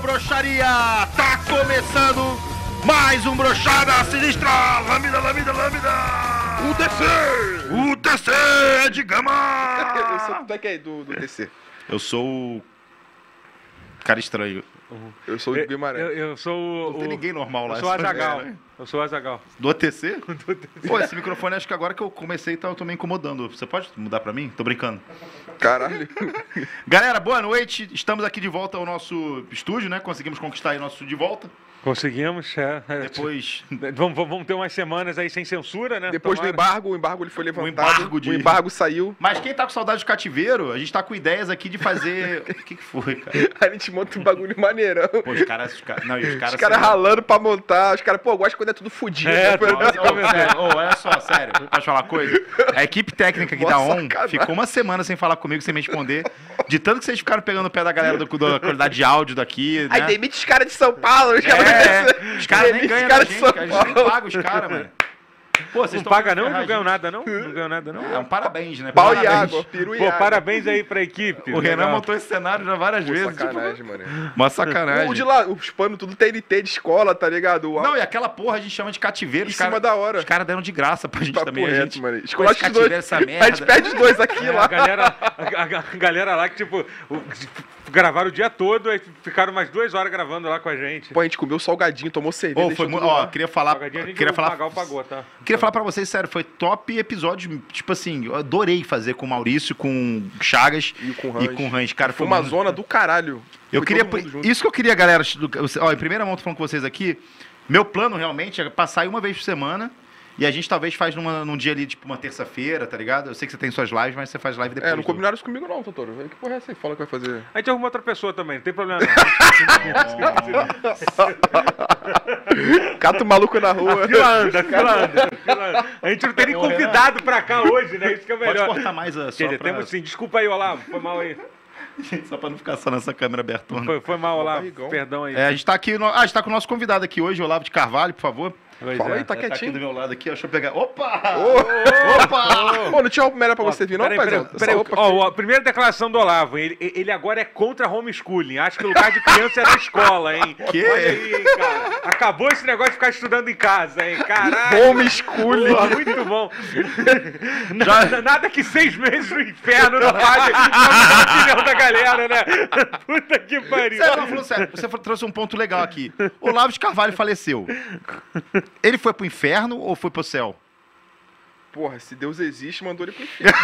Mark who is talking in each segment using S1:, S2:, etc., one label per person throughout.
S1: putaria! Tá começando mais um Brochada Sinistra! Lambda, lambda, lambda!
S2: UTC!
S1: UTC é de
S2: Eu sou
S1: gama!
S2: como é que é do, do TC.
S1: Eu sou o cara estranho.
S2: Eu
S1: É,
S2: sou o Guimarães.
S3: Eu, eu sou o.
S1: Não tem
S3: o-
S1: ninguém normal lá.
S3: Eu sou o
S1: essa
S3: Azagal.
S1: merda. né?
S3: Eu sou o Azagal.
S1: Do ATC? Pô, esse microfone acho que agora que eu comecei tá, eu tô me incomodando. Você pode mudar pra mim? Tô brincando.
S2: Caralho.
S1: Galera, boa noite. Estamos aqui de volta ao nosso estúdio, né? Conseguimos conquistar aí nosso de volta.
S3: Conseguimos, é.
S1: Depois
S3: Vamos, vamos- vamos ter umas semanas aí sem censura, né?
S2: Depois do
S3: Tomara.
S2: embargo, o embargo ele foi levantado.
S1: Um embargo de-
S2: o embargo saiu.
S1: Mas quem tá com saudade do cativeiro, a gente tá com ideias aqui de fazer. O que, que foi, cara?
S2: Aí a gente monta um bagulho maneirão.
S1: Pô, os caras. Os caras não, e os
S2: Os
S1: caras.
S2: caras ralando pra montar. Os caras, pô, eu gosto quando é tudo fudido.
S3: É,
S2: né?
S3: tá.
S1: Ô, ô, sério, ô, olha só, sério, posso falar uma coisa? A equipe técnica aqui da
S2: Mó
S1: ON
S2: sacanagem.
S1: ficou uma semana sem falar comigo, sem me responder. De tanto que vocês ficaram pegando o pé da galera do, da qualidade de áudio daqui. Né?
S2: Aí demite os caras de São Paulo. Os caras
S1: É, é. os caras nem
S2: Demite
S1: ganham
S2: os
S1: da
S2: caras de
S1: gente,
S2: São
S1: cara. a gente nem
S2: Paulo.
S1: paga os caras, mano. Pô, vocês
S3: Não
S1: tão
S3: paga não?
S1: ferrado,
S3: Não ganhou
S1: gente.
S3: nada não? Não ganhou nada não?
S1: É um parabéns, né?
S2: Pau e
S1: Parabéns.
S2: água. Peru e
S3: Pô,
S2: água.
S3: parabéns aí pra equipe.
S1: O Renan
S3: Legal.
S1: montou esse cenário já várias
S2: Pô,
S1: vezes.
S2: Sacanagem, mano.
S1: Tipo, uma sacanagem.
S2: O de lá, os panos tudo TNT de escola, tá ligado? O
S1: Não, e aquela porra a gente chama de cativeiro.
S2: em
S1: os
S2: cima
S1: cara-
S2: da hora.
S1: Os caras deram de graça pra gente
S2: Papo
S1: também. a
S2: reto,
S1: gente,
S2: mano.
S1: Pô,
S2: Escolhe
S1: esse
S2: os
S1: cativeiro,
S2: dois.
S1: essa
S2: A gente
S1: merda.
S2: perde os dois aqui
S3: É,
S2: lá.
S3: a, galera, a, a- a galera lá que, tipo, o- gravaram o dia todo, aí ficaram umas duas horas gravando lá com a gente.
S2: Pô, a gente comeu salgadinho, tomou cerveja.
S1: Ô, foi
S2: deixou
S1: muito.
S2: tudo
S1: Ó,
S2: lá.
S1: queria falar.
S3: Pagadinho a gente
S1: Queria
S3: o
S1: falar,
S3: Pagal pagou, tá?
S1: queria falar pra vocês, sério, foi top episódio. Tipo assim, eu adorei fazer com o Maurício, com o Chagas
S2: E com o
S1: e
S2: Hans.
S1: com o Range. Cara,
S2: Foi
S1: foi
S2: uma
S1: muito-
S2: zona do caralho.
S1: Eu
S2: Foi
S1: queria.
S2: todo mundo junto.
S1: Isso que eu queria, galera. do- Ó, em primeira mão, tô falando com vocês aqui. Meu plano realmente é passar aí uma vez por semana. E a gente talvez faz numa- num dia ali, tipo uma terça-feira, tá ligado? Eu sei que você tem suas lives, mas você faz live depois.
S2: É, não
S1: do-
S2: combinaram isso comigo não, Totoro. Que porra é essa aí? Fala que vai fazer.
S3: A gente arrumou outra pessoa também, não tem problema não.
S2: Cata o maluco na rua.
S3: Fila anda, fila anda, fila anda. A gente não tem nem convidado pra cá hoje, né? Isso que é o
S1: Pode
S3: melhor.
S1: cortar mais a
S3: Quer
S1: só,
S3: dizer,
S1: pra...
S3: temos sim. Desculpa aí, Olavo. Foi mal aí.
S1: só pra não ficar só nessa câmera abertona.
S3: Foi, foi mal, Olavo.
S2: barrigão.
S3: Perdão aí.
S1: É, a gente tá aqui. no- Ah, a gente tá com o nosso convidado aqui hoje, Olavo de Carvalho, por favor.
S3: Pois
S2: Fala
S3: é.
S2: aí, tá
S1: É, aqui do
S2: quietinho.
S1: meu lado aqui, ó, deixa eu pegar. Opa!
S2: Ô!
S1: Opa!
S2: Pô, não tinha uma melhor pra
S3: Ó,
S2: você vir, não,
S3: peraí, peraí,
S2: paizão?
S3: peraí.
S2: Essa roupa-
S3: Ó, ó, a primeira declaração do Olavo. Ele, ele agora é contra homeschooling. Acha que o lugar de criança é na escola, hein?
S1: Que?
S3: Olha aí, cara. Acabou esse negócio de ficar estudando em casa, hein? Caralho.
S2: Home schooling.
S3: Porra, muito bom. Na- na- Nada que seis meses no inferno não faz a opinião da galera, né? Puta que pariu. Ah,
S1: Sério, não, falando sério, você fa- trouxe um ponto legal aqui. Olavo de Carvalho faleceu. Ele foi pro inferno ou foi pro céu?
S2: Porra, se Deus existe, mandou ele pro inferno.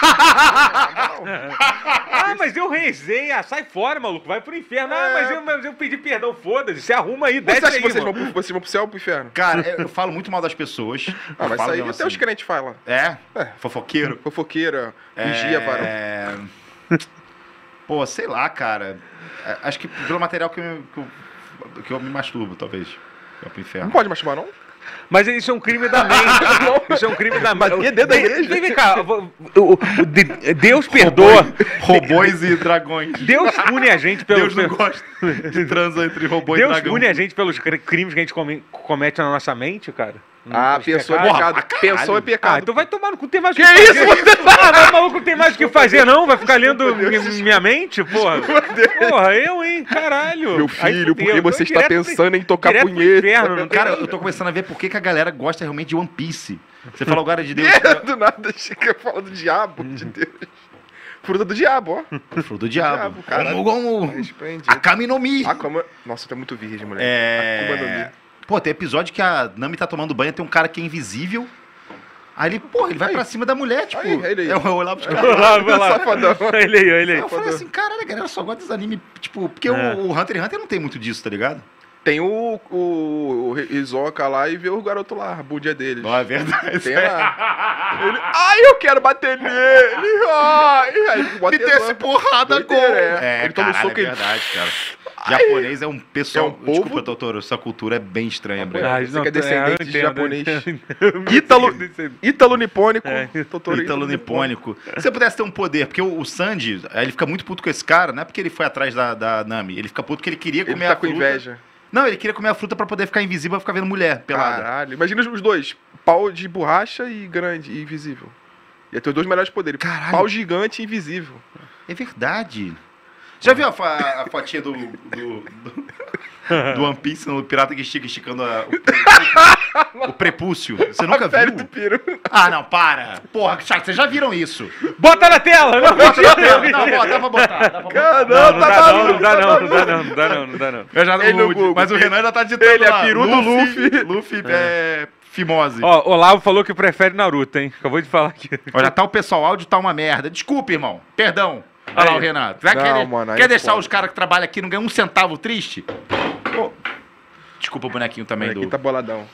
S3: Ah, mas eu rezei. Ah, sai fora, maluco. Vai pro inferno. Ah, mas eu, mas eu pedi perdão. Foda-se. Se arruma aí.
S2: Você
S3: Desce
S2: acha
S3: aí,
S2: que vocês vão,
S3: mano.
S2: pro, vocês vão pro céu ou pro inferno?
S1: Cara, eu, eu falo muito mal das pessoas.
S2: Ah,
S1: Falo
S2: mas isso aí
S1: mesmo
S2: até
S1: assim.
S2: os crentes falam.
S1: É?
S2: É.
S1: Fofoqueiro.
S2: Fofoqueira, vigia, varão.
S1: É... Pô, sei lá, cara. É, Acho que pelo material que eu, que eu, que eu me masturbo, talvez. Vai pro
S2: Não
S1: inferno.
S2: pode masturbar, não?
S3: Mas isso é um crime da mente. isso é um crime da mente.
S2: Mas que dentro da igreja?
S3: Vem, vem cá. o- o- o- de- Deus perdoa.
S1: Robôs e dragões.
S3: Deus une a gente pelos...
S1: Deus não gosta de transa entre robô e
S3: Deus
S1: dragão.
S3: une a gente pelos cr- crimes que a gente come- comete na nossa mente, cara.
S2: Ah, pensou é
S1: pecado.
S2: pecado.
S1: Porra, pra caralho.
S2: Pensou é
S3: Ah,
S2: pecado.
S3: então vai tomar no cu, tem mais o
S2: Que isso?
S3: fazer. Ah, maluco, não tem mais o que fazer, não? Vai ficar lendo mi- minha mente, porra? Porra, eu, hein? Caralho.
S2: Meu
S3: Aí
S2: filho,
S3: fudeu.
S2: por que você
S3: Eu
S2: está
S3: direto pro-
S2: pensando em tocar
S3: direto pro
S2: punheta?
S3: inferno, não tem
S1: Cara,
S3: nem-
S1: eu tô começando a ver por que, que a galera gosta realmente de One Piece. Você fala agora de Deus. Uhum.
S2: Do nada, chega falando do diabo, de Deus. Fruta do diabo, ó.
S1: Fruto do diabo.
S2: Diabo, cara.
S1: Como, como,
S2: Resplende.
S1: Akami no Mi.
S2: Aquaman. Nossa, tá muito virgem, moleque. Akuma no
S1: É...
S2: Mi.
S1: Pô, tem episódio que a Nami tá tomando banho, tem um cara que é invisível. Aí ele, porra, ele vai pra cima da mulher, tipo.
S2: Aí, ele aí.
S1: Eu, eu olhava pros caras.
S3: Vai lá, vai lá.
S2: Safadão.
S3: Olha aí, olha aí.
S1: Eu falei assim, caralho, a galera só gosta dos anime, tipo, porque
S3: É.
S1: o, o Hunter x Hunter não tem muito disso, tá ligado?
S2: Tem o, o, o Hisoka lá e vê o garoto lá, a bundia deles.
S1: Não, é verdade.
S2: Tem lá. Ele, ai, eu quero bater nele. Ai, aí bota
S1: Me desce
S2: tesão.
S1: porrada com...
S2: Doideira, é.
S1: É,
S2: Ele toma um
S1: caralho,
S2: soco
S1: é
S2: e-
S1: verdade, cara. Japonês é um pessoal...
S2: É um povo-
S1: Desculpa, doutor, essa cultura é bem estranha, Breno.
S2: Ah, você que é descendente de japonês.
S3: Ítalo.
S2: Ítalo- Ítalo nipônico.
S3: É.
S2: Totoro
S1: Ítalo nipônico. tá Se você pudesse ter um poder, porque o, o Sandy, aí ele fica muito puto com esse cara, não é porque ele foi atrás da, da Nami, ele fica puto porque ele queria
S2: Ele
S1: comer
S2: tá
S1: a
S2: com
S1: fruta.
S2: inveja.
S1: Não, ele queria comer a fruta pra poder ficar invisível e ficar vendo mulher pelada.
S2: Caralho. Imagina os dois. Pau de borracha e grande, e invisível. Ia ter os dois melhores poderes.
S1: Caralho.
S2: Pau gigante e invisível.
S1: É verdade. Já viu a, fa- a fotinha do, do, do, do One Piece, no pirata que estica esticando a- o, pre- o prepúcio? Você nunca
S2: a pele do
S1: viu?
S2: peru.
S1: Ah, não, para. Porra, que chato. Vocês já viram isso?
S3: Bota na tela! Não,
S1: Bota na tela.
S3: mentira,
S1: Não,
S3: mentira.
S1: bota, dá pra botar. Dá pra botar.
S2: Cara,
S3: Não,
S2: não,
S3: não
S2: tá
S3: dá não,
S2: maluco.
S3: não dá não, não dá não, não dá não, não dá não.
S1: Eu já-
S2: Ele
S1: o-
S2: no Google.
S1: mas o Renan já tá digitando
S2: Ele é
S1: lá,
S2: peru do
S1: Luffy. Luffy é fimose.
S3: Ó, Olavo falou que prefere Naruto, hein? Acabou de falar aqui.
S1: Ó, já tá o pessoal, áudio tá uma merda. Desculpa, irmão. Perdão. Olha lá
S3: Aí.
S1: o Renan. Vai
S2: Não,
S1: querer-
S2: mano, aí
S1: quer
S2: é
S1: deixar
S2: foda.
S1: os caras que trabalham aqui não ganhar um centavo triste? Pô, Desculpa o bonequinho também
S2: Aqui
S1: do.
S2: tá boladão.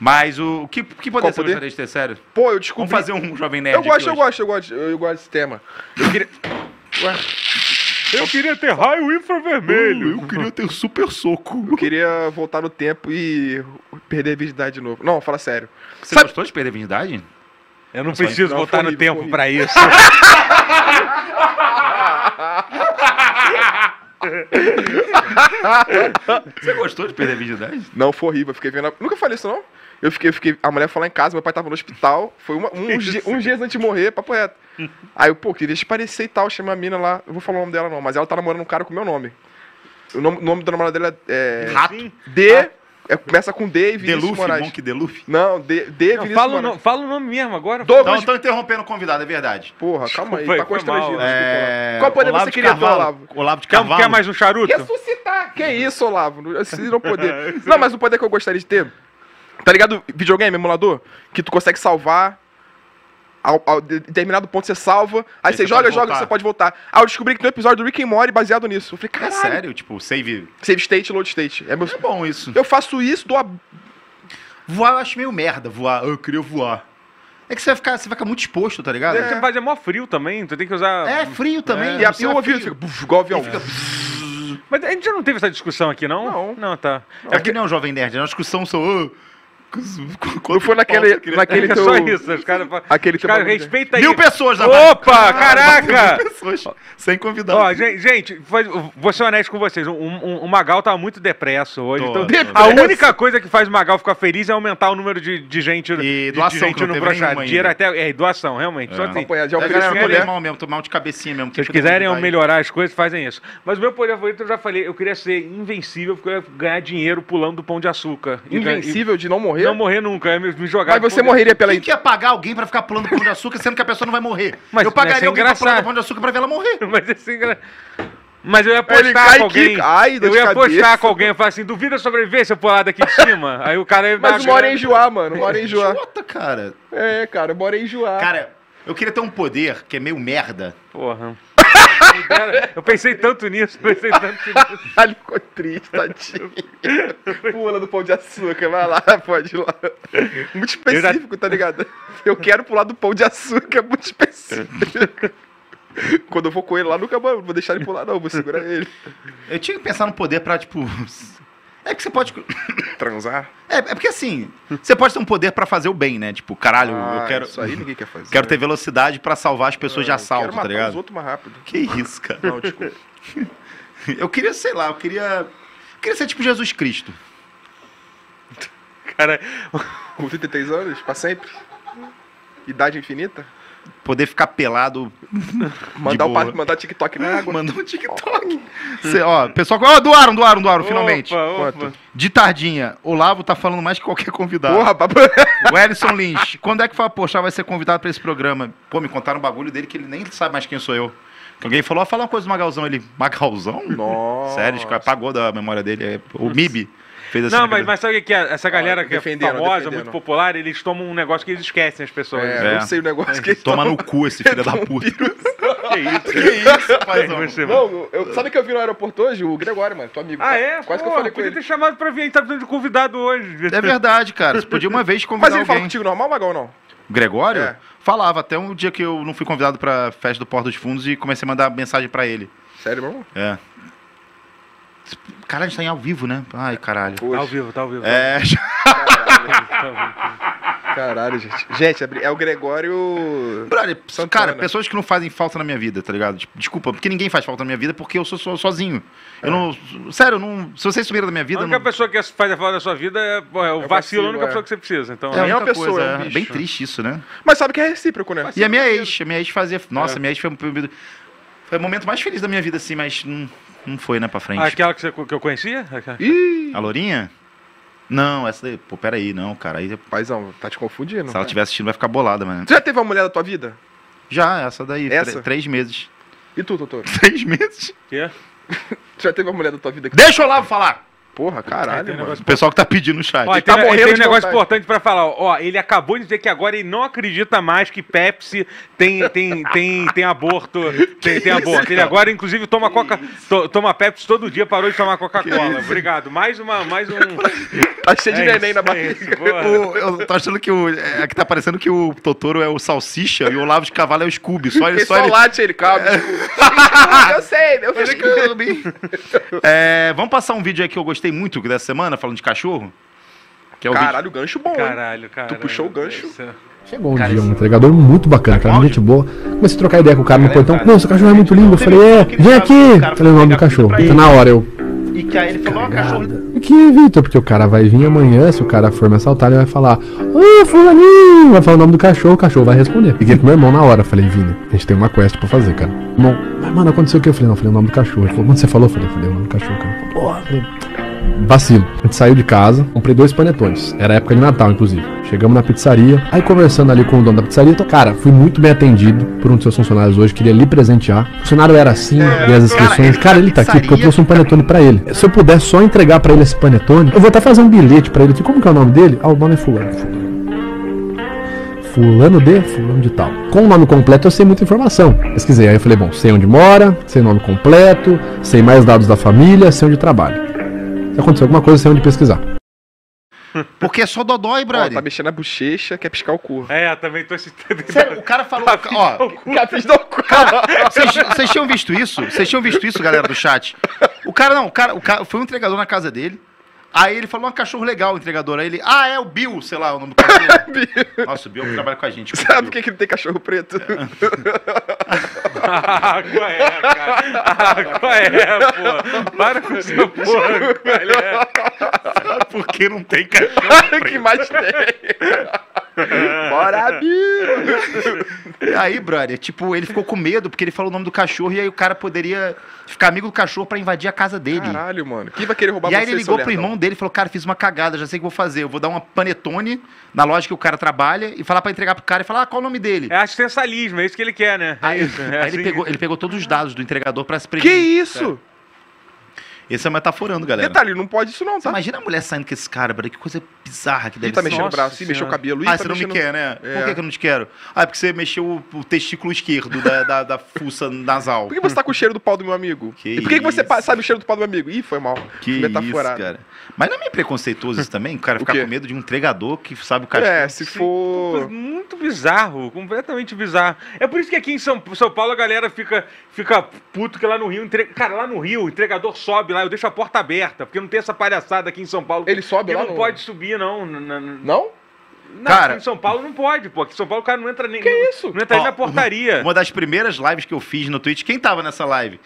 S1: Mas o, o que, que poder
S2: Qual
S1: ser
S2: poder?
S1: gostaria de ter sério?
S2: Pô, eu descobri.
S1: Vamos fazer um Jovem Nerd.
S2: eu
S1: aqui
S2: gosto, eu
S1: hoje.
S2: gosto, eu gosto, eu, eu gosto desse tema. Eu queria.
S3: Eu queria ter raio
S2: Uh,
S3: infravermelho.
S2: Uhum.
S1: Eu queria ter super soco.
S2: Eu queria voltar no tempo e perder a virgindade de novo. Não, fala sério.
S1: Você
S2: Sabe-
S1: gostou de perder a virgindade?
S3: Eu não preciso
S2: não,
S3: voltar
S2: foi
S3: no
S2: horrível,
S3: tempo
S2: foi
S3: pra isso.
S1: Você gostou de perder a virgindade?
S2: Não, foi horrível. Eu fiquei vendo. a- Nunca falei isso, não. Eu fiquei, eu fiquei. A mulher foi lá em casa, meu pai tava no hospital. Foi uma- uns, dias, uns dias antes de morrer, papo reto. Aí eu, pô, queria desaparecer e tal. Chamei a mina lá. Eu vou falar o nome dela, não, mas ela tá namorando um cara com o meu nome. O nome, o nome da namorada dela é.
S1: Rato.
S2: D. é, começa com D e Vinícius
S1: Deluffy,
S2: Moraes.
S1: Monk Deluffy.
S2: Não, D, D e Vinícius
S3: fala, o
S2: Moraes.
S3: no- fala o nome mesmo agora.
S1: Então,
S2: Douglas.
S1: estão interrompendo o convidado, é verdade. É,
S2: Porra, calma aí,
S3: Desculpa aí,
S2: tá
S3: foi
S2: constrangido.
S3: mal.
S2: desculpa. Qual poder
S1: Olavo
S2: você
S1: de
S2: queria ter,
S1: Carvalho.
S2: Olavo?
S1: Olavo de
S3: Quer,
S1: Cavalo.
S3: quer mais um charuto?
S2: Ressuscitar! Que isso, Olavo? Não- Esse não é o poder. Não, mas o poder que eu gostaria de ter. Tá ligado? Videogame, emulador? Que tu consegue salvar. Ao, ao de- determinado ponto você salva. Aí,
S1: Aí
S2: você
S1: você
S2: joga,
S1: pode
S2: joga,
S1: voltar.
S2: você pode voltar. Aí eu descobri que tem um episódio do Rick and Morty baseado nisso. Eu falei,
S1: É
S2: caralho.
S1: sério, tipo, save.
S2: Save state, load state. É meu...
S1: É bom isso.
S2: Eu faço isso, dou a...
S1: Voar eu acho meio merda, voar. Eu queria voar. É que você vai ficar, você vai ficar muito exposto, tá ligado?
S3: Você faz é mó frio também, tu tem que usar.
S1: É, frio também.
S2: e a
S1: você
S2: e o
S1: é
S2: ouvido fica...
S1: frio.
S2: buf, igual avião.
S3: Mas a gente já não teve essa discussão aqui, não?
S2: Não.
S3: Não, tá.
S1: É que nem um jovem nerd, é uma discussão só. "Ah, qu- qu-
S2: Não foi naquele, naquele
S3: é
S2: teu...
S3: só isso, os caras. fa-
S2: Aquele
S3: os
S2: teu
S3: caras
S2: bagulho de-
S3: respeita aí.
S1: Mil pessoas na Ah,
S3: Opa,
S1: Mil
S3: caraca!
S1: pessoas. Sem convidado.
S3: Ó, gen- gente, foi- vou ser honesto com vocês. um- um- o Magal tá muito depresso hoje.
S1: Tô,
S3: então,
S1: tô.
S3: A única coisa que faz o Magal ficar feliz é aumentar o número de, de gente, de,
S1: doação,
S3: de
S1: que
S3: gente
S1: não
S3: no
S1: teve nenhuma
S3: brochado. Dinheiro
S1: ainda.
S3: até. É, e doação, realmente. Só assim.
S2: Acompanhado, já
S1: a galera
S2: ofereci
S1: ficou
S3: quiserem-
S1: mal mesmo, tô mal de cabecinha mesmo.
S2: Tipo,
S3: Se vocês quiserem melhorar as coisas, fazem isso. Mas o meu poder favorito, eu já falei, eu queria ser invencível, porque eu ia ganhar dinheiro pulando do pão de açúcar. E ganhar- e
S2: Invencível de não morrer?
S3: não morrer nunca, eu ia me, me jogar.
S2: Mas
S3: do
S2: você
S3: pão de-
S2: morreria pela...
S1: Quem quer pagar alguém pra ficar pulando pão de açúcar, sendo que a pessoa não vai morrer?
S3: Mas
S1: eu
S2: é
S3: ia ser
S1: pagaria alguém pra pular
S3: engraçado.
S1: pão de açúcar pra ver ela morrer.
S3: Mas assim, cara. Mas eu ia
S2: Ele
S3: apostar
S2: cai
S3: com alguém.
S2: que cai, dor
S3: eu
S2: de
S3: ia
S2: cabeça.
S3: apostar com alguém e falar assim: duvida sobreviver se eu pular daqui de cima? Aí o cara ia.
S2: Mas mora em enjoar, mano. Mora em enjoar.
S1: Idiota, cara.
S2: É, cara, mora em enjoar.
S1: Cara, eu queria ter um poder que é meio merda.
S3: Porra. eu pensei tanto nisso, pensei tanto nisso.
S2: Caralho, ficou triste, tadinho. Pula do pão de açúcar, vai lá, pode ir lá. Muito
S3: Eu já-
S2: específico, tá ligado? Eu quero pular do pão de açúcar, muito específico. Quando eu vou com ele lá, nunca mano, vou deixar ele pular, não, vou segurar ele.
S1: Eu tinha que pensar num poder pra, tipo. É que você pode.
S2: Transar?
S1: É, é porque assim, você pode ter um poder pra fazer o bem, né? Tipo, caralho, eu quero.
S2: Ah, Isso aí ninguém quer fazer.
S1: Quero ter velocidade pra salvar as pessoas de
S2: Eu
S1: assalto,
S2: quero
S1: tá
S2: matar os
S1: ligado?
S2: outros mais rápido.
S1: Que isso, cara.
S2: Não, desculpa.
S1: Eu queria, sei lá, eu queria. Eu queria ser tipo Jesus Cristo.
S3: Cara,
S2: Com 33 anos, pra sempre? Idade infinita?
S1: Poder ficar pelado.
S2: Mandar, o
S1: boa.
S2: pa- mandar TikTok na água.
S1: Mandou um TikTok. Cê, ó, pessoal. Ó, doaram, doaram, doaram, finalmente.
S3: Opa, opa.
S2: Quanto?
S1: De tardinha, Olavo tá falando mais que qualquer convidado.
S2: Porra, papo.
S1: O Ellison Lins, quando é que fala, poxa, vai ser convidado pra esse programa? Pô, me contaram um bagulho dele que ele nem sabe mais quem sou eu. Que alguém falou, ó, fala uma coisa do Magalzão. Ele, Magalzão?
S2: Nossa.
S1: Sério, tipo, apagou da memória dele. é, O Mib fez assim.
S3: Não,
S1: na
S3: mas,
S1: cabeça.
S3: mas sabe o que que é? Essa galera que é
S2: defenderam,
S3: famosa,
S2: defenderam.
S3: muito popular, eles tomam um negócio que eles esquecem as pessoas.
S2: É,
S1: É.
S2: não sei o negócio que eles
S1: Toma
S2: tomam.
S1: no cu esse filho da puta.
S3: Que isso?
S1: Que isso,
S3: Você-
S2: Não, eu, sabe que eu vi no aeroporto hoje? O Gregório, mano, teu amigo.
S3: Ah, é?
S2: Quase que eu
S3: Pô,
S2: falei com
S3: podia
S2: ele.
S3: ter chamado pra vir, a gente tá precisando de convidado hoje.
S1: É verdade, cara. Você podia uma vez
S2: Mas
S1: convidar
S2: ele fala
S1: alguém.
S2: um contigo normal, Magal, ou não?
S1: O Gregório?
S2: É.
S1: Falava até um dia que eu não fui convidado pra festa do Porto dos Fundos e comecei a mandar mensagem pra ele.
S2: Sério, mesmo?
S1: É. Caralho, a gente tá em ao vivo, né? Ai, caralho.
S3: Tá ao
S2: Hoje.
S3: vivo, tá ao vivo.
S1: É,
S3: Tá ao vivo.
S2: Caralho, gente. Gente, é br- é o Gregório.
S1: Brother,
S2: Santana.
S1: cara, pessoas que não fazem falta na minha vida, tá ligado? Tipo, Desculpa, porque ninguém faz falta na minha vida porque eu sou, so- sozinho.
S2: É.
S1: Eu não. Sério, eu não, se vocês subiram da minha vida.
S3: A
S1: eu
S3: única
S1: Não,
S3: pessoa que faz a falta da sua vida é, pô, é o
S2: o
S3: vacilo, a
S2: vacilo,
S3: única
S2: é.
S3: pessoa que você precisa. Então,
S1: a
S2: É,
S1: única
S2: uma pessoa, é um
S1: é
S2: bicho.
S1: bem triste isso, né?
S2: Mas sabe que é recíproco, né?
S1: E a minha ex, a minha ex fazia. Nossa, a minha ex foi, um Foi o momento mais feliz da minha vida, assim, mas não, não foi, né, pra frente.
S3: Aquela que, você, que eu conhecia? Aquela-
S2: Ih,
S1: A Lourinha? Não, essa daí. Pô, peraí, não, cara. Aí, se
S2: paizão, tá te confundindo.
S1: ela estiver assistindo, vai ficar bolada, mano.
S2: Tu já teve uma mulher da tua vida?
S1: Já, essa daí.
S2: Essa?
S1: tre- três meses.
S2: E tu, doutor?
S1: Três meses?
S3: Que? é?
S2: Tu já teve uma mulher da tua vida? que-
S1: Deixa o Olavo falar!
S2: Porra,
S3: tem
S2: caralho,
S3: negócio
S2: mano.
S1: O pessoal que tá pedindo no chat.
S3: Ó, e
S2: tá
S3: tem, e
S2: morrendo
S3: tem um
S2: de
S3: negócio
S2: vontade.
S3: importante pra falar. ó. Ó, ele acabou de dizer que agora ele não acredita mais que Pepsi tem, tem, tem, tem aborto. Tem, tem aborto. ele agora, inclusive, toma, coca, to- toma Pepsi todo dia, parou de tomar Coca-Cola. Obrigado. Mais, uma, mais um.
S2: Tá cheio de
S3: É
S2: neném
S3: isso,
S2: na
S3: é
S2: barriga.
S3: isso, boa.
S1: O- eu tô achando que o. É que tá parecendo que o Totoro é o Salsicha e o Olavo de Cavalo é o Scooby. Só ele.
S2: Ele
S1: Só
S2: só
S1: ele...
S2: late ele, calma. eu sei, meu filho.
S1: É, vamos passar um vídeo aí que eu gostei muito dessa semana, falando de cachorro. Que é o vídeo.
S2: Caralho, gancho bom, hein?
S3: Caralho, cara. é
S2: puxou o gancho?
S4: Chegou um dia, um
S1: tá
S4: entregador muito bacana, cara, muito gente boa. Comecei a trocar ideia com o cara no portão. Não, seu cachorro é muito lindo. Eu falei,
S1: um
S4: é, vem aqui. Falei o nome do cachorro. Então, na hora eu.
S1: E que aí ele falou, ó, cachorro.
S4: Aqui, Vitor, porque o cara vai vir amanhã, se o cara for me assaltar, ele vai falar, ô, fulaninho, vai falar o nome do cachorro, o cachorro vai responder. Liguei pro meu irmão na hora, falei, Vini, a gente tem uma quest pra fazer, cara. Irmão, mas mano, aconteceu o quê? Eu falei, não, eu falei o nome do cachorro. Ele falou, quando você falou, eu falei, eu falei o nome do cachorro, cara. Ele falou, Porra, eu falei, Vacilo. A gente saiu de casa, comprei dois panetones. Era época de Natal, inclusive. Chegamos na pizzaria, aí conversando ali com o dono da pizzaria, tô- cara, fui muito bem atendido por um dos seus funcionários hoje, queria lhe presentear. O funcionário era assim, e as inscrições. Cara, ele tá aqui porque eu trouxe um panetone pra ele. Se eu puder só entregar pra ele esse panetone, eu vou até fazer um bilhete pra ele aqui. Como que é o nome dele? Ah, o nome é Fulano. Fulano. Fulano de, fulano de tal. Com o nome completo eu sei muita informação. Pesquisei, aí eu falei, bom, sei onde mora, sei o nome completo, sei mais dados da família, sei onde trabalha. Se acontecer alguma coisa, você onde pesquisar.
S1: Porque é só Dodói,
S2: Ó,
S1: brother.
S2: tá mexendo a bochecha, quer piscar o cu.
S3: É, também tô excitado.
S1: Sério, o cara falou.
S2: Tá
S1: Ó,
S2: Hum. Quer piscar o cu.
S1: vocês vocês tinham visto isso? Vocês tinham visto isso, galera do chat? O cara, não, o cara, o cara foi um entregador na casa dele. Aí ele falou, um cachorro legal, o entregador. Aí ele, ah, é o Bill, sei lá, o nome do cachorro. Nossa, o Bill trabalha com a gente.
S2: Sabe por que, que ele tem cachorro preto?
S1: É.
S3: Ah, qual é, cara? Ah, qual é, pô? Para com essa porra, qual é?
S1: Porque não tem cachorro.
S2: que mais tem? Bora, Bill!
S1: E aí, brother, tipo, ele ficou com medo porque ele falou o nome do cachorro e aí o cara poderia ficar amigo do cachorro pra invadir a casa dele.
S2: Caralho, mano. Quem vai querer roubar
S1: E aí
S2: você,
S1: ele
S2: seu
S1: ligou pro
S2: lerdão?
S1: irmão dele e falou: Cara, fiz uma cagada, já sei o que vou fazer. Eu vou dar uma panetone na loja que o cara trabalha e falar pra entregar pro cara e falar: ah, qual o nome dele?
S3: É assistencialismo, é isso que ele quer, né? É
S1: Aí,
S3: isso, é
S1: aí
S3: assim.
S1: ele, pegou, ele pegou todos os dados do entregador pra se
S2: Que
S1: prevenir.
S2: isso?
S1: Esse é metaforando, galera.
S2: Detalhe, não pode isso não,
S1: Você
S2: tá?
S1: imagina a mulher saindo com esse cara, brother, que coisa bizarra que
S2: Ih,
S1: deve
S2: tá
S1: ser.
S2: mexendo o
S3: Nossa
S2: braço, ih, mexeu o
S3: Senhora.
S2: cabelo, ih,
S1: Ah,
S2: tá
S1: você não me
S2: mexendo-
S1: quer, né? Por
S2: É.
S1: que, que eu não te quero? Ah, é porque você mexeu o, o testículo esquerdo da, da, da fuça nasal.
S2: Por que você tá com o cheiro do pau do meu amigo?
S1: Que
S2: e por que, que você
S1: isso.
S2: pa- sabe o cheiro do pau do meu amigo? Ih, foi mal.
S1: Que
S2: Metaforado.
S1: isso, cara. Mas não é meio preconceituoso isso também? O cara
S2: O
S1: ficar
S2: quê?
S1: com medo de um entregador que sabe o cara...
S2: É, se
S3: Sim,
S2: for.
S3: Muito bizarro, completamente bizarro. É por isso que aqui em São, São Paulo a galera fica, fica puto que lá no Rio. Entre... Cara, lá no Rio, o entregador sobe lá, eu deixo a porta aberta, porque não tem essa palhaçada aqui em São Paulo.
S2: Ele sobe
S3: que
S2: lá
S3: não
S2: no-
S3: pode subir, não. na- na- Não,
S2: Não?
S1: Cara-
S3: aqui em São Paulo não pode, pô. Aqui em São Paulo o cara não entra nem. Que isso? Não
S1: Ó,
S3: entra nem na
S2: é.
S3: portaria.
S1: Uma das primeiras lives que eu fiz no Twitch, quem tava nessa live?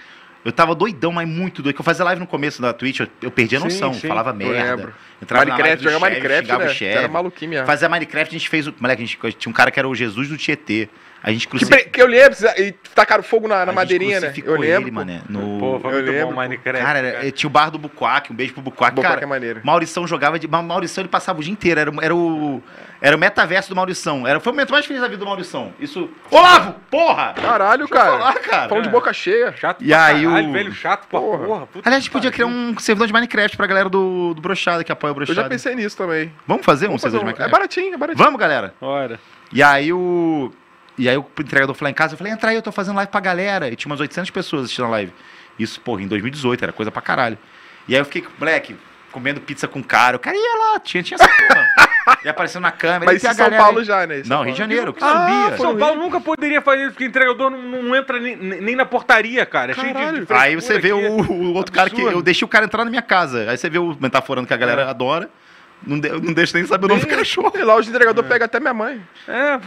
S1: Eu tava doidão, mas muito doido. Que eu fazia live no começo da Twitch, eu, eu perdi a
S3: Sim,
S1: noção,
S3: sim.
S1: falava merda.
S2: lembro.
S1: Entrava na live
S2: Minecraft,
S1: do
S2: jogar
S1: chefe,
S2: Minecraft,
S1: xingava
S2: né?
S1: o
S2: Tu
S1: chefe.
S2: Era maluquinho mesmo.
S1: Fazia Minecraft, a gente fez o. Moleque, a gente tinha um cara que era o Jesus do Tietê. A gente
S2: Que,
S1: crucificou.
S2: pre- que eu lembro, e tacaram fogo na,
S1: a
S2: na
S1: gente
S2: madeirinha, né?
S1: crucificou
S2: Eu lembro.
S1: ele,
S2: pô.
S1: mané. No...
S3: Pô, foi
S2: eu
S3: muito
S2: lembro,
S3: bom
S2: pô.
S3: o Minecraft.
S1: Cara, era- tinha o bar do Buquaque, um beijo pro Buquaque.
S2: Bom,
S1: Cara,
S2: qualquer maneira.
S1: Maurição jogava de. Ma- Maurição ele passava o dia inteiro. Era, era o. Era o metaverso do Maurição. Era, foi o momento mais feliz da vida do Maurição. Isso. Olavo! Porra!
S2: Caralho,
S1: Deixa eu
S2: cara. um
S1: falar, cara.
S2: Falando de boca cheia.
S3: Chato
S1: E
S3: pra
S1: aí
S3: caralho,
S1: o-
S3: velho chato pra
S2: Porra.
S3: porra. puta
S1: Aliás, a gente podia
S3: que
S1: criar um servidor de Minecraft pra galera do, do Brochado, que apoia o
S2: Eu
S1: Brochado.
S2: já pensei nisso também.
S1: Vamos fazer um
S2: Vamos fazer
S1: servidor
S2: um-
S1: de
S2: É
S1: Minecraft?
S2: baratinho, é baratinho.
S1: Vamos, galera.
S3: pariu. Ora.
S1: E aí o. E aí o entregador foi lá em casa, eu falei, entra aí, eu tô fazendo live pra galera. E tinha umas 800 pessoas assistindo a live. Isso, porra, em 2018, era coisa pra caralho. E aí eu fiquei, moleque, comendo pizza com o cara. O cara ia lá, tinha, tinha essa porra. e aparecendo na câmera.
S2: Mas
S1: e tem
S2: isso
S1: a
S2: em São
S1: galera
S2: Paulo
S1: aí.
S2: já, né? Em São
S1: Não, Rio de
S2: Paulo.
S1: Janeiro, que
S2: Ah,
S1: subia.
S2: foi-
S3: São Paulo nunca poderia fazer isso, porque entregador não, não entra nem, nem na portaria, cara. É cheio de-
S2: Caralho.
S3: de
S1: Aí você vê o,
S3: frescura aqui.
S1: o outro cara que.
S3: Absurdo.
S1: Eu deixei o cara entrar na minha casa. Aí você vê o metaforando que a galera adora. Não, de- não deixa nem saber o nome do cachorro.
S2: Sei lá, os entregadores pegam até minha mãe.
S3: É, pô.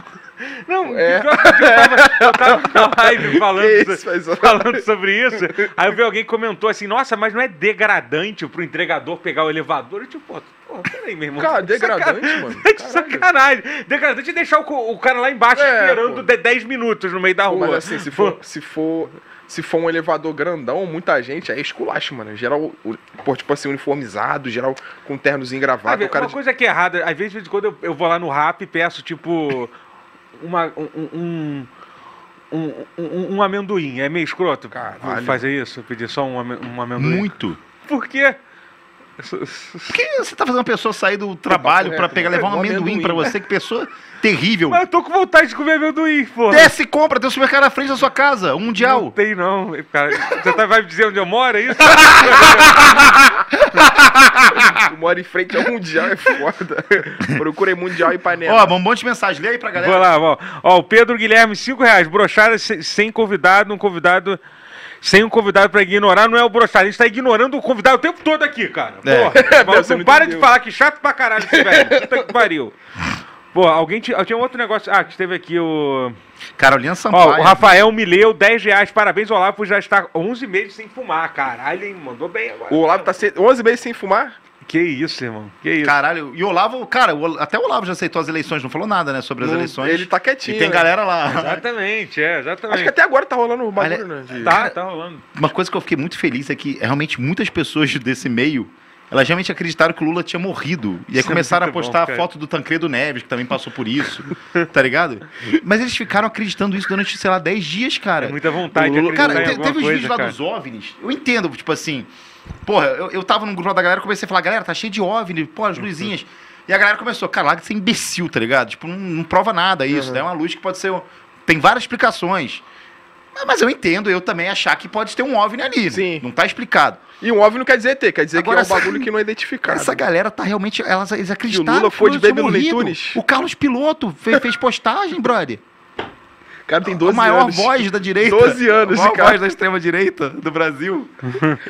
S3: não,
S2: É.
S3: pior que eu tava, eu tava na live falando,
S2: Que isso,
S3: so-
S2: faz uma-
S3: falando sobre isso, aí eu vi alguém que comentou assim, nossa, mas não é degradante pro entregador pegar o elevador? Eu tipo, pô, pô peraí, meu irmão.
S2: Cara,
S3: tá de
S2: degradante,
S3: sacanagem.
S2: mano.
S3: Tá de Sacanagem. Degradante é deixar o, co- o cara lá embaixo
S2: É,
S3: esperando
S2: pô.
S3: de 10 minutos no meio
S2: Pô,
S3: da
S2: assim,
S3: rua.
S2: Mas assim, se for, se for Se for um elevador grandão, muita gente, aí é esculacho, mano. Geral, o- pô, tipo assim, uniformizado, geral com ternozinho
S3: Às
S2: gravado,
S3: vezes,
S2: o cara
S3: uma coisa que é errada, às vezes de vez em quando eu, eu vou lá no rap e peço, tipo, uma, um, um, um, um- um amendoim. É meio escroto
S2: Caralho.
S3: fazer isso, pedir só um, ame- um amendoim.
S1: Muito.
S3: Por quê?
S1: Por que você tá fazendo a pessoa sair do trabalho pra pegar, levar um
S2: Um
S1: amendoim
S2: amendoim,
S1: pra você? Que pessoa terrível.
S3: Mas eu tô com vontade de comer amendoim, porra.
S1: Desce e compra, tem um supermercado na frente da sua casa, um
S3: Não
S1: mundial.
S3: tem, não. Cara, você tá, vai me dizer onde eu moro, é isso?
S2: que mora em frente ao Mundial é foda. Procurei Mundial e panela.
S1: Ó, um monte de mensagem, lê aí pra galera.
S3: Vou lá, ó. Ó, o Pedro Guilherme, 5 reais. Brochada se- sem convidado, um convidado. Sem um convidado pra ignorar, não é o brochada. A gente tá ignorando o convidado o tempo todo aqui, cara.
S1: É.
S3: Porra, maluco,
S2: Você não
S3: para
S2: entendeu.
S3: de falar que chato pra caralho esse velho. Puta que pariu. Pô, alguém tinha. Tinha outro negócio. Ah, que teve aqui o.
S1: Carolina
S3: Ó,
S1: Sampaio.
S3: o Rafael Mileu, 10 reais. Parabéns, Olavo, por já estar 11 meses sem fumar. Caralho, hein? Mandou bem agora.
S2: O Olavo tá se- 11 meses sem fumar?
S3: Que isso, irmão. Que isso.
S1: Caralho, e o Olavo, cara, o Ol- até o Olavo já aceitou as eleições, não falou nada, né, sobre as
S2: Não-
S1: eleições.
S2: Ele tá
S1: E
S2: quietinho.
S1: tem
S2: né?
S1: galera lá.
S3: Exatamente, é, exatamente.
S2: Acho que até agora tá rolando o bagulho, né? de-
S3: Tá, tá rolando.
S1: Uma coisa que eu fiquei muito feliz é que realmente muitas pessoas desse meio, elas realmente acreditaram que o Lula tinha morrido. E aí
S3: Isso é
S1: começaram a
S3: muito bom,
S1: postar
S3: cara.
S1: foto do Tancredo Neves, que também passou por isso, tá ligado? Mas eles ficaram acreditando isso durante, sei lá, 10 dias, cara.
S3: É muita
S2: Tá,
S3: vontade de
S1: O Lula-
S3: acreditar
S1: Cara,
S3: em
S1: te-
S3: alguma
S1: teve os
S3: coisa,
S1: vídeos lá
S3: cara.
S1: dos OVNIs. Eu entendo, tipo assim. Porra, eu, eu tava num grupo lá da galera, comecei a falar, galera, tá cheio de OVNI, pô,
S2: Uhum.
S1: as luzinhas. E a galera começou, cara, larga de ser imbecil, tá ligado? Tipo, não, não prova nada
S2: Uhum.
S1: isso, né? É uma luz que pode ser. um- Tem várias explicações. Mas- Mas eu entendo, eu também achar que pode ter um OVNI ali.
S2: Sim.
S1: Não tá explicado.
S2: E um óbvio não quer dizer ter, quer dizer
S1: Agora
S2: que é um
S1: essa-
S2: bagulho que não é identificado.
S1: Essa galera tá realmente. Elas, eles acreditaram.
S2: Lula foi de
S1: Lula
S2: Baby
S1: tinha
S2: Looney
S1: morrido.
S2: Tunes?
S1: O Carlos Piloto fe- fez, postagem, brother.
S2: O cara tem
S1: A
S2: 12
S1: maior
S2: anos.
S1: voz da direita.
S2: 12 anos,
S1: A maior
S2: esse cara.
S1: voz da extrema direita do Brasil.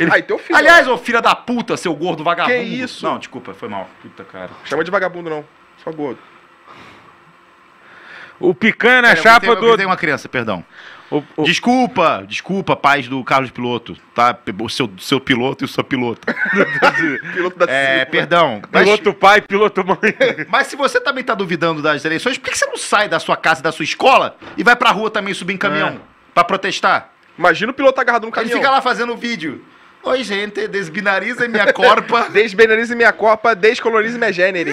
S2: Aí teu filho.
S1: Aliás, ô filha da puta, seu gordo vagabundo.
S2: Que isso?
S1: Não, desculpa, foi mal. Puta, cara.
S2: Chama de vagabundo, não. Só gordo.
S3: O picanha na
S1: Cara, eu
S3: chapa
S1: gritei- eu
S3: do.
S1: gritei uma criança, perdão.
S3: O, o-
S1: Desculpa, desculpa, pais do Carlos Piloto, tá? O seu, seu piloto e o seu piloto.
S2: Piloto da né?
S1: É,
S2: Silva.
S1: perdão. Mas,
S3: piloto pai, piloto mãe.
S1: mas se você também tá duvidando das eleições, por que que você não sai da sua casa, e da sua escola e vai pra rua também subir em
S3: É.
S1: caminhão pra protestar?
S2: Imagina o piloto agarrado no
S1: Ele
S2: caminhão.
S1: fica lá fazendo vídeo. Oi, gente, desbinariza minha corpa.
S2: Desbenarize minha copa, descolonize minha gênero.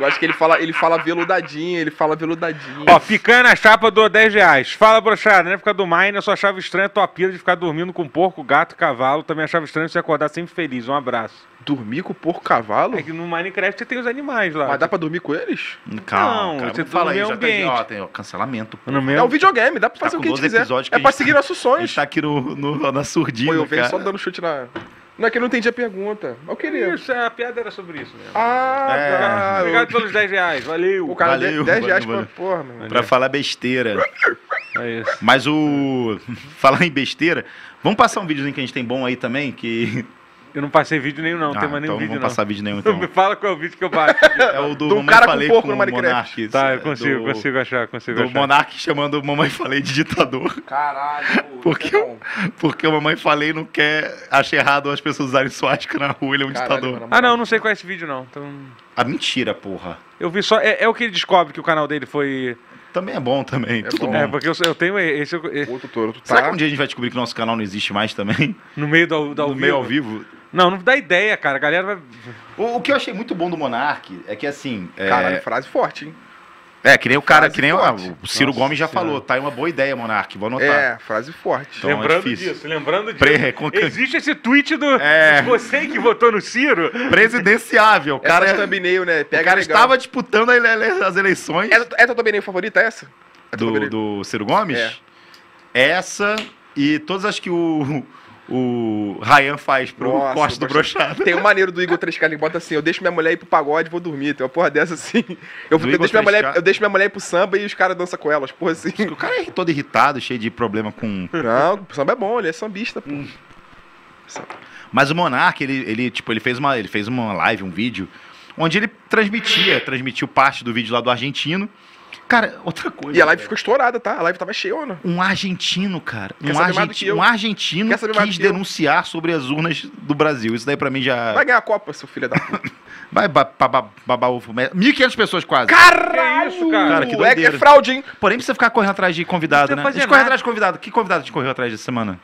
S2: Eu acho que ele fala, ele fala veludadinho, ele fala veludadinho.
S3: Ó, picanha na chapa do 10 reais. Fala, brochada. Na época do Mine, eu só achava estranho a tua pira de ficar dormindo com porco, gato, cavalo. Também achava estranho você acordar sempre feliz. Um abraço.
S2: dormir com o porco cavalo?
S3: É que no Minecraft você tem os animais lá.
S2: Mas dá pra dormir com eles?
S1: Calma,
S3: Não,
S1: cara,
S3: você
S1: não fala
S3: tá no
S1: aí,
S3: meio
S1: já tem, ó,
S3: ambiente.
S1: tem ó, cancelamento.
S3: No meu...
S2: É um videogame, dá pra
S1: Tá
S2: fazer
S1: com
S2: o que a gente
S1: 12
S2: quiser.
S1: episódios que
S2: É
S1: a
S2: pra
S1: gente-
S2: seguir nossos
S1: Ele
S2: sonhos.
S1: tá aqui no, no- na surdina,
S2: Pô, eu venho
S1: cara.
S2: só dando chute na. Não é que eu não entendi a pergunta. Mas eu queria.
S3: Isso, é, a piada era sobre isso mesmo.
S2: Ah,
S1: É.
S2: tá.
S3: Obrigado pelos 10 reais. Valeu.
S2: O cara
S1: Valeu,
S2: deu 10 reais
S1: valeu,
S2: pra porra, mano.
S3: Né?
S1: Pra falar besteira.
S3: É isso.
S1: Mas o. Falar em besteira, vamos passar um videozinho que a gente tem bom aí também, que.
S3: Eu não passei vídeo nenhum, não.
S1: Ah,
S3: tem mais nenhum
S1: então
S3: vídeo,
S1: vamos
S3: não.
S1: passar vídeo nenhum
S3: Me
S1: então.
S3: fala qual é o vídeo que eu baixo.
S1: É o do,
S2: Do
S1: Mamãe
S2: cara com
S1: Falei
S2: porco no
S1: o
S2: Minecraft.
S1: Monark.
S3: tá,
S1: é,
S3: eu consigo,
S1: do,
S3: consigo achar, consigo
S1: Do
S3: achar.
S1: Monark chamando o Mamãe Falei de ditador.
S2: Caralho.
S1: Por que
S3: é
S1: eu- tá Porque o Mamãe Falei não quer. Acha errado as pessoas usarem suástica na rua, ele é um ditador.
S3: Ah, não, não sei qual é esse vídeo, não. Então,
S1: Ah, mentira, porra.
S3: eu vi só. É, é o que ele descobre que o canal dele foi.
S1: Também é bom também.
S2: É
S1: tudo
S2: bom.
S1: bom.
S3: É, porque eu, eu tenho esse. esse-
S2: Outro touro, tu tá.
S1: Será que um dia a gente vai descobrir que nosso canal não existe mais também?
S3: no meio do, do Tá ao
S1: no
S3: vivo.
S1: meio ao vivo?
S3: Não, não dá ideia, cara. A galera vai.
S1: O, o que eu achei muito bom do Monark é que assim. é-
S2: Caralho, frase forte, hein?
S1: É, que nem o cara,
S2: Frase
S1: que nem o, ah,
S2: forte.
S1: o Ciro
S3: Nossa
S1: Gomes já
S3: Senhora.
S1: falou, tá aí uma boa ideia, Monark, vou anotar.
S2: É, frase forte.
S1: tá. Então é
S3: lembrando
S1: difícil.
S3: disso, lembrando disso.
S1: Pre- é, com-
S3: Existe esse tweet do.
S1: É.
S3: Você que votou no Ciro.
S1: Presidenciável, o cara, é-
S2: Cara, essa
S1: o
S2: thumbnail, né? Pega
S1: cara
S2: legal.
S1: estava disputando a ele- ele- as eleições
S2: É, é tua thumbnail favorita, essa? É
S1: do,
S2: tua thumbnail?
S1: do Ciro Gomes.
S2: É.
S1: Essa e todas as que o, o Ryan faz pro
S2: Nossa,
S1: Costa do Brochado.
S2: Tem um maneiro do Igor 3K, ele bota assim, eu deixo minha mulher ir pro pagode e vou dormir. Tem uma porra dessa assim. Eu,
S1: Do
S2: eu
S1: Igor
S2: deixo, minha
S1: 3K.
S2: mulher, eu deixo minha mulher ir pro samba e os caras dançam com elas, porra assim.
S1: O cara é todo irritado, cheio de problema com...
S2: Não, o samba é bom, ele é sambista, pô.
S1: Mas o Monark, ele, ele, tipo, ele fez uma, ele fez uma live, um vídeo, onde ele transmitia, transmitiu parte do vídeo lá do argentino. Cara, outra coisa.
S2: E a live
S1: cara.
S2: ficou estourada, tá? A live tava cheiona.
S1: Um argentino, cara.
S2: Quer
S1: Um,
S2: saber mais do que
S1: argentino,
S2: eu?
S1: um argentino
S2: Quer saber mais
S1: quis
S2: do que eu?
S1: denunciar sobre as urnas do Brasil. Isso daí pra mim já.
S2: Vai ganhar a Copa, seu filho da puta.
S1: Vai ba- ba- ba- babar ovo. 1.500 pessoas quase.
S2: Caralho!
S3: Que isso, cara?
S1: Cara, que
S2: é,
S1: doideira.
S2: é fraude, hein?
S1: Porém, precisa ficar correndo atrás de convidado, né?
S3: Não tem
S1: A
S3: fazer
S1: gente corre
S3: nada.
S1: atrás de convidado. Que convidado a gente correu atrás essa semana?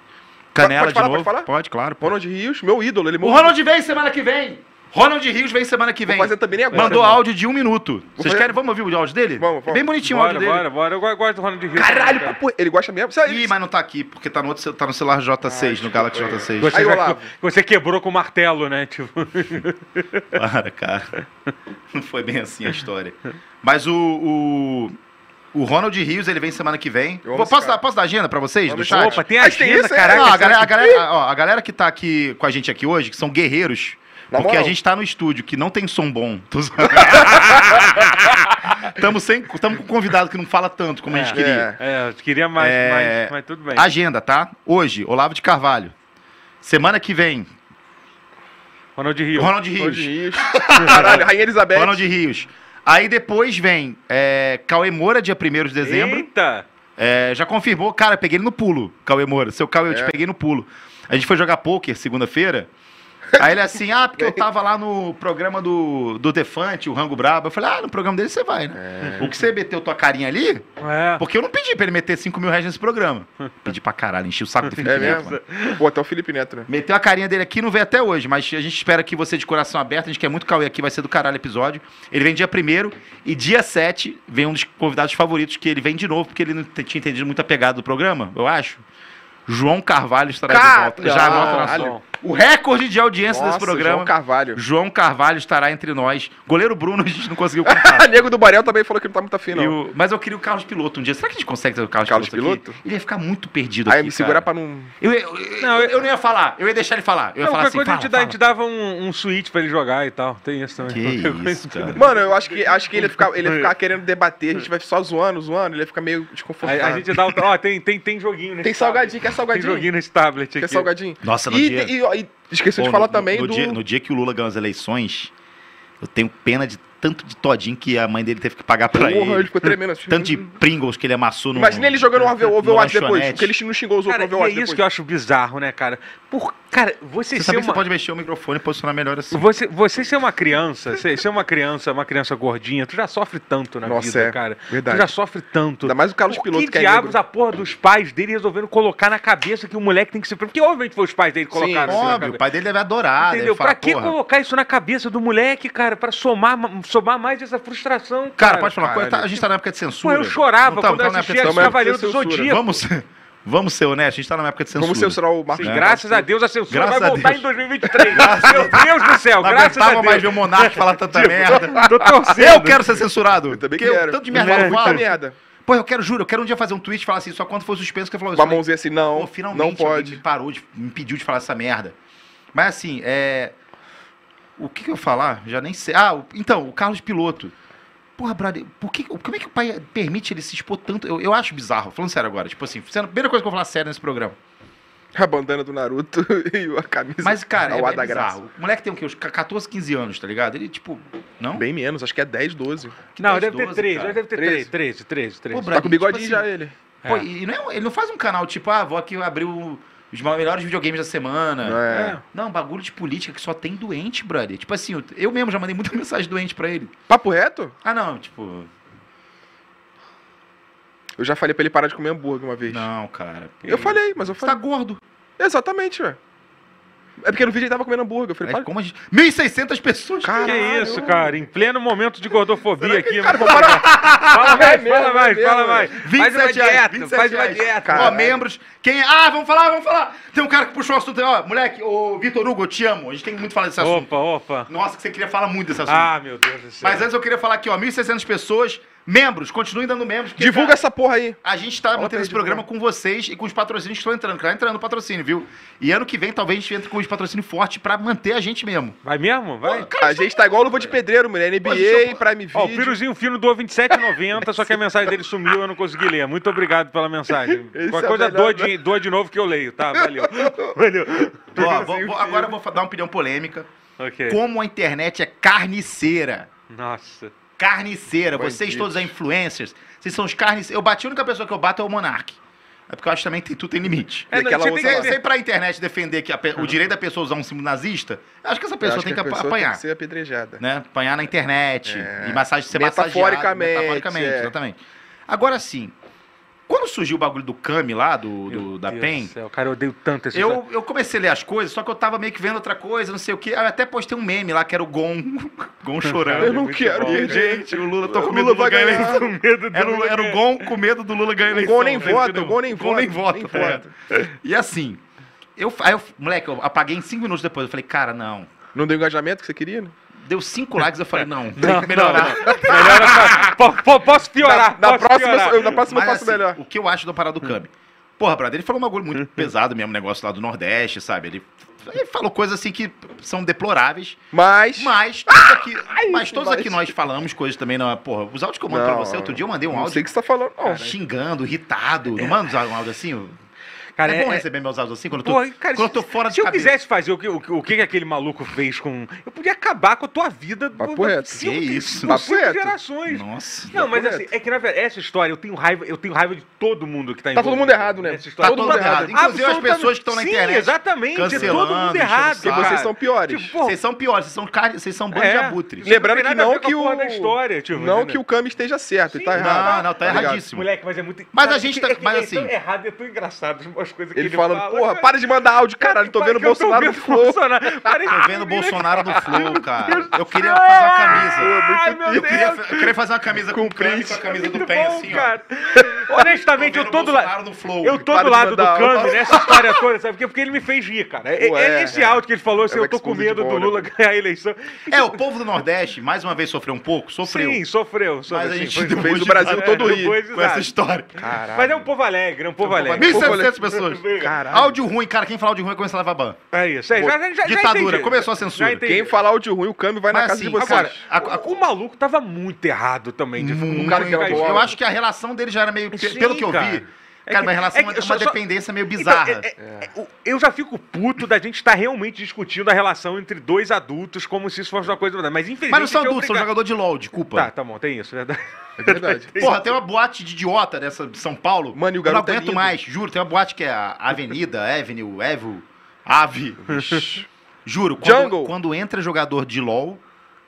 S1: Canela
S2: pode falar,
S1: de novo?
S2: pode falar?
S1: claro. pô.
S2: Ronald Rios, meu ídolo, ele
S1: O
S2: morreu.
S1: Ronald vem semana que vem. Ronald Rios vem semana que
S2: Vou
S1: vem.
S2: fazer também nem agora.
S1: Mandou áudio de um minuto. Vocês
S2: fazer-
S1: querem? Vamos ouvir o áudio dele?
S2: Vamos, vamos.
S1: É Bem bonitinho o
S3: Bora,
S1: áudio
S3: bora, bora. Eu go- gosto do Ronald Rio.
S2: Caralho, papo. Ele gosta mesmo? Isso
S1: dele.
S2: aí,
S1: Ih, mas não tá aqui, porque tá no, outro, cel- tá no celular J6, no Galaxy J6.
S3: Você,
S2: Aí,
S3: já-
S2: Olavo.
S3: você quebrou com o martelo, né? Tipo,
S1: Para, cara. Não foi bem assim a história. Mas o. o... O Ronald Rios, ele vem semana que vem.
S2: Eu amo
S1: Pô,
S2: esse
S1: posso,
S2: cara. um
S1: dar, posso dar agenda pra vocês? Do
S2: Vamos-
S1: chat?
S3: opa, tem
S2: Mas tem
S3: agenda,
S2: isso, é?
S1: Não,
S3: caralho.
S1: a, galera, a, galera, ó, a galera que tá aqui com a gente aqui hoje, que são guerreiros,
S2: Na
S1: porque
S2: moral.
S1: a gente tá no estúdio, que não tem som bom. Tô zoando. Tamo, sem, tamo com um convidado que não fala tanto como a gente
S3: É.
S1: queria.
S3: É, eu queria mais,
S1: É,
S3: mais, mas tudo bem.
S1: Agenda, tá? Hoje, Olavo de Carvalho. Semana que vem,
S3: Ronald Rio.
S1: Ronald Rios.
S2: Ronald Rios. Caralho, Rainha Elizabeth.
S1: Ronald Rios. Aí depois vem é, Cauê Moura, dia 1 de dezembro.
S3: Eita!
S1: É, já confirmou, cara, peguei ele no pulo, Cauê Moura. Seu Cauê, eu te
S2: É.
S1: peguei no pulo. A gente foi jogar pôquer segunda-feira. Aí ele assim, ah, porque eu tava lá no programa do, do Defante, o Rango Brabo. Eu falei, ah, no programa dele você vai, né?
S2: É.
S1: O que você meteu tua carinha ali,
S3: É.
S1: porque eu não pedi pra ele meter 5 mil reais nesse programa. Pedi pra caralho, enchi o saco do Felipe
S2: É
S1: Neto,
S2: mesmo?
S1: mano.
S2: Pô, até o Felipe Neto, né?
S1: Meteu a carinha dele aqui, não veio até hoje, mas a gente espera que você de coração aberto, a gente quer muito Cauê aqui, vai ser do caralho o episódio. Ele vem dia 1 e dia 7 vem um dos convidados favoritos, que ele vem de novo, porque ele não te- tinha entendido muito a pegada do programa, eu acho. João Carvalho estará de volta. Já
S2: Caralho!
S1: anota o nosso nome. O recorde de audiência desse programa.
S2: João Carvalho.
S1: João Carvalho estará entre nós. Goleiro Bruno, a gente não conseguiu contar.
S2: Ah, Nego do Barel também falou que não tá muito afim,
S1: E
S2: não.
S1: o- Mas eu queria o Carlos Piloto um dia. Será que a gente consegue trazer o Carlos,
S2: Carlos
S1: Piloto? aqui?
S2: Piloto?
S1: Ele ia ficar muito perdido
S2: Aí
S1: aqui,
S2: me segurar
S1: cara.
S2: pra não...
S1: Eu, eu, eu-
S3: Não, eu-
S1: eu não ia falar, eu ia deixar ele falar. Eu ia
S3: Não,
S1: falar
S3: qualquer
S1: assim,
S3: coisa a
S1: fala,
S3: gente, dá- a
S1: fala.
S3: gente dava um, um suíte pra ele jogar e tal. Tem isso também.
S1: Que
S3: Qualquer
S1: isso, cara.
S2: Mano, eu acho que, acho que ele, ia ficar, ele ia ficar querendo debater, a gente vai só zoando, zoando, ele ia ficar meio desconfortável.
S3: A, a gente dá o. Ó, tem, tem, tem joguinho nesse
S2: Tem salgadinho, quer
S3: tablet. Tem
S2: salgadinho?
S3: joguinho nesse tablet aqui.
S2: Quer salgadinho?
S1: Nossa, no
S2: e,
S1: dia-
S2: e- ó, e esqueci de
S1: Pô,
S2: falar
S1: no-
S2: também
S1: no,
S2: do...
S1: dia, no dia que o Lula ganhou as eleições, eu tenho pena de tanto de todinho que a mãe dele teve que pagar pra
S2: Porra,
S1: ele.
S2: ele ficou tremendo. assim.
S1: Tanto de
S3: tipo-
S1: Pringles que ele amassou no.
S2: Imagina ele jogando o Over- Overwatch
S1: no
S2: depois,
S1: lanchonete.
S2: porque ele não xingou os
S3: Cara,
S2: outros
S3: e
S2: no Overwatch
S3: é isso que eu
S2: depois.
S3: acho bizarro, né, cara? Por, cara,
S1: Você
S3: você, ser
S1: sabia que
S3: uma.
S1: você pode mexer o microfone e posicionar melhor assim.
S3: Você, você ser uma criança, ser, ser uma criança, uma criança gordinha, tu já sofre tanto na
S2: Nossa,
S3: vida,
S2: é.
S3: cara.
S2: Verdade.
S3: Tu já sofre tanto.
S2: Ainda mais o Carlos
S3: Por
S2: Piloto
S3: que
S2: que é
S3: diabos
S2: negro.
S3: a porra dos pais dele resolvendo colocar na cabeça que o moleque tem que ser preso? Porque obviamente foi os pais dele que
S2: Sim,
S3: colocaram isso na
S1: Óbvio,
S3: cabeça.
S1: o pai dele é deve adorar.
S3: Entendeu?
S1: Deve falar,
S3: pra que
S1: porra.
S3: colocar isso na cabeça do moleque, cara? Pra somar, ma- somar mais essa frustração, cara.
S1: Cara, pode falar uma coisa.
S2: caralho.
S1: tá- a gente tá na época de
S3: Pô,
S1: censura.
S3: eu chorava
S1: Não tá-
S3: quando
S1: tá
S3: eu
S1: na época
S3: assistia
S1: de
S3: os
S2: Não, mas
S1: censura.
S3: Cavaleiros do
S2: censura.
S3: Zodíaco.
S1: Vamos ser, vamos ser honestos, a gente tá numa época de censura.
S2: Como censurar o Marcos
S3: Sim,
S1: Né?
S2: Braz?
S3: graças a Deus a censura
S1: Graças
S3: vai
S1: a
S3: voltar
S1: Deus.
S3: em 2023. Meu Deus do céu,
S1: Não
S3: graças a
S1: aguentava
S3: Deus. Tipo,
S1: mais ver o Monark falar tanta merda.
S3: Tô torcendo.
S1: Eu quero ser censurado.
S2: Eu também
S1: porque eu-
S2: quero.
S1: Tanto de merda que eu
S2: Puta
S1: falo.
S2: merda.
S1: Pô, eu quero, juro, eu quero um dia fazer um tweet e falar assim, só quando for suspenso que eu falo
S2: Com a
S1: isso.
S2: mãozinha assim,
S1: Pô,
S2: não,
S1: finalmente
S2: não
S1: alguém me
S2: pode.
S1: parou, de, me pediu de falar essa merda. Mas assim, é... O que que eu ia falar? Já nem sei. Ah, o- então, o Carlos Piloto. Porra, brother, por que, como é que o pai permite ele se expor tanto? Eu, eu acho bizarro, falando sério agora. Tipo assim, sendo a primeira coisa que eu vou falar sério nesse programa.
S2: A bandana do Naruto e a camisa.
S1: Mas, cara, é,
S2: ao ar
S1: é
S2: da graça.
S1: bizarro. O moleque tem o quê? Uns 14, 15 anos, tá ligado? Ele, tipo, não?
S2: Bem menos, acho que é 10, 12.
S3: Não,
S1: 10,
S3: deve ter
S1: 12,
S3: 13,
S1: cara.
S3: deve ter 13, 13, 13, 13.
S1: Pô, Brad,
S2: Tá com o bigodinho
S1: tipo
S2: já
S1: assim,
S2: ele.
S1: Pô,
S3: É.
S1: e não é um- ele não faz um canal tipo, ah, vou aqui abrir o- os ma- melhores videogames da semana.
S2: Não é.
S3: É.
S1: Não, um bagulho de política que só tem doente, brother. Tipo assim, eu, eu mesmo já mandei muita mensagem doente pra ele.
S2: Papo reto?
S1: Ah, não, tipo.
S2: Eu já falei pra ele parar de comer hambúrguer uma vez.
S1: Não, cara.
S2: Eu falei, mas eu
S1: Você tá
S2: falei.
S1: gordo.
S2: Exatamente, ué. É porque no vídeo ele tava comendo hambúrguer. Eu
S1: É,
S2: falei, para.
S1: como a gente... 1.600 pessoas.
S2: Cara,
S3: Que
S2: Caralho.
S3: isso, cara? Em pleno momento de gordofobia aqui.
S2: Cara,
S3: mano.
S2: vou parar.
S3: Fala
S2: é
S3: mais,
S2: mesmo,
S3: fala
S2: é
S3: mais,
S2: mesmo,
S3: fala
S2: é.
S3: mais. Faz uma dieta, faz uma dieta.
S1: Ó,
S2: Caralho.
S1: membros. Quem. Ah, vamos falar, vamos falar. Tem um cara que puxou o assunto. aí, Ó, moleque, ô Vitor Hugo, eu te amo. A gente tem muito que falar desse assunto.
S3: Opa, opa.
S1: Nossa, que você queria falar muito desse assunto.
S3: Ah, meu Deus do céu.
S1: Mas antes eu queria falar aqui, ó, 1.600 pessoas, membros, continuem dando membros. porque,
S2: Divulga
S1: cara,
S2: essa porra aí.
S1: A gente tá mantendo
S2: pra
S1: esse
S2: divulgar.
S1: programa com vocês e com os patrocínios que estão entrando, que tá entrando patrocínio, viu? E ano que vem talvez a gente entre com os patrocínios fortes pra manter a gente mesmo.
S3: Vai mesmo? Vai.
S2: A gente tá igual luva de pedreiro, mulher.
S1: Pô, deixa
S2: NBA,
S1: eu-
S2: Prime
S3: Ó, o
S2: Video.
S3: Piruzinho Fino doou 27,90, só que a mensagem dele sumiu, eu não consegui ler. Muito obrigado pela mensagem.
S2: Esse
S3: Qualquer
S2: é o
S3: coisa,
S2: melhor,
S3: doa,
S2: né?
S3: de, doa de novo que eu leio, tá? Valeu. Valeu.
S2: assim,
S1: Ó, vou- vou- agora eu vou fa- dar uma opinião polêmica.
S3: Ok.
S1: Como a internet é carniceira.
S3: Nossa.
S1: Carniceira,
S2: Bandidos.
S1: vocês todos aí, influencers, vocês são os carniceiros. Eu bati, a única pessoa que eu bato é o Monark. É porque eu acho também que tudo tem limite.
S2: É, não,
S3: aquela
S2: você tem
S3: outra
S2: que
S1: Sem,
S3: lá.
S1: sem pra internet defender que a pe- o direito da pessoa usar um símbolo nazista, eu acho que essa
S2: Eu
S1: pessoa
S2: acho
S1: tem que,
S2: a
S1: apa-
S2: pessoa
S1: apanhar.
S2: Tem que ser apedrejada.
S1: né? Apanhar na internet.
S2: É.
S1: E massagem ser
S2: Metaforicamente,
S1: massageado, Metaforicamente,
S2: é.
S1: exatamente. Agora sim, quando surgiu o bagulho do Kami lá, do, do- da PEN,
S3: O cara, eu odeio tanto esse
S1: eu, eu comecei a ler as coisas, só que eu tava meio que vendo outra coisa, não sei o quê. Aí Eu até postei um meme lá que era o Gon, Gon chorando.
S2: Eu não
S3: Muito
S2: quero
S3: bom, né?
S2: perder.
S1: Gente, o Lula, tô
S2: O
S1: com medo
S2: Lula
S1: do Lula
S2: vai
S1: ganhar
S2: ganhar.
S1: eleição.
S3: medo
S1: Era o, era o Gon com medo do Lula ganhar
S2: O
S1: eleição.
S2: Gol nem
S1: né?
S2: vota, o Gol nem
S1: Gol
S2: vota.
S1: nem vota, é. E assim, eu, aí eu, moleque, eu apaguei em cinco minutos depois. Eu falei, cara, não.
S2: Não deu o engajamento que você queria, né?
S1: Deu cinco likes, eu falei, não, tem
S3: Não,
S1: que melhorar.
S3: Melhor, po- po- posso piorar.
S2: Na, na
S3: posso
S2: próxima,
S3: piorar.
S2: eu, na próxima eu
S1: Mas,
S2: faço
S1: assim,
S2: melhor.
S1: O que eu acho da parada do
S3: Hum.
S1: Kami? Porra, brother, ele falou um bagulho muito pesado mesmo, um negócio lá do Nordeste, sabe? Ele, ele falou coisas assim que são deploráveis,
S2: Mas.
S1: mas
S3: Ah!
S1: todos aqui, mas todos
S2: mas-
S1: aqui nós falamos coisas também, não, é? porra, os áudios que eu mando pra
S2: Não,
S1: você, outro dia eu mandei um
S2: Não sei o
S1: áudio
S2: que você tá falando,
S3: é, né?
S2: não.
S1: xingando, irritado, não manda um áudio assim?
S3: Cara,
S1: é, bom
S3: é-
S1: receber meus áudios assim quando eu tô,
S3: Porra, cara,
S1: quando eu tô fora
S3: Se
S1: de
S3: eu
S1: cabeça.
S3: quisesse fazer o que, o, que- o que que aquele maluco fez com. Eu podia acabar com a tua vida
S2: Papo
S3: por
S2: reto.
S3: cinco,
S1: Que isso.
S3: por
S2: Papo
S3: cinco
S2: reto.
S3: gerações.
S1: Nossa.
S3: Não, mas
S2: Papo
S3: assim, é que na verdade, essa história, eu tenho raiva, eu tenho raiva de todo mundo que tá
S2: Tá todo
S3: envolvido
S2: mundo errado, né?
S3: nessa
S1: Tá
S3: história.
S1: todo mundo errado. Inclusive as
S3: Absolutamente.
S1: pessoas que estão na
S3: Sim,
S1: internet.
S3: Exatamente, é todo
S1: cancelando,
S3: mundo
S1: enchendo o
S3: errado.
S1: saco.
S2: Porque
S1: cara.
S2: vocês são piores.
S3: Tipo, pô,
S1: Vocês são piores, vocês são, car... vocês são um bando
S3: é,
S1: de abutres.
S3: isso
S2: Lembrando
S3: não tem
S2: que
S3: nada a
S2: não
S3: ver com a
S2: que
S3: porra
S2: o-
S3: da história, tipo,
S2: Não
S3: entendeu?
S2: que o Kami esteja certo, ele tá
S3: Sim.
S2: errado.
S1: Não, não, tá
S2: ligado?
S1: erradíssimo.
S3: Moleque, mas é muito.
S1: Mas a
S3: Cara,
S1: gente
S3: que-
S1: tá-
S3: é que
S1: mas
S3: ele
S1: assim-
S3: É tão errado, e é tão engraçado as coisas que ele,
S2: Ele falando,
S3: fala,
S2: porra,
S3: cara.
S2: para de mandar áudio, caralho, tô
S3: Pai,
S2: vendo o
S3: que eu
S2: Bolsonaro no
S3: vendo
S2: flow.
S3: Bolsonaro. Para de-
S1: Tô vendo o Bolsonaro do Flow, cara. Eu queria fazer uma camisa.
S3: Ai, meu
S1: Eu queria,
S3: Deus.
S1: eu queria fazer uma camisa com, o print, com a camisa do
S3: Muito
S1: Pen,
S3: bom,
S1: assim, ó. Tá
S3: cara. Honestamente, eu tô do lado.
S1: do Flow.
S3: Eu tô
S2: Para
S3: do
S2: de
S3: lado do
S2: mandar áudio.
S3: Kami nessa história toda, sabe? Porque, porque ele me fez rir, cara. É,
S2: Pô,
S3: é
S2: é,
S3: esse
S2: é.
S3: áudio que ele falou assim:
S2: É um
S3: eu tô com
S2: exposed
S3: medo
S2: bom,
S3: do
S2: né,
S3: Lula ganhar a eleição.
S1: É, o povo do Nordeste, mais uma vez, sofreu um pouco? Sofreu.
S3: Sim, sofreu. sofreu
S1: mas a
S3: sim,
S1: gente
S3: foi-
S1: deu
S2: fez
S1: hoje
S2: o Brasil
S1: nada
S2: todo
S3: é
S1: com
S2: rir
S1: com essa história.
S2: Caralho.
S3: Mas é um povo alegre, é um povo
S1: Então,
S3: alegre.
S1: 1.700 pessoas.
S3: né?
S2: Caralho.
S1: Áudio ruim, cara. Quem fala áudio ruim começa a levar ban.
S3: É isso. é, já- já- já
S1: Ditadura,
S3: entendi.
S1: começou a censura.
S3: Já entendi.
S2: Quem falar áudio ruim, o Kami vai na
S1: Mas
S2: casa
S1: assim,
S2: de vocês.
S1: agora, a- a-
S3: O maluco tava muito errado também. De um
S1: Muito.
S3: nunca encaixar.
S2: bola.
S1: eu acho que a relação dele já era meio. pe-
S3: Sim,
S1: pelo que eu
S3: cara.
S1: vi.
S3: É
S1: Cara,
S3: que-
S1: uma relação,
S3: é que
S1: uma
S3: só- só-
S1: dependência meio bizarra.
S3: Então, é- é- é- o- eu já fico puto da gente estar realmente discutindo a relação entre dois adultos como se isso fosse uma coisa. verdade. Mas infelizmente.
S1: Mas não são
S3: a gente é
S1: adultos, são
S3: obrigado-
S1: jogador de LOL, desculpa.
S3: Tá, tá bom, tem isso, verdade.
S2: É verdade.
S1: Porra, tem uma boate de idiota nessa de São Paulo.
S2: Mano, e o
S1: eu não
S2: garoto é
S1: aguento
S2: lindo.
S1: mais, juro. Tem uma boate que é a Avenida, Avenue, Evo, Ave. Juro, quando,
S2: Jungle.
S1: quando entra jogador de LOL,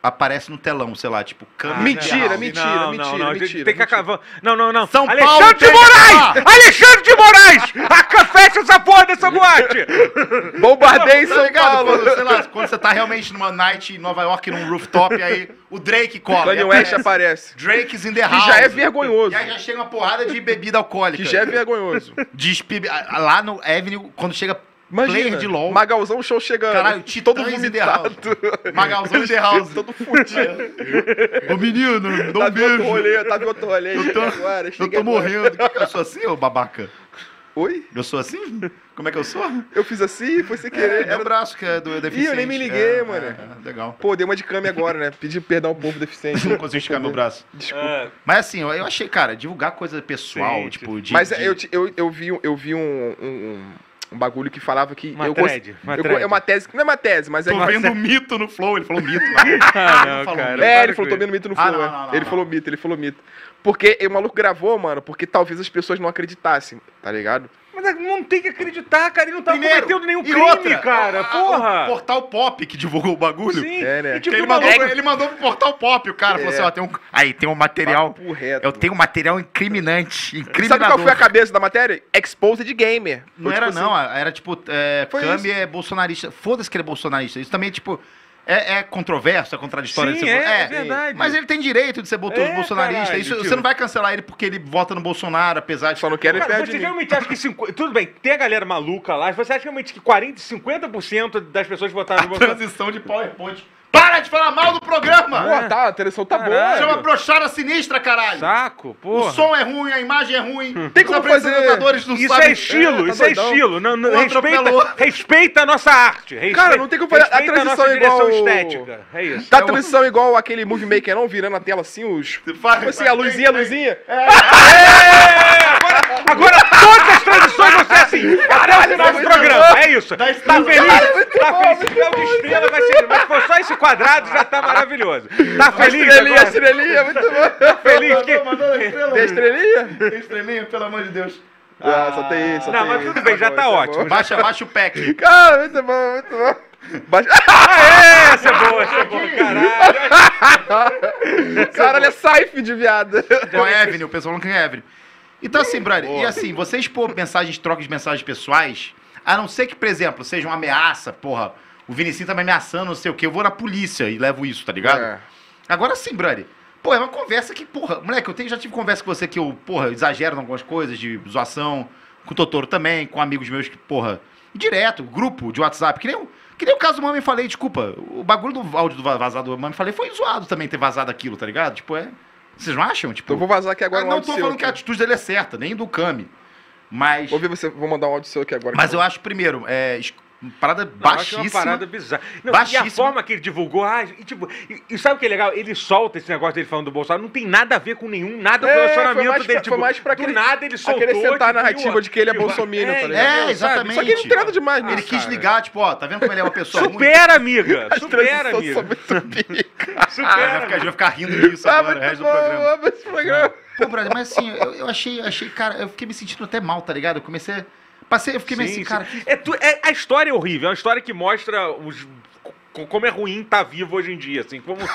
S1: aparece no telão, sei lá, tipo, câmera.
S2: Ah, Mentira,
S1: geral.
S2: mentira,
S3: Ah, não,
S2: mentira,
S3: não, não,
S2: mentira,
S3: Tem que
S2: mentira.
S3: acabar. Não, não, não.
S1: São Paulo
S3: Alexandre de
S1: tem que
S3: Moraes!
S1: acabar.
S3: Alexandre de Moraes! Aca- Fecha essa porra dessa boate!
S2: Bombardei
S1: Tá
S2: São
S1: ligado?
S2: Paulo.
S1: Quando, sei lá, quando você tá realmente numa night em Nova York, num rooftop, aí o Drake cola.
S2: Kanye
S1: e é
S2: West
S1: aparece.
S2: aparece.
S1: Drake's in the
S2: Que
S1: Tá house.
S2: já é vergonhoso.
S1: E aí já chega uma porrada de bebida alcoólica.
S2: Que já é vergonhoso.
S1: De espi- a- lá no Avenue, quando chega player
S2: Imagina,
S1: de LOL.
S2: Magalzão show chegando.
S1: Caralho,
S2: todo
S1: Titãs in the house.
S2: vomitado.
S1: Magalzão in the house.
S2: Todo fudido.
S1: Ô menino,
S2: Tá
S1: não
S2: vindo outro
S1: beijo.
S2: rolê, tá vindo outro rolê.
S1: Eu tô,
S2: Chega agora,
S1: eu
S2: chega
S1: tô
S2: agora.
S1: morrendo. Eu sou assim, ô babaca?
S2: Oi?
S1: Eu sou assim? Como é que eu sou?
S2: Eu fiz assim, foi sem
S1: É,
S2: querer.
S1: meu
S2: Era...
S1: braço que é do é deficiente.
S2: nem me liguei,
S1: É,
S2: mano.
S1: é, é, legal.
S2: Pô, dei uma de câmbio agora, né? Pedi perdão ao povo deficiente.
S1: Não consigo esticar meu braço.
S2: Desculpa.
S3: Ah,
S1: Mas assim, eu, eu achei, cara, divulgar coisa pessoal,
S3: Sim,
S1: tipo, de...
S2: Mas
S1: de-
S2: é, eu, te- eu, eu vi, um- eu vi um, um, um bagulho que falava que.
S3: Uma
S2: eu
S3: thread,
S2: cons-
S3: uma
S2: eu co-
S3: thread.
S2: é uma tese. Não é uma tese, mas é.
S1: Tô
S2: que-
S1: vendo mito no flow. Ele falou mito. né?
S3: ah, não,
S1: falou.
S3: cara.
S2: É,
S3: para
S2: ele
S3: com
S2: falou, tô
S3: isso.
S2: vendo mito no
S1: Ah,
S2: flow.
S1: não,
S2: é.
S1: não, não, não.
S2: ele falei falou mito, ele falou mito. Porque e o maluco gravou, mano, porque talvez as pessoas não acreditassem, tá ligado?
S3: Mas não tem que acreditar, cara. Ele não tá
S1: Primeiro,
S3: cometendo nenhum
S1: e
S3: crime,
S1: outra, Ah, a-
S3: cara.
S1: a-
S3: Ah, porra!
S1: O portal pop que divulgou o bagulho.
S3: Sim,
S2: É, né?
S3: e tipo,
S1: ele,
S3: o
S1: mandou,
S3: maluco-
S1: ele mandou pro portal pop, o cara. Falou
S2: É.
S1: assim, ó, tem um... Aí, tem um material...
S2: Papo reto,
S1: Eu
S2: mano.
S1: tenho um material incriminante,
S2: Sabe
S1: incriminador.
S2: qual foi a cabeça da matéria? Exposed Gamer. Foi
S1: Não
S2: tipo
S1: era
S2: assim,
S1: não, era tipo, é,
S2: Foi
S1: Kami é bolsonarista. Foda-se que ele é bolsonarista. Isso também, tipo, é, é controverso, é contraditório.
S3: Sim,
S1: de ser
S3: é,
S1: bol-
S3: é verdade.
S1: Mas ele tem direito de ser bol-
S3: É,
S1: bolsonarista.
S3: caralho,
S1: Isso,
S3: tio.
S1: você não vai cancelar ele porque ele vota no Bolsonaro, apesar de...
S2: Só não quero ele
S3: Cara,
S2: perto
S3: você
S2: de mim.
S3: realmente acha que. 50 Tudo bem, tem a galera maluca lá. mas Você acha realmente que 40%, 50% das pessoas votaram
S1: A
S3: no Bolsonaro?
S1: transição de PowerPoint. Para de falar mal do programa!
S2: Pô, tá, a televisão tá
S3: Caralho.
S2: boa.
S1: Chama brochada sinistra, caralho!
S3: Saco, porra.
S1: O som é ruim, a imagem é ruim.
S2: Tem como fazer-
S1: não
S3: Isso
S1: sabem-
S3: é estilo,
S2: É, tá
S3: isso é
S2: doidão.
S3: estilo. Não, não,
S1: Um atropelou.
S3: respeita, respeita a nossa arte. Respeita,
S2: Cara, não tem como fazer- a
S3: respeita
S2: transição
S3: nossa
S2: é igual
S3: direção
S2: ao-
S3: estética. É isso.
S2: Tá a transição igual aquele Movie Maker, não? Virando a tela assim, os...
S1: um- Vai, É,
S2: Tipo assim,
S1: vai,
S2: a luzinha, a
S1: vai,
S2: luzinha.
S3: É, agora Agora todas as transições vão ser
S2: é
S3: assim. Até o final do programa. É isso. Tá feliz? Tá feliz? Se tiver uma estrela, vai ser. Mas for só esse quadrado já tá maravilhoso. Tá feliz?
S2: Estrelinha,
S3: Agora?
S2: estrelinha, muito bom.
S3: Tá feliz? Que...
S2: Tem estrelinha?
S1: Estrelinha, pelo amor de Deus.
S2: Ah, só tem isso.
S3: Não, mas tudo bem,
S2: é
S3: já tá ótimo.
S1: Baixa, baixa o pack.
S2: Cara, muito bom, muito bom. ah, Baixa...
S3: Aê, essa é boa, essa é boa, caralho.
S2: Caralho, é saif de viado.
S1: Com
S3: é
S1: a Evelyn, um o pessoal não quer Evelyn. Então, assim, brother, e assim, você expor mensagens, trocas de mensagens pessoais, a não ser que, por exemplo, seja uma ameaça, porra, o Vinicinho tá me ameaçando, não sei o quê, eu vou na polícia e levo isso, tá ligado?
S2: É.
S1: Agora sim, brother. Pô, é uma conversa que, porra, moleque, eu tenho- já tive conversa com você que eu, porra, exagero em algumas coisas de zoação, com o Totoro também, com amigos meus que, porra, direto, grupo de WhatsApp, que nem o, que nem o caso do Mami Falei, desculpa, o bagulho do áudio do va- vazado do Mami Falei foi zoado também ter vazado aquilo, tá ligado? Tipo, é... Vocês não acham? Tipo,
S2: Então eu vou vazar aqui agora
S1: eu
S2: um
S1: não
S2: áudio
S1: tô
S2: seu
S1: falando que a
S2: aqui.
S1: atitude dele é certa, nem do Kami. Mas,
S2: Vou ver você, vou mandar um áudio seu aqui agora.
S1: mas eu acho, primeiro, é es- parada
S3: Não, eu acho é
S1: baixíssima.
S3: Uma parada bizarra. Não, E a
S1: Baixíssima.
S3: forma que ele divulgou, ah, e, tipo, e, e sabe o que é legal? Ele solta esse negócio dele falando do Bolsonaro, não tem nada a ver com nenhum, nada com o
S2: É,
S3: relacionamento
S2: foi mais
S3: dele.
S2: pra-
S3: tipo,
S2: foi mais pra
S3: do
S2: acre-
S3: nada ele soltou.
S2: acrescentar a
S3: tipo,
S2: narrativa
S3: e o-
S2: de que ele é
S3: e o-
S2: bolsominion, tá ligado?
S3: sabe?
S1: É, exatamente.
S2: Isso aqui não tem nada demais nisso.
S1: Ele quis
S2: cara.
S1: ligar, tipo, ó, tá vendo como ele é uma pessoa ruim?
S3: Supera, amiga.
S2: As
S3: Supera,
S2: transições
S3: amiga.
S2: são muito pica.
S1: Ah, já
S3: Supera.
S1: fica, já fica rindo disso
S2: Ah,
S1: agora, o
S2: muito
S1: resto
S2: bom,
S1: do programa.
S2: amo esse programa.
S1: Pô, brother, mas assim, eu, eu achei, achei, cara, eu fiquei me sentindo até mal, tá ligado? Eu comecei, a- passei, eu fiquei meio
S3: Sim,
S1: assim,
S3: sim.
S1: cara, que...
S3: É tu- é- a história é horrível, é uma história que mostra os- co- como é ruim estar vivo hoje em dia, assim, como...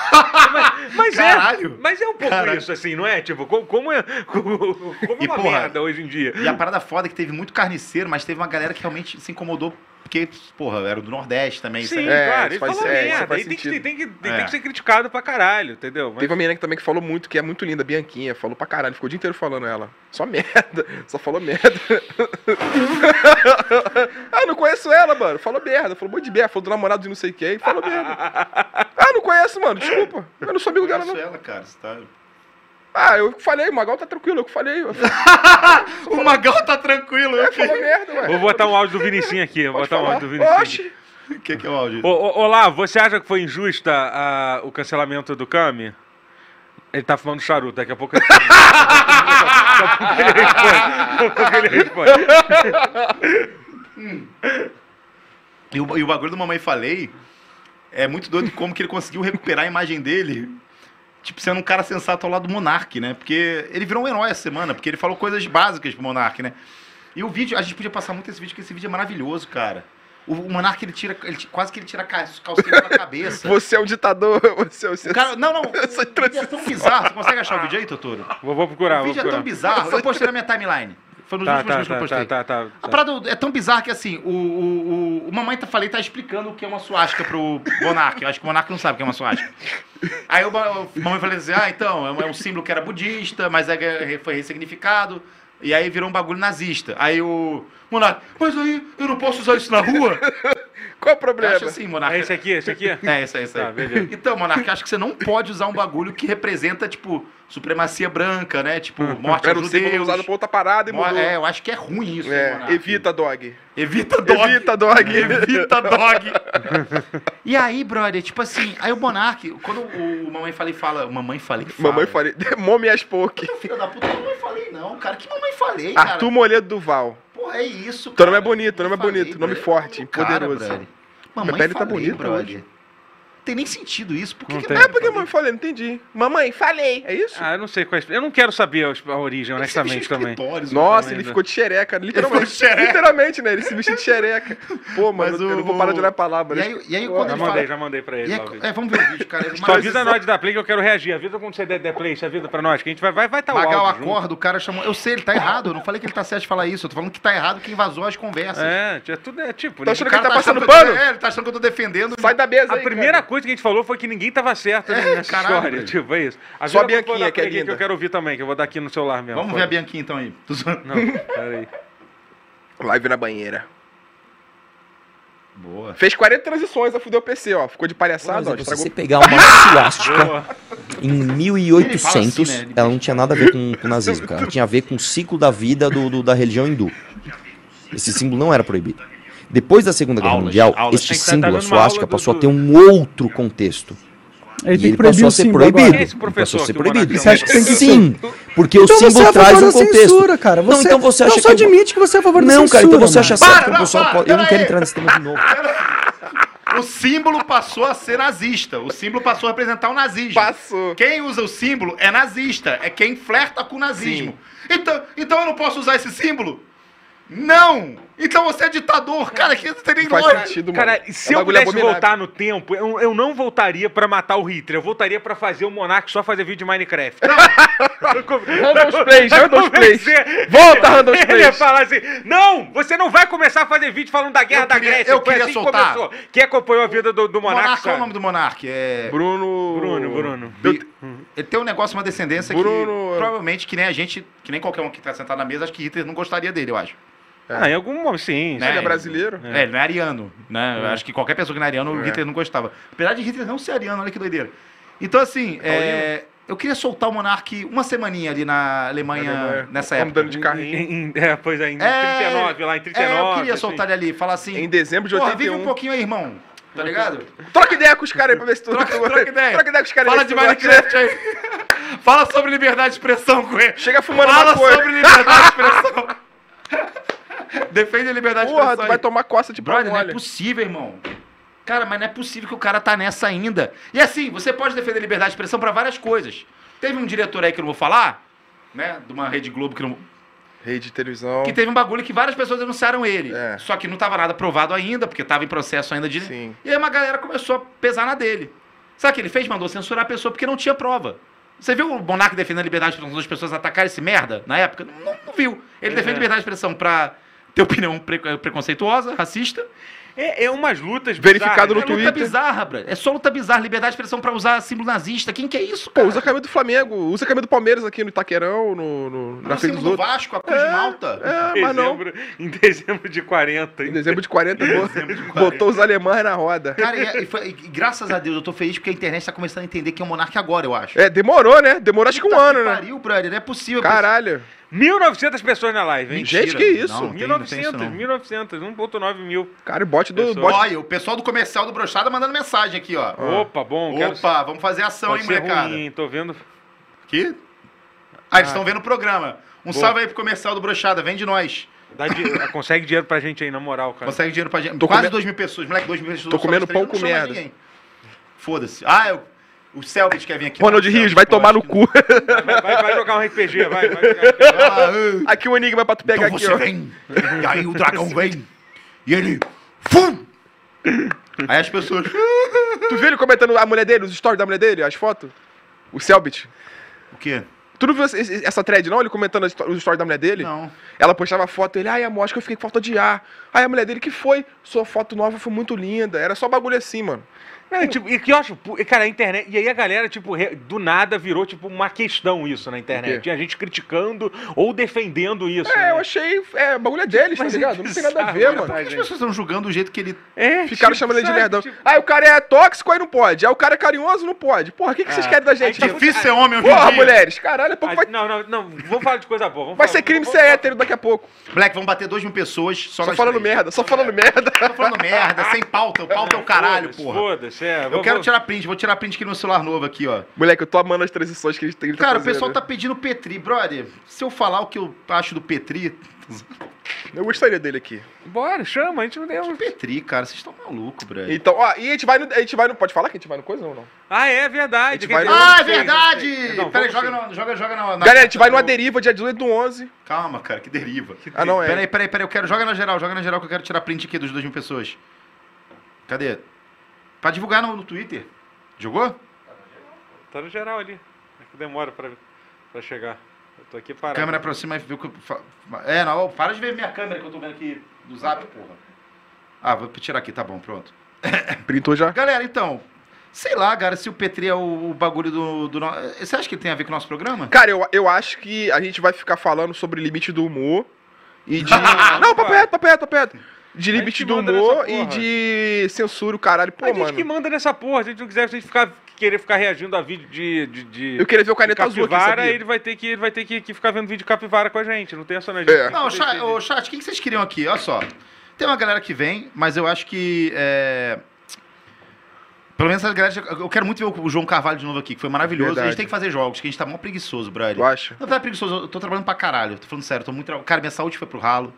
S3: mas, mas é,
S1: Caralho.
S3: mas é um pouco
S1: Caralho.
S3: isso, assim, não é? Tipo, como, como é, como é
S1: E,
S3: uma
S1: porra,
S3: merda hoje em dia.
S1: E a parada foda é que teve muito carniceiro, mas teve uma galera que realmente se incomodou, porque, porra, era do Nordeste também, isso
S3: Sim,
S1: aí.
S2: É,
S3: claro,
S2: isso
S3: ele
S2: faz-
S3: falou
S2: é, isso
S3: merda,
S2: faz
S3: ele tem que,
S2: sentido.
S3: tem, que, ele
S1: É.
S3: tem que ser criticado pra caralho, entendeu? Mas-
S2: Teve uma menina que também que falou muito, que é muito linda, Bianquinha, falou pra caralho, ficou o dia inteiro falando ela. Só merda, só falou merda. ah, não conheço ela, mano. Falou merda, falou muito de merda, falou do namorado de não sei quem, falou merda. Ah, não conheço, mano, desculpa. Eu não sou amigo dela,
S1: Isso
S2: não.
S1: ela, cara, você tá...
S2: Ah, eu falei, o Magal tá tranquilo, eu que falei. Eu falei,
S1: O Magal tá tranquilo, eu
S2: falou merda, ué.
S3: Vou botar um áudio do Vinicinho aqui, vou
S2: Pode
S3: botar um
S2: falar.
S1: tá
S3: áudio do Vinicinho. aqui.
S2: Oxe,
S1: O que, que é o áudio?
S3: Ô, ô, Olá, você acha que foi injusta a- o cancelamento do Kami? Ele tá fumando charuto, daqui a pouco ele responde. Daqui a pouco ele responde. Daqui a pouco ele responde.
S1: E o, e o bagulho do Mamãe Falei é muito doido como que ele conseguiu recuperar a imagem dele, tipo, sendo um cara sensato ao lado do Monark, né? Porque ele virou um herói essa semana, porque ele falou coisas básicas pro Monark, né? E o vídeo, a gente podia passar muito esse vídeo, porque esse vídeo é maravilhoso, cara. O, o Monark, ele tira, ele ti- quase que ele tira a ca- calcinha da cabeça.
S2: você é um ditador, você é o
S1: O cara, não, não,
S2: Essa
S1: o vídeo é tão bizarro. Você consegue achar o vídeo aí, Totoro?
S3: Vou, vou procurar,
S1: o
S3: vou
S1: vídeo é tão
S3: procurar.
S1: bizarro. Eu postei na minha timeline. Foi nos
S3: Tá,
S1: últimos
S3: tá,
S1: vídeos que eu
S3: tá,
S1: postei.
S3: tá, tá, tá,
S1: A
S3: tá.
S1: parada é tão bizarra que assim, o, o, o, o mamãe tá, falei, tá explicando o que é uma suástica pro Monark. Eu acho que o Monark não sabe o que é uma suástica. Aí o, ma- o mamãe falou assim: ah, então, é um, é um símbolo que era budista, mas é, que foi ressignificado. E aí virou um bagulho nazista. Aí o Monark, mas aí eu não posso usar isso na rua?
S2: Qual é o
S1: Eu
S2: problema?
S1: acho assim, Monark.
S3: É esse aqui, esse aqui?
S1: É, isso aí, isso aí.
S3: Tá, beleza.
S1: Então, Monark, acho que você não pode usar um bagulho que representa, tipo, supremacia branca, né? Tipo, morte
S2: Era
S1: aos
S2: um símbolo
S1: judeus.
S2: usado pra outra parada e
S1: Mo-
S2: mudou.
S1: É, eu acho que é ruim isso,
S2: É,
S1: hein, Monark?
S2: evita, dog.
S1: Evita dog.
S2: Evita, dog.
S1: Evita dog. e aí, brother, tipo assim, aí o Monark, quando o Mamãe Falei fala. Mamãe Falei fala.
S2: Mamãe falei. Mommy é as poke.
S1: Filha da puta, mamãe falei não, cara. Que mamãe falei, cara?
S2: Arthur Moledo Duval.
S1: Porra, é isso.
S2: Teu nome
S1: cara.
S2: é bonito, teu nome é
S1: Falei,
S2: bonito, nome
S1: brother.
S2: forte,
S1: Cara,
S2: poderoso.
S1: brother. Mamãe
S2: Minha pele tá
S1: falei,
S2: bonita
S1: brother.
S2: hoje.
S1: Tem nem sentido isso. Por que,
S3: Não
S1: que
S3: tem.
S2: É porque mamãe falei, não entendi. Mamãe, falei. É isso?
S3: Ah, eu não sei qual é. Eu não quero saber a a origem, honestamente, também.
S1: é
S2: Nossa,
S3: também,
S2: ele
S3: né?
S2: ficou de xereca,
S1: ficou
S2: literalmente.
S1: de xereca.
S2: Literalmente, né? Ele se vestiu de xereca. Pô, mano,
S1: Mas
S2: eu, eu não vou
S1: o-
S2: parar de olhar a palavra.
S1: E aí, e aí
S2: Pô,
S1: quando
S3: Já
S1: ele
S3: mandei,
S1: fala...
S3: já mandei pra
S1: E
S3: ele. lá o
S1: aí-
S3: vídeo.
S1: é, vamos ver o vídeo, cara.
S3: Só avisa nós da Play que eu quero reagir. Avisa quando você der, der Play, você avisa pra nós, que a gente vai vai, vai tá o
S1: Magal
S3: áudio junto.
S1: acorda, o cara chamou. Eu sei, ele tá errado. Eu não falei que ele tá certo de falar isso. Eu tô falando que tá errado quem vazou as conversas.
S3: É, é tudo é
S2: Tá
S3: tipo... né?
S2: achando
S1: O
S2: que ele
S1: cara
S2: tá passando
S1: achando que eu tô-
S2: pano?
S1: É, ele tá achando que eu tô defendendo.
S2: Sai da mesa
S3: A
S2: aí,
S3: primeira
S2: cara.
S3: coisa que a gente falou foi que ninguém tava certo né,
S1: É,
S3: nessa
S1: caralho.
S3: história. Tipo, é isso. A
S2: Só a
S3: Vila Popolá
S2: Bianquinha, que é
S3: Preguinha, que eu
S2: linda.
S3: quero ouvir também, que eu vou dar aqui no celular mesmo.
S1: Vamos ver a Bianquinha então aí. Tô zoando.
S3: Bianquinha. Não, peraí.
S2: Live na banheira.
S1: Boa.
S2: Fez 40 transições, a fudeu o PC, ó. Ficou de
S5: Por
S2: palhaçada, ó.
S5: exemplo, se é você
S2: Estragou.
S5: pegar uma suástica em
S1: Ele
S5: 1800,
S1: fala assim, né?
S5: ela não é um tinha nada a ver com, com nazismo, cara. Tinha a ver com o ciclo da vida do, do- da religião hindu. Esse símbolo não era proibido. Depois da Segunda Guerra
S1: Aulas,
S5: Mundial,
S1: aulas.
S5: este
S3: Tem que tá- tá
S5: símbolo, a
S3: dando uma aula
S5: suástica,
S3: do-
S5: passou a
S3: do-
S5: ter um outro contexto. E
S6: Aí tem
S5: ele
S6: que proibir
S5: passou a
S6: o
S5: ser
S6: símbolo
S5: proibido.
S6: agora.
S3: Quem é esse
S5: Ele
S3: professor
S5: passou a ser
S3: que o Monark
S5: proibido.
S6: não Você acha que tem que
S5: Sim, porque o
S6: Então você é
S5: símbolo
S6: a
S5: traz
S6: favor
S5: um
S6: da
S5: contexto.
S6: censura, cara. Você,
S5: não, então você acha
S6: não só
S5: que...
S6: admite que você é a favor da
S5: Não,
S6: censura.
S5: cara, então você
S6: mano.
S5: acha certo que
S1: Para,
S5: o pessoal
S1: para,
S5: pode... Eu não
S1: pera
S5: quero
S1: aí.
S5: entrar nesse tema de novo.
S1: O símbolo passou a ser nazista. O símbolo passou a representar o nazismo.
S2: Passou.
S1: Quem usa o símbolo é nazista. É quem flerta com o nazismo. Então, então eu não posso usar esse símbolo? Não! Então você é ditador. Cara, que não tem nem
S2: Faz
S1: lógica.
S2: sentido, mano.
S3: Cara, se
S2: É um
S3: eu
S2: bagulho
S3: pudesse
S2: abominável.
S3: voltar no tempo, eu, eu não voltaria pra matar o Hitler. Eu voltaria pra fazer o Monark só fazer vídeo de Minecraft.
S2: Randall's Plays, Randall's é Plays.
S3: Plays.
S2: Volta, Randall's
S3: Ele ia
S2: Plays.
S3: falar assim, não, você não vai começar a fazer vídeo falando da guerra
S1: Eu
S3: da
S1: queria-
S3: Grécia.
S1: eu
S3: Foi
S1: queria
S3: assim que
S1: soltar.
S3: começou. Quem acompanhou a vida do, do Monark
S1: Monarca, qual é
S3: sabe.
S1: o nome do Monarque? É...
S2: Bruno.
S3: Bruno, Bruno.
S1: Bi- Ele tem um negócio, uma descendência
S2: Bruno-
S1: que provavelmente, que nem a gente, que nem qualquer um que tá sentado na mesa, acho que Hitler não gostaria dele, eu acho.
S3: Ah, em algum momento, sim.
S1: É. Né?
S2: Ele é
S3: sim.
S2: brasileiro?
S1: É, ele não é ariano, né? Eu acho que qualquer pessoa que não é ariano, o Hitler não gostava. Apesar de Hitler não ser ariano, olha que doideira. Então, assim,
S2: Tá
S1: é, eu queria soltar o Monark uma semaninha ali na Alemanha,
S2: Na Alemanha,
S1: nessa
S2: é como
S1: época.
S2: dano de
S3: Em-
S2: carrinho.
S3: em- em- é, pois é, em
S1: É,
S3: 39, lá em 39.
S1: é, eu queria
S3: assim.
S1: soltar ele ali, falar assim,
S2: Em dezembro de
S1: porra, vive um
S2: 81.
S1: pouquinho aí, irmão, tá ligado?
S2: Troca ideia com os caras aí pra ver se tu...
S1: Troca, troca ideia.
S2: Troca ideia com os caras
S1: Fala
S2: aí.
S1: de
S2: se tu gosta.
S1: Minecraft aí. Fala sobre liberdade de expressão com ele.
S2: Chega fumando
S1: Fala
S2: maconha.
S1: sobre liberdade de expressão. Defende a liberdade de
S2: Porra,
S1: expressão.
S2: tu
S1: aí.
S2: vai tomar costa de pau
S1: Brother, não é
S2: mole.
S1: possível, irmão. Cara, mas não é possível que o cara tá nessa ainda. E assim, você pode defender a liberdade de expressão pra várias coisas. Teve um diretor aí que eu não vou falar, né? De uma Rede Globo que não.
S2: Rei de televisão.
S1: Que teve um bagulho que várias pessoas denunciaram ele.
S2: É.
S1: Só que não tava nada provado ainda, porque tava em processo ainda de.
S2: Sim.
S1: E aí uma galera começou a pesar na dele. Sabe o que ele fez? Mandou censurar a pessoa porque não tinha prova. Você viu o Monark defendendo a liberdade de expressão das pessoas atacarem esse merda na época? Não, não- não viu. Ele defende a liberdade de expressão pra ter opinião pre- preconceituosa, racista.
S3: É, é umas lutas
S2: Verificado
S1: É
S2: no
S3: bizarras, né?
S1: luta
S2: Twitter.
S1: bizarra, bro. É só luta bizarra, liberdade de expressão pra usar símbolo nazista. Quem que é isso,
S2: Pô,
S1: cara?
S2: usa a camisa do Flamengo, usa a camisa do Palmeiras aqui no Itaquerão, no, Ah, no- na
S1: o
S2: frente
S1: símbolo
S2: dos
S1: do
S2: outros.
S1: Vasco, a Cruz de Malta.
S2: É, mas não.
S3: Dezembro- Em dezembro de 40.
S2: Em dezembro de 40, bo- botou os alemães na roda.
S1: Cara, e, e foi- e graças a Deus eu tô feliz porque a internet tá começando a entender que é o Monark agora, eu acho.
S2: É, demorou, né? Demorou acho que um
S1: Puta
S2: ano,
S1: que
S2: né?
S1: Pariu, brother, não é possível.
S2: Caralho.
S3: 1.900 pessoas na live, hein?
S2: Gente,
S1: Mentira.
S2: que isso?
S1: Não, não tem- não tem isso,
S3: 1900,
S1: não.
S3: 1900, 1.9 mil.
S2: Cara, o bote do.
S3: Pessoal.
S2: Bote...
S1: Olha, o pessoal do comercial do Brochada mandando mensagem aqui,
S2: Ah,
S1: ó.
S3: Opa, bom, quero
S1: Ah. Opa, vamos fazer ação,
S3: Pode
S1: hein,
S3: ser
S1: molecada.
S3: ruim, tô vendo.
S1: Aqui? Ah, eles estão vendo o programa. Um
S3: Boa.
S1: salve aí pro comercial do Brochada, vem de nós.
S3: Dá di- consegue dinheiro pra gente aí, na moral, cara.
S1: Consegue dinheiro pra gente.
S2: Tô
S1: Quase
S2: comendo-
S1: 2 mil pessoas, moleque, 2 mil pessoas.
S2: Tô
S1: só
S2: comendo
S1: nós três,
S2: pão com
S1: não chama
S2: merda.
S1: ninguém. Foda-se. Ah, eu... o Selbit quer vir aqui.
S2: Ronald
S1: Não, o
S2: Rios, vai
S1: Selbit,
S2: tomar no
S1: lógico
S2: cu.
S3: Vai, vai- vai jogar um RPG, vai. vai jogar um RPG.
S1: que não. Ah, ah,
S2: aqui um enigma pra tu pegar
S1: então
S2: aqui,
S1: você
S2: ó.
S1: vem. E aí o dragão vem. E ele... Fum! Aí as pessoas...
S2: Tu viu ele comentando a mulher dele, os stories da mulher dele, as fotos? O Selbit.
S1: O quê?
S2: Tu não viu esse- esse- essa thread, não? Ele comentando as histó- os stories da mulher dele?
S1: Não.
S2: Ela postava foto, ele, ai, amor, acho que eu fiquei com falta de ar. Aí a mulher dele, que foi? Sua foto nova foi muito linda. Era só bagulho assim, mano.
S3: Não, tipo, e que eu acho, pu- e, cara, a internet. E aí a galera, tipo, re- do nada virou, tipo, uma questão isso na
S2: O quê?
S3: internet. Tinha gente criticando ou defendendo isso.
S2: É,
S3: né?
S2: eu achei. É, bagulho é deles,
S3: Mas
S2: tá
S3: é
S2: ligado? Não tem nada a
S3: bizarro,
S2: ver,
S3: né,
S2: mano.
S3: pai?
S1: As pessoas estão julgando o jeito que ele...
S3: É,
S2: Ficaram
S3: tipo,
S2: chamando ele de
S3: sabe,
S2: nerdão.
S3: tipo,
S2: Ah, o cara é tóxico, aí não pode. Ah, o cara é carinhoso, não pode. Porra, o que, que vocês
S3: Ah,
S2: querem da
S3: aí
S2: gente?
S3: tá
S2: Porra,
S1: Difícil ser homem hoje em dia.
S2: mulheres, caralho, é pouco
S3: ah,
S2: vai,
S3: Não, não, não, vamos falar de coisa boa. vamos
S2: vai
S3: falar-
S2: ser crime
S3: vamos-
S2: ser hétero daqui a pouco.
S1: Black, vamos bater 2 mil pessoas. Só,
S2: Só
S1: nós
S2: falando
S1: três.
S2: merda, só falando merda.
S1: Tô falando merda, sem pauta. O pauta é o caralho,
S3: Foda-se,
S1: porra.
S3: Foda-se, é.
S1: Eu quero tirar print, vou tirar print aqui no meu celular novo aqui, ó.
S2: Moleque, eu tô amando as transições que ele tem.
S1: Cara, o pessoal tá pedindo Petri, brother. Se eu falar o que eu acho do Petri.
S2: né? Eu gostaria dele aqui.
S3: Bora, chama, a gente não deu.
S1: Petri, cara, vocês estão malucos, brother.
S2: Então, ó, e a gente vai no. A gente vai no. Pode falar que a gente vai no coisa ou não?
S3: Ah, é verdade.
S2: A gente
S3: quer
S2: vai-
S3: dizer, eu
S1: Ah, é
S3: não sei, não
S1: verdade!
S3: sei. Não,
S1: Pera aí, joga,
S3: vamos sim.
S1: na- joga, joga na, na.
S6: Tá,
S2: Galera, a gente vai numa deriva dia 18 do 11.
S1: Calma, cara, que deriva.
S2: Ah, não,
S1: Pera aí,
S2: é.
S1: pera aí, pera aí, eu quero. Joga na geral, joga na geral que eu quero tirar print aqui dos 2 mil pessoas. Cadê? Pra divulgar no, no Twitter. Jogou?
S3: Tá no geral ali. É que demora pra, pra chegar. Eu tô aqui parado.
S1: Câmera aproxima e vê o que. eu fa- É, não, para de ver minha câmera que eu tô vendo aqui do zap, porra. Ah, vou tirar aqui, tá bom, pronto.
S2: Printou já?
S1: Galera, então, sei lá, cara, se o Petri é o, o bagulho do, do no- eh, Você acha que ele tem a ver com o nosso programa?
S2: Cara, eu, eu acho que a gente vai ficar falando sobre limite do humor e de. não, papo
S3: vai.
S2: reto, papo reto, papo reto. De
S3: que
S2: limite do
S3: manda
S2: humor
S3: nessa
S2: e
S3: porra.
S2: de censura, o caralho. Pô,
S3: a gente que
S2: mano.
S3: manda nessa porra. Se a gente não quiser, se a gente ficar, querer ficar reagindo a vídeo de. de, de-
S2: Eu queria ver o
S3: de
S2: caneta azul aqui,
S3: capivara,
S2: sabia?
S3: ele vai ter, que, ele vai ter que, que ficar vendo vídeo de capivara com a gente. Não tem essa na
S2: É.
S1: Não, chat, ô, chat, o que que vocês queriam aqui? Olha só. Tem uma galera que vem, mas eu acho que. é, eh, Pelo menos, aliás, eu quero muito ver o João Carvalho de novo aqui, que foi maravilhoso. A gente
S2: Verdade.
S1: tem que fazer jogos, que a gente tá mó preguiçoso, brother.
S2: Eu acho.
S1: Não tá preguiçoso, eu tô trabalhando pra caralho. Tô falando sério, tô muito. tra- Cara, minha saúde foi pro ralo.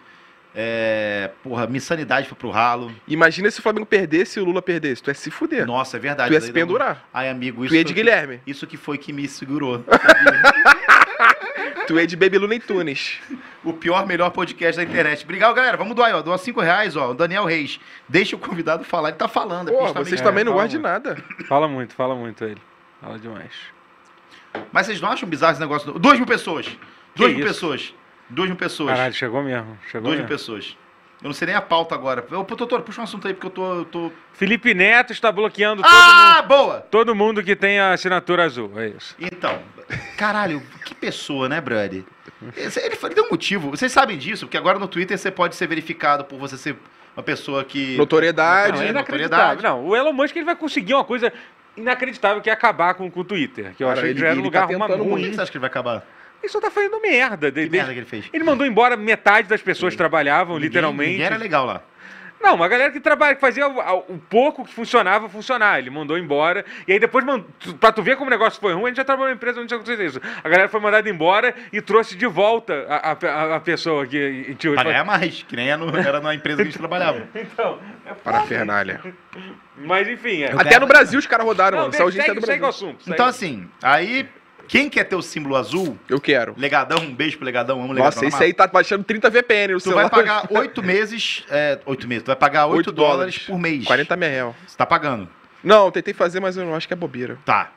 S1: É, Porra, minha sanidade foi pro ralo.
S2: Imagina se o Flamengo perdesse e o Lula perdesse. Tu ia se fuder.
S1: Nossa, é verdade.
S2: tu ia
S1: daí
S2: se
S1: dá um-
S2: pendurar.
S1: Ai, amigo, isso.
S2: Tu ia
S1: foi
S2: de
S1: que-
S2: Guilherme.
S1: Isso que foi que me segurou.
S2: Tu ia de Baby Luna e Tunis.
S1: o pior, melhor podcast da internet. Obrigado, galera. Vamos doar aí, ó. Doar 5 reais, ó. O Daniel Reis. Deixa o convidado falar. Ele tá falando. é porque a
S2: Pô,
S1: gente tá
S2: vocês
S1: meio-
S2: também não
S3: fala
S2: gostam de nada.
S3: Fala muito, fala muito ele. Fala demais.
S1: Mas vocês não acham bizarro esse negócio? 2 mil pessoas. 2 mil
S3: isso?
S1: pessoas. 2 mil pessoas.
S3: Caralho, chegou mesmo. Chegou
S1: Duas mil
S2: é.
S3: mesmo.
S1: pessoas. Eu não sei nem a pauta agora. Ô, pô, doutor, puxa um assunto aí, porque eu tô. eu tô...
S3: Felipe Neto está bloqueando todo, mundo,
S1: Ah, boa!
S3: todo mundo que tem a assinatura azul. É isso.
S1: Então, caralho, que pessoa, né, Brady? Esse- Ele, ele deu um motivo. Vocês sabem disso, porque agora no Twitter você pode ser verificado por você ser uma pessoa que.
S2: Ah, Notoriedade.
S1: Não,
S3: Não, é
S1: é
S3: inacreditável.
S1: notoriedade.
S3: Não, o Elon Musk ele vai conseguir uma coisa inacreditável que é acabar com, com o Twitter. Que eu
S2: Cara,
S3: achei
S2: ele-
S3: que já era um
S2: ele tá
S3: lugar uma
S2: tentando
S1: Por que
S3: ruim.
S1: que você acha que ele vai acabar? Que
S3: Ele só tá fazendo merda. de-
S1: merda
S3: desde-
S1: que ele fez?
S3: Ele mandou embora metade das pessoas que trabalhavam, literalmente.
S1: Ninguém era legal lá.
S3: Não, uma galera que trabalha, que fazia o, a- o pouco que funcionava funcionar. Ele mandou embora. E aí depois, mand- tu- pra tu ver como o negócio foi ruim, a gente já trabalhou em empresa onde já aconteceu isso. A galera foi mandada embora e trouxe de volta a, a, a- a pessoa que e- e tinha.
S1: Pra ganhar mais, que nem era, no- era na empresa que a gente trabalhava.
S3: Então, é
S2: Para
S3: foda.
S2: a Fernalha.
S3: Mas enfim, é.
S2: Até no Brasil os caras rodaram,
S3: Não,
S2: mano.
S1: é
S3: deixa-
S2: Saiu gente até
S3: segue,
S2: do
S3: segue o
S2: Brasil.
S3: assunto. segue.
S1: Então, assim, aí. Quem quer ter o símbolo azul?
S2: Eu quero.
S1: Legadão, um beijo pro Legadão, amo o Legadão.
S2: Nossa,
S1: na
S2: esse aí tá baixando 30 VPN no
S1: Tu
S2: celular.
S1: vai pagar oito meses. É, 8 meses. Tu vai pagar oito
S2: Oito
S1: dólares
S2: dólares.
S1: por mês.
S2: 40 mil real.
S1: Você tá pagando.
S2: Não, eu tentei fazer, mas eu não acho que é bobeira.
S1: Tá.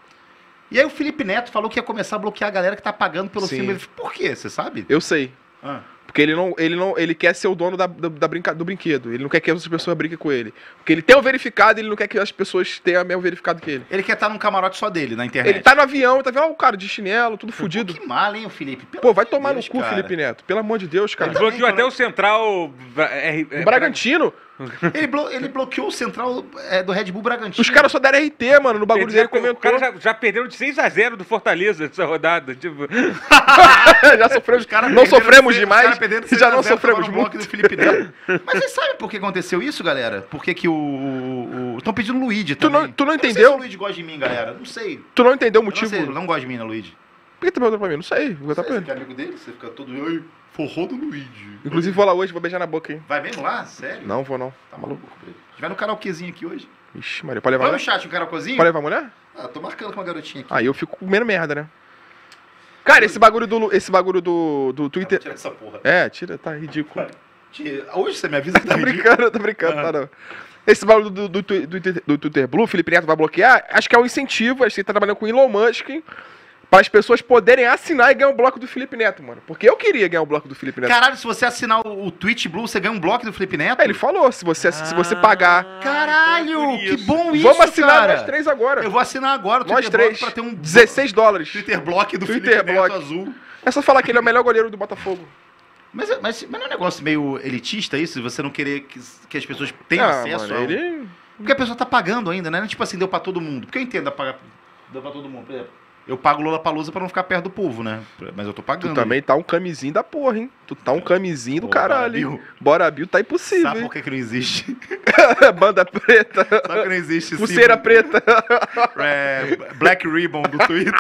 S1: E aí o Felipe Neto falou que ia começar a bloquear a galera que tá pagando pelo
S2: Sim.
S1: símbolo. Eu falei, Por quê? Você sabe?
S2: Eu sei.
S1: Ah.
S2: Porque ele não, ele não, ele quer ser o dono da, da, da brinca, do brinquedo. Ele não quer que as pessoas brinquem com ele. Porque ele tem o verificado, ele não quer que as pessoas tenham o mesmo verificado que ele.
S3: É
S1: Ele quer estar num camarote só dele na internet.
S2: Ele tá no avião, tá vendo? Ó, o cara de chinelo, tudo fudido.
S1: Pô, que mal, hein, o Felipe? Pelo
S2: Pô, vai
S1: amor de
S2: tomar
S1: Deus,
S2: no cu,
S1: cara.
S2: Felipe Neto. Pelo amor de Deus,
S3: Ele tá-
S2: cara.
S3: bloqueou
S1: assim, Também,
S3: até o Central. é, Bra- R-
S2: O Bragantino,
S1: Ele, blo- ele bloqueou o central é, do Red Bull
S3: tá-
S1: Bragantino.
S2: os caras só deram RT, mano, no bagulho
S3: Ele já-
S2: dele
S3: o
S2: comentou.
S3: cara já, já perderam de 6x0 do Fortaleza nessa rodada. Tipo,
S2: já sofremos,
S1: Os caras
S2: não
S1: perderam seis- os
S2: sofremos demais,
S1: caras perderam
S2: já não
S1: 6 a 0,
S2: sofremos
S1: tomaram o bloco
S2: muito.
S1: Do Felipe Neto. Mas vocês sabem por que aconteceu isso, galera? Por que que o... Estão pedindo o Luigi
S2: Tu
S1: também.
S2: não- tu não
S1: Eu sei
S2: entendeu?
S1: se o Luigi gosta de mim, galera. Não sei. Eu
S2: Tu não entendeu o
S1: não
S2: motivo? Tá
S1: sei, eu não gosto de mim, né, Luigi?
S2: Por que tu perguntou pra mim? Não sei, vou
S1: Você
S2: contar pra ele.
S1: fica amigo dele? Você fica todo... Ai, forrou do Luigi.
S2: Inclusive vou lá hoje, vou beijar na boca, hein.
S1: Vai mesmo lá? Sério?
S2: Não, vou não.
S1: Tá maluco? Pedro? A gente vai no karaokezinho aqui hoje.
S2: Ixi, Maria, pode levar
S1: Vai no
S2: mulher?
S1: chat, um karaokezinho?
S2: Pode levar mulher?
S1: Ah, tô marcando com uma garotinha aqui.
S2: Aí eu fico comendo merda, né? Cara, esse bagulho do, Lu- esse bagulho do, do
S1: Vou
S2: Twitter...
S1: tirar essa porra.
S2: É, tira, tá ridículo.
S1: Tira. Hoje você me avisa que tá
S2: Tá
S1: brincando.
S2: brincando, tá brincando,
S1: Ah.
S2: tá não. Esse bagulho do, do, do, do Twitter- do Twitter Blue, Felipe Neto vai bloquear, acho que é um incentivo, acho que ele tá trabalhando com o Elon Musk, para as pessoas poderem assinar e ganhar o bloco do Felipe Neto, mano. Porque eu queria ganhar o bloco do Felipe Neto.
S1: Caralho, se você assinar o, o Twitch Blue, você ganha um bloco do Felipe Neto?
S2: Aí É, ele falou, se você, se você pagar...
S3: Então, é
S1: Caralho, que bom Ah, Então, é isso,
S2: Vamos assinar
S1: cara.
S2: nós três agora.
S1: Eu vou assinar agora o
S2: Nós
S1: Twitter Block
S2: três.
S1: pra ter um
S2: 16 dólares.
S1: Twitter Block do
S2: Twitter
S1: Felipe Neto
S2: Block.
S1: azul.
S2: É só falar que ele é o melhor goleiro do Botafogo.
S1: Mas, é- mas, mas não é um negócio meio elitista isso? de Você não querer que, que as pessoas tenham
S2: Ah,
S1: acesso
S2: mano,
S1: a um-
S2: ele...
S1: Porque a pessoa tá pagando ainda, né? Não é tipo assim, deu pra todo mundo. Porque eu entendo, dá pra, deu pra todo mundo. Por exemplo, eu pago Lola Palusa pra não ficar perto do povo, né? Mas eu tô
S2: Tu
S1: pagando.
S2: também tá um camisinho da porra, hein? Tu tá um camisinho do
S1: Pô,
S2: caralho. hein?
S1: Bill,
S2: Bora, Bill, tá impossível,
S1: Sabe
S2: hein?
S1: por que, que não existe?
S2: Banda preta,
S1: Sabe que não existe
S2: pulseira
S1: símbolo?
S2: preta.
S1: É, Black Ribbon do Twitter.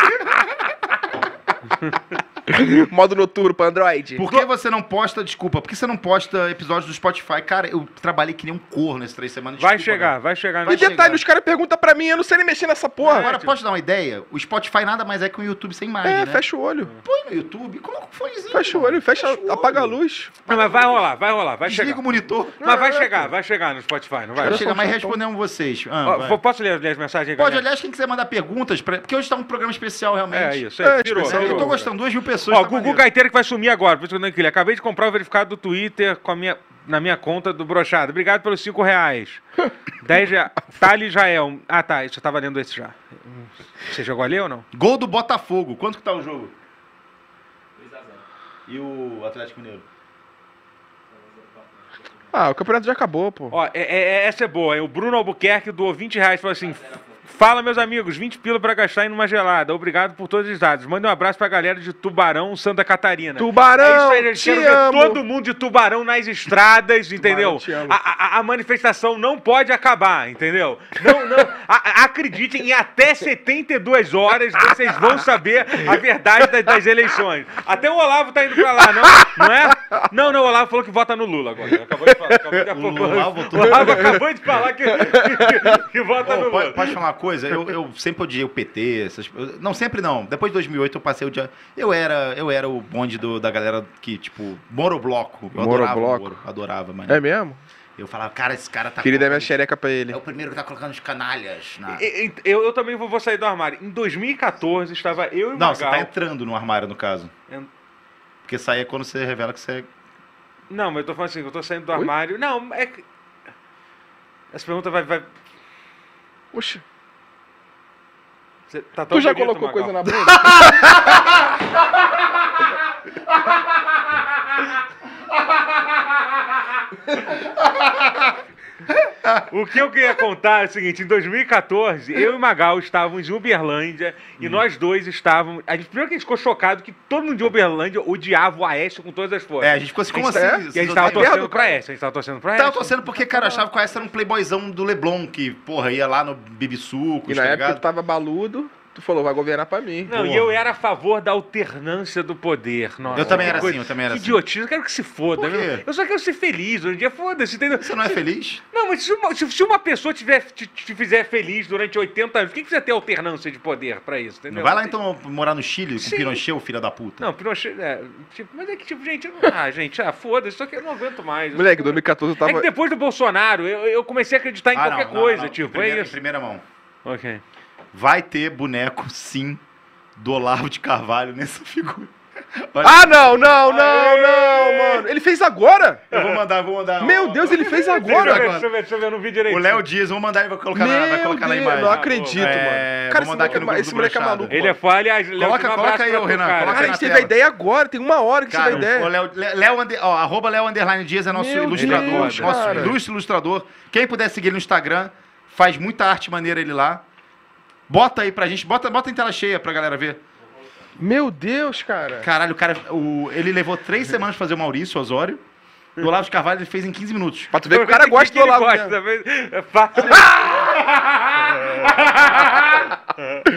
S2: Modo noturno pra Android.
S1: Por que você não posta, desculpa, por que você não posta episódios do Spotify? Cara, eu trabalhei que nem um corno essas três semanas.
S3: vai
S1: desculpa,
S3: chegar,
S1: cara.
S3: vai chegar.
S1: Vai
S2: e
S3: nisso.
S2: detalhe,
S1: chegar.
S2: os caras perguntam pra mim, eu não sei nem mexer nessa porra.
S1: Agora, posso dar uma ideia? O Spotify nada mais é que um YouTube sem imagem,
S2: é,
S1: né?
S2: fecha o olho.
S1: Põe no YouTube, coloca um fonezinho.
S2: Fecha o
S1: mano.
S2: olho, fecha,
S1: o olho.
S2: apaga a luz.
S3: Não, mas vai rolar, vai rolar, vai
S1: Desliga
S3: chegar.
S1: o monitor.
S3: Mas vai chegar, vai chegar no Spotify, não vai?
S1: Vai
S2: Olha
S1: chegar,
S2: só,
S1: mas
S2: chatão.
S1: respondemos vocês. Ah,
S3: Ó,
S1: vai.
S3: vou- posso ler, ler as mensagens aí,
S1: Pode,
S3: galera?
S1: aliás, quem quiser mandar perguntas, pra... porque hoje tá um programa especial, realmente.
S3: É isso,
S2: É,
S3: é, virou,
S2: especial,
S1: tipo, Eu
S3: virou.
S1: tô gostando, duas mil pessoas.
S3: Ó,
S1: tá
S3: Gugu
S1: maneiro.
S3: Gaiteiro que vai sumir agora, por isso que eu não queria. Acabei de comprar o verificado do Twitter com a minha, na minha conta do Brochado. Obrigado pelos 5 reais. 10 reais. Thales Jael. Ah, tá, isso eu tava lendo esse já. Você chegou a ler ou não?
S1: Gol do Botafogo. Quanto que tá o jogo? 2x0. E o Atlético Mineiro?
S2: Ah, o campeonato já acabou, pô.
S3: Ó, é- é- é- essa é boa, hein? O Bruno Albuquerque doou 20 reais e falou assim: Fala, meus amigos, 20 pila pra gastar em uma gelada. Obrigado por todos os dados. Manda um abraço pra galera de Tubarão, Santa Catarina. É isso
S2: Tubarão,
S3: aí, gente.
S2: te
S3: Quero ver
S2: amo.
S3: todo mundo de tubarão nas estradas, entendeu?
S2: te amo.
S3: A, a- a manifestação não pode acabar, entendeu? Não, não. A- a- acreditem, em até 72 horas vocês vão saber a verdade das, das eleições. Até o Olavo tá indo pra lá, não, não é? Não, não, o Olavo falou que vota no Lula agora. Acabou de falar. Acabou de
S1: O Olavo tá- votou
S3: o Olavo acabou de falar que, que, que vota no
S1: Ô,
S3: Lula.
S1: pode, pode falar uma coisa? Eu, eu sempre odiei o PT. essas- eu- não, sempre não. Depois de 2008 eu passei o dia. Eu era, eu era o bonde do- da galera que, tipo, Morobloco. Eu adorava o
S2: Morobloco.
S1: Moro. Adorava, mano.
S2: É mesmo?
S1: Eu falava, cara, esse cara tá.
S2: Queria dar minha
S1: colocando-
S2: xereca pra ele.
S1: É o primeiro que tá colocando os canalhas na.
S3: E- e- Eu, eu também vou vou sair do armário. Em 2014 estava eu e o
S1: Não, você
S3: um Magal.
S1: tá entrando no armário, no caso.
S3: Eu-
S1: Porque sair é quando você revela que você.
S3: Não, mas eu tô falando assim, eu tô saindo do
S2: Oi?
S3: armário. Não, é que. Essa pergunta vai. vai...
S2: Oxe,
S3: Você tá tão
S2: tu já
S3: bonito,
S2: colocou
S3: Magal.
S2: coisa na bunda?
S3: O que eu queria contar é o seguinte: em 2014, eu e Magal estávamos em Uberlândia
S1: Hum.
S3: e nós dois estávamos. A gente, primeiro que a gente ficou chocado que todo mundo de Uberlândia odiava o Aécio com todas as forças.
S1: É, a gente ficou assim, como
S2: A gente
S1: assim?
S2: tá- é?
S1: Vocês
S3: E a gente tava
S1: odeiam?
S3: torcendo pra Aécio, a gente tava torcendo pra
S1: Tava
S3: Aécio.
S1: torcendo porque, cara, eu achava que o Aécio era um playboyzão do Leblon, que, porra, ia lá no Bibisuco,
S2: E
S1: tá
S2: na época
S1: ligado?
S2: tu tava baludo, tu falou, vai governar pra mim.
S3: Não, e eu era a favor da alternância do poder. Nossa,
S1: Eu também
S3: que
S1: era
S3: coisa-
S1: assim, eu também era
S3: que
S1: assim.
S3: idiotice, eu quero que se foda.
S1: Por quê?
S3: Eu- Eu só quero ser feliz. Um dia, foda-se, entendeu?
S1: Você não é feliz?
S3: Não, mas se uma, se- se uma pessoa tiver, te, te fizer feliz durante 80 anos, por que, que precisa ter alternância de poder pra isso, entendeu?
S1: Não vai lá então morar no Chile com
S3: Sim.
S1: o Pinochet, o filho da puta.
S3: Não, Pinochet, é, tipo, mas é que tipo, gente, eu não- ah, gente, ah, foda-se, só que eu não aguento mais.
S2: Moleque, 2014 eu
S3: É que
S2: tava.
S3: depois do Bolsonaro, eu, eu comecei a acreditar em
S1: Ah, não,
S3: qualquer
S1: não,
S3: coisa,
S1: não. Em
S3: tipo,
S1: primeira,
S3: é
S1: Em
S3: isso.
S1: primeira mão.
S3: Ok.
S1: Vai ter boneco, sim, do Olavo de Carvalho nessa figura. Olha,
S2: Ah, não, não, não, não, mano. Ele fez agora?
S1: eu vou mandar, vou mandar.
S2: Meu
S1: ó,
S2: Deus, ele fez
S3: Deixa eu ver,
S2: agora.
S3: deixa eu ver, deixa eu ver, eu não vi
S1: ó.
S3: direito.
S1: O Léo Dias, eu vou mandar, ele vai colocar, na, vai
S2: Meu
S1: colocar na
S2: Deus,
S1: imagem.
S2: não acredito,
S1: É,
S2: mano.
S1: vou
S2: Cara, esse
S1: mandar aqui
S2: moleque, é
S1: no
S2: ma-
S1: grupo
S2: esse
S1: do
S2: moleque é
S1: Brochado.
S2: maluco.
S3: Ele é foda, aliás, Léo,
S1: Coloca-
S3: tem um
S1: coloca
S3: abraço
S1: aí,
S3: pra
S1: ô,
S3: tu,
S1: Renan,
S3: cara.
S1: coloca
S2: Cara, a
S1: na
S2: gente teve
S1: tela.
S2: a ideia agora, tem uma hora que
S1: Cara, um
S2: você
S1: o
S2: dá é ideia.
S1: Léo, Léo, Ande- ó, arroba Léo Underline Dias é nosso
S2: Meu
S1: ilustrador,
S3: Deus,
S1: nosso
S2: cara.
S1: ilustre ilustrador. Quem puder seguir ele no Instagram, faz muita arte maneira ele lá. Bota aí pra gente, bota, bota em tela cheia pra galera ver.
S2: Meu Deus, cara.
S1: Caralho, o cara, o- ele levou três semanas pra fazer o Maurício Osório. E o Olavo de Carvalho ele fez em 15 minutos.
S2: Pra tu ver que o cara gosta do
S3: ele
S2: Olavo.
S3: gosta,
S2: mesmo.
S3: mas é fácil.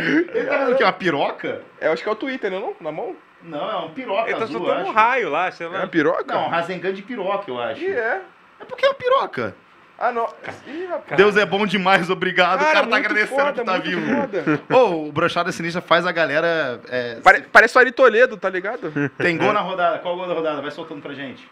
S1: Ele tá vendo que é uma piroca?
S2: É, acho que é o Twitter, né? Não? Na mão?
S1: Não, é uma piroca
S3: Ele tá
S1: azul,
S3: soltando
S1: eu
S3: um
S1: acho.
S3: raio lá, sei
S2: É
S3: lá.
S2: uma piroca?
S1: Não, um Rasengan de piroca, eu acho.
S2: Ih, é.
S1: É porque é uma piroca.
S2: Ah, não. Ih, rapaz.
S1: Deus é bom demais, obrigado. o cara tá
S2: muito
S1: agradecendo
S2: foda,
S1: que tá
S2: muito
S1: vivo.
S2: foda.
S1: Ô, o Brochada Sinistra faz a galera é,
S2: Pare- parece o Ari Toledo, tá ligado?
S1: Tem gol na rodada. Qual gol da rodada? Vai soltando pra gente.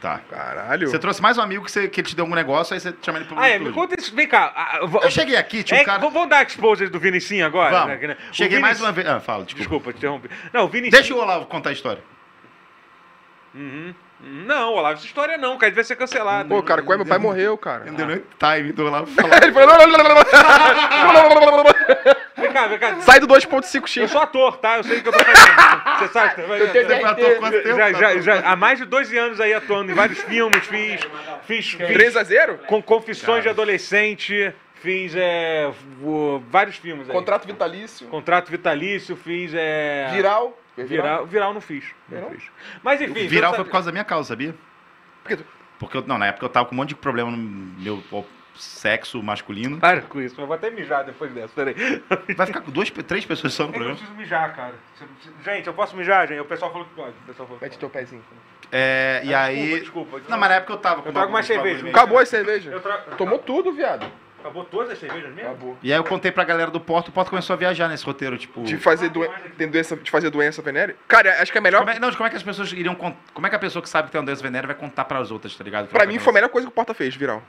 S1: Tá.
S2: Caralho.
S1: Você trouxe mais um amigo que, você, que ele te deu algum negócio, aí você chama ele pro
S3: Ah, é, me
S1: estúdio.
S3: conta isso. Vem cá. ah, eu vou-
S1: Eu cheguei aqui, tinha
S3: É,
S1: um cara...
S3: Vamos dar a exposure do Vinicinho agora? né,
S1: Vamos.
S3: que, né? O
S1: Cheguei mais
S3: Vinici-
S1: uma vez... Ah, fala, desculpa.
S3: Desculpa, te interrompi. Não, o Vinicinho...
S1: Deixa o Olavo contar a história.
S3: Não, Olavo, essa história não, cara, vai ser cancelado.
S2: Pô, cara, qual é? Meu pai morreu, cara.
S1: Entendeu? nem time do Olavo
S3: Então tá
S1: falar.
S2: Ele foi...
S3: Vem cá, vem cá.
S2: Sai do
S3: Eu
S2: 2.5x.
S3: sou ator, tá? Eu sei o que eu tô fazendo. Você sabe? que
S2: Eu tenho
S1: Você matou quanto tempo?
S3: Já, já,
S1: Tatu?
S3: já, há mais de 12 anos aí atuando em vários filmes, fiz. Fiz. fiz
S2: 3x0?
S3: com Confissões de Adolescente, fiz é, o- vários filmes aí.
S2: Contrato vitalício.
S3: Contrato Vitalício, fiz. É,
S2: Viral.
S3: Viral, viral não fiz. Não
S2: Viral?
S3: fiz. Mas enfim. então tá-
S1: Viral
S3: eu
S1: foi
S3: sabe-
S1: por causa da minha causa, sabia?
S2: Por que tu-
S1: Porque, eu, não, na época eu tava com um monte de problema no meu ó, sexo masculino.
S3: Para com isso, eu vou até mijar depois dessa, peraí.
S1: Vai ficar com duas, três pessoas só no
S3: É Eu
S1: programa.
S3: preciso mijar, cara. Gente, eu posso mijar, gente? O pessoal falou que pode. O pessoal falou que
S2: Mete
S3: pode.
S2: teu pezinho.
S1: É, e
S3: Ah,
S1: aí...
S3: Desculpa, desculpa.
S1: Não, mas na época eu tava com...
S3: Eu trago mais
S1: bagulho-
S3: cerveja.
S1: bagulho-
S2: Acabou a cerveja.
S3: Eu tra-
S2: Tomou tudo, viado.
S3: Acabou todas as cervejas mesmo?
S2: Acabou.
S1: E aí eu contei pra galera do Porto, o Porto começou a viajar nesse roteiro, tipo...
S2: De fazer doen- Tem doença. De fazer doença venérea? Cara, acho que é melhor.
S1: Como é, não, de como é que as pessoas iriam con- Como é que a pessoa que sabe que tem uma doença venérea vai contar para as outras, tá ligado?
S2: Pra mim foi a melhor coisa que o Porta fez, viral.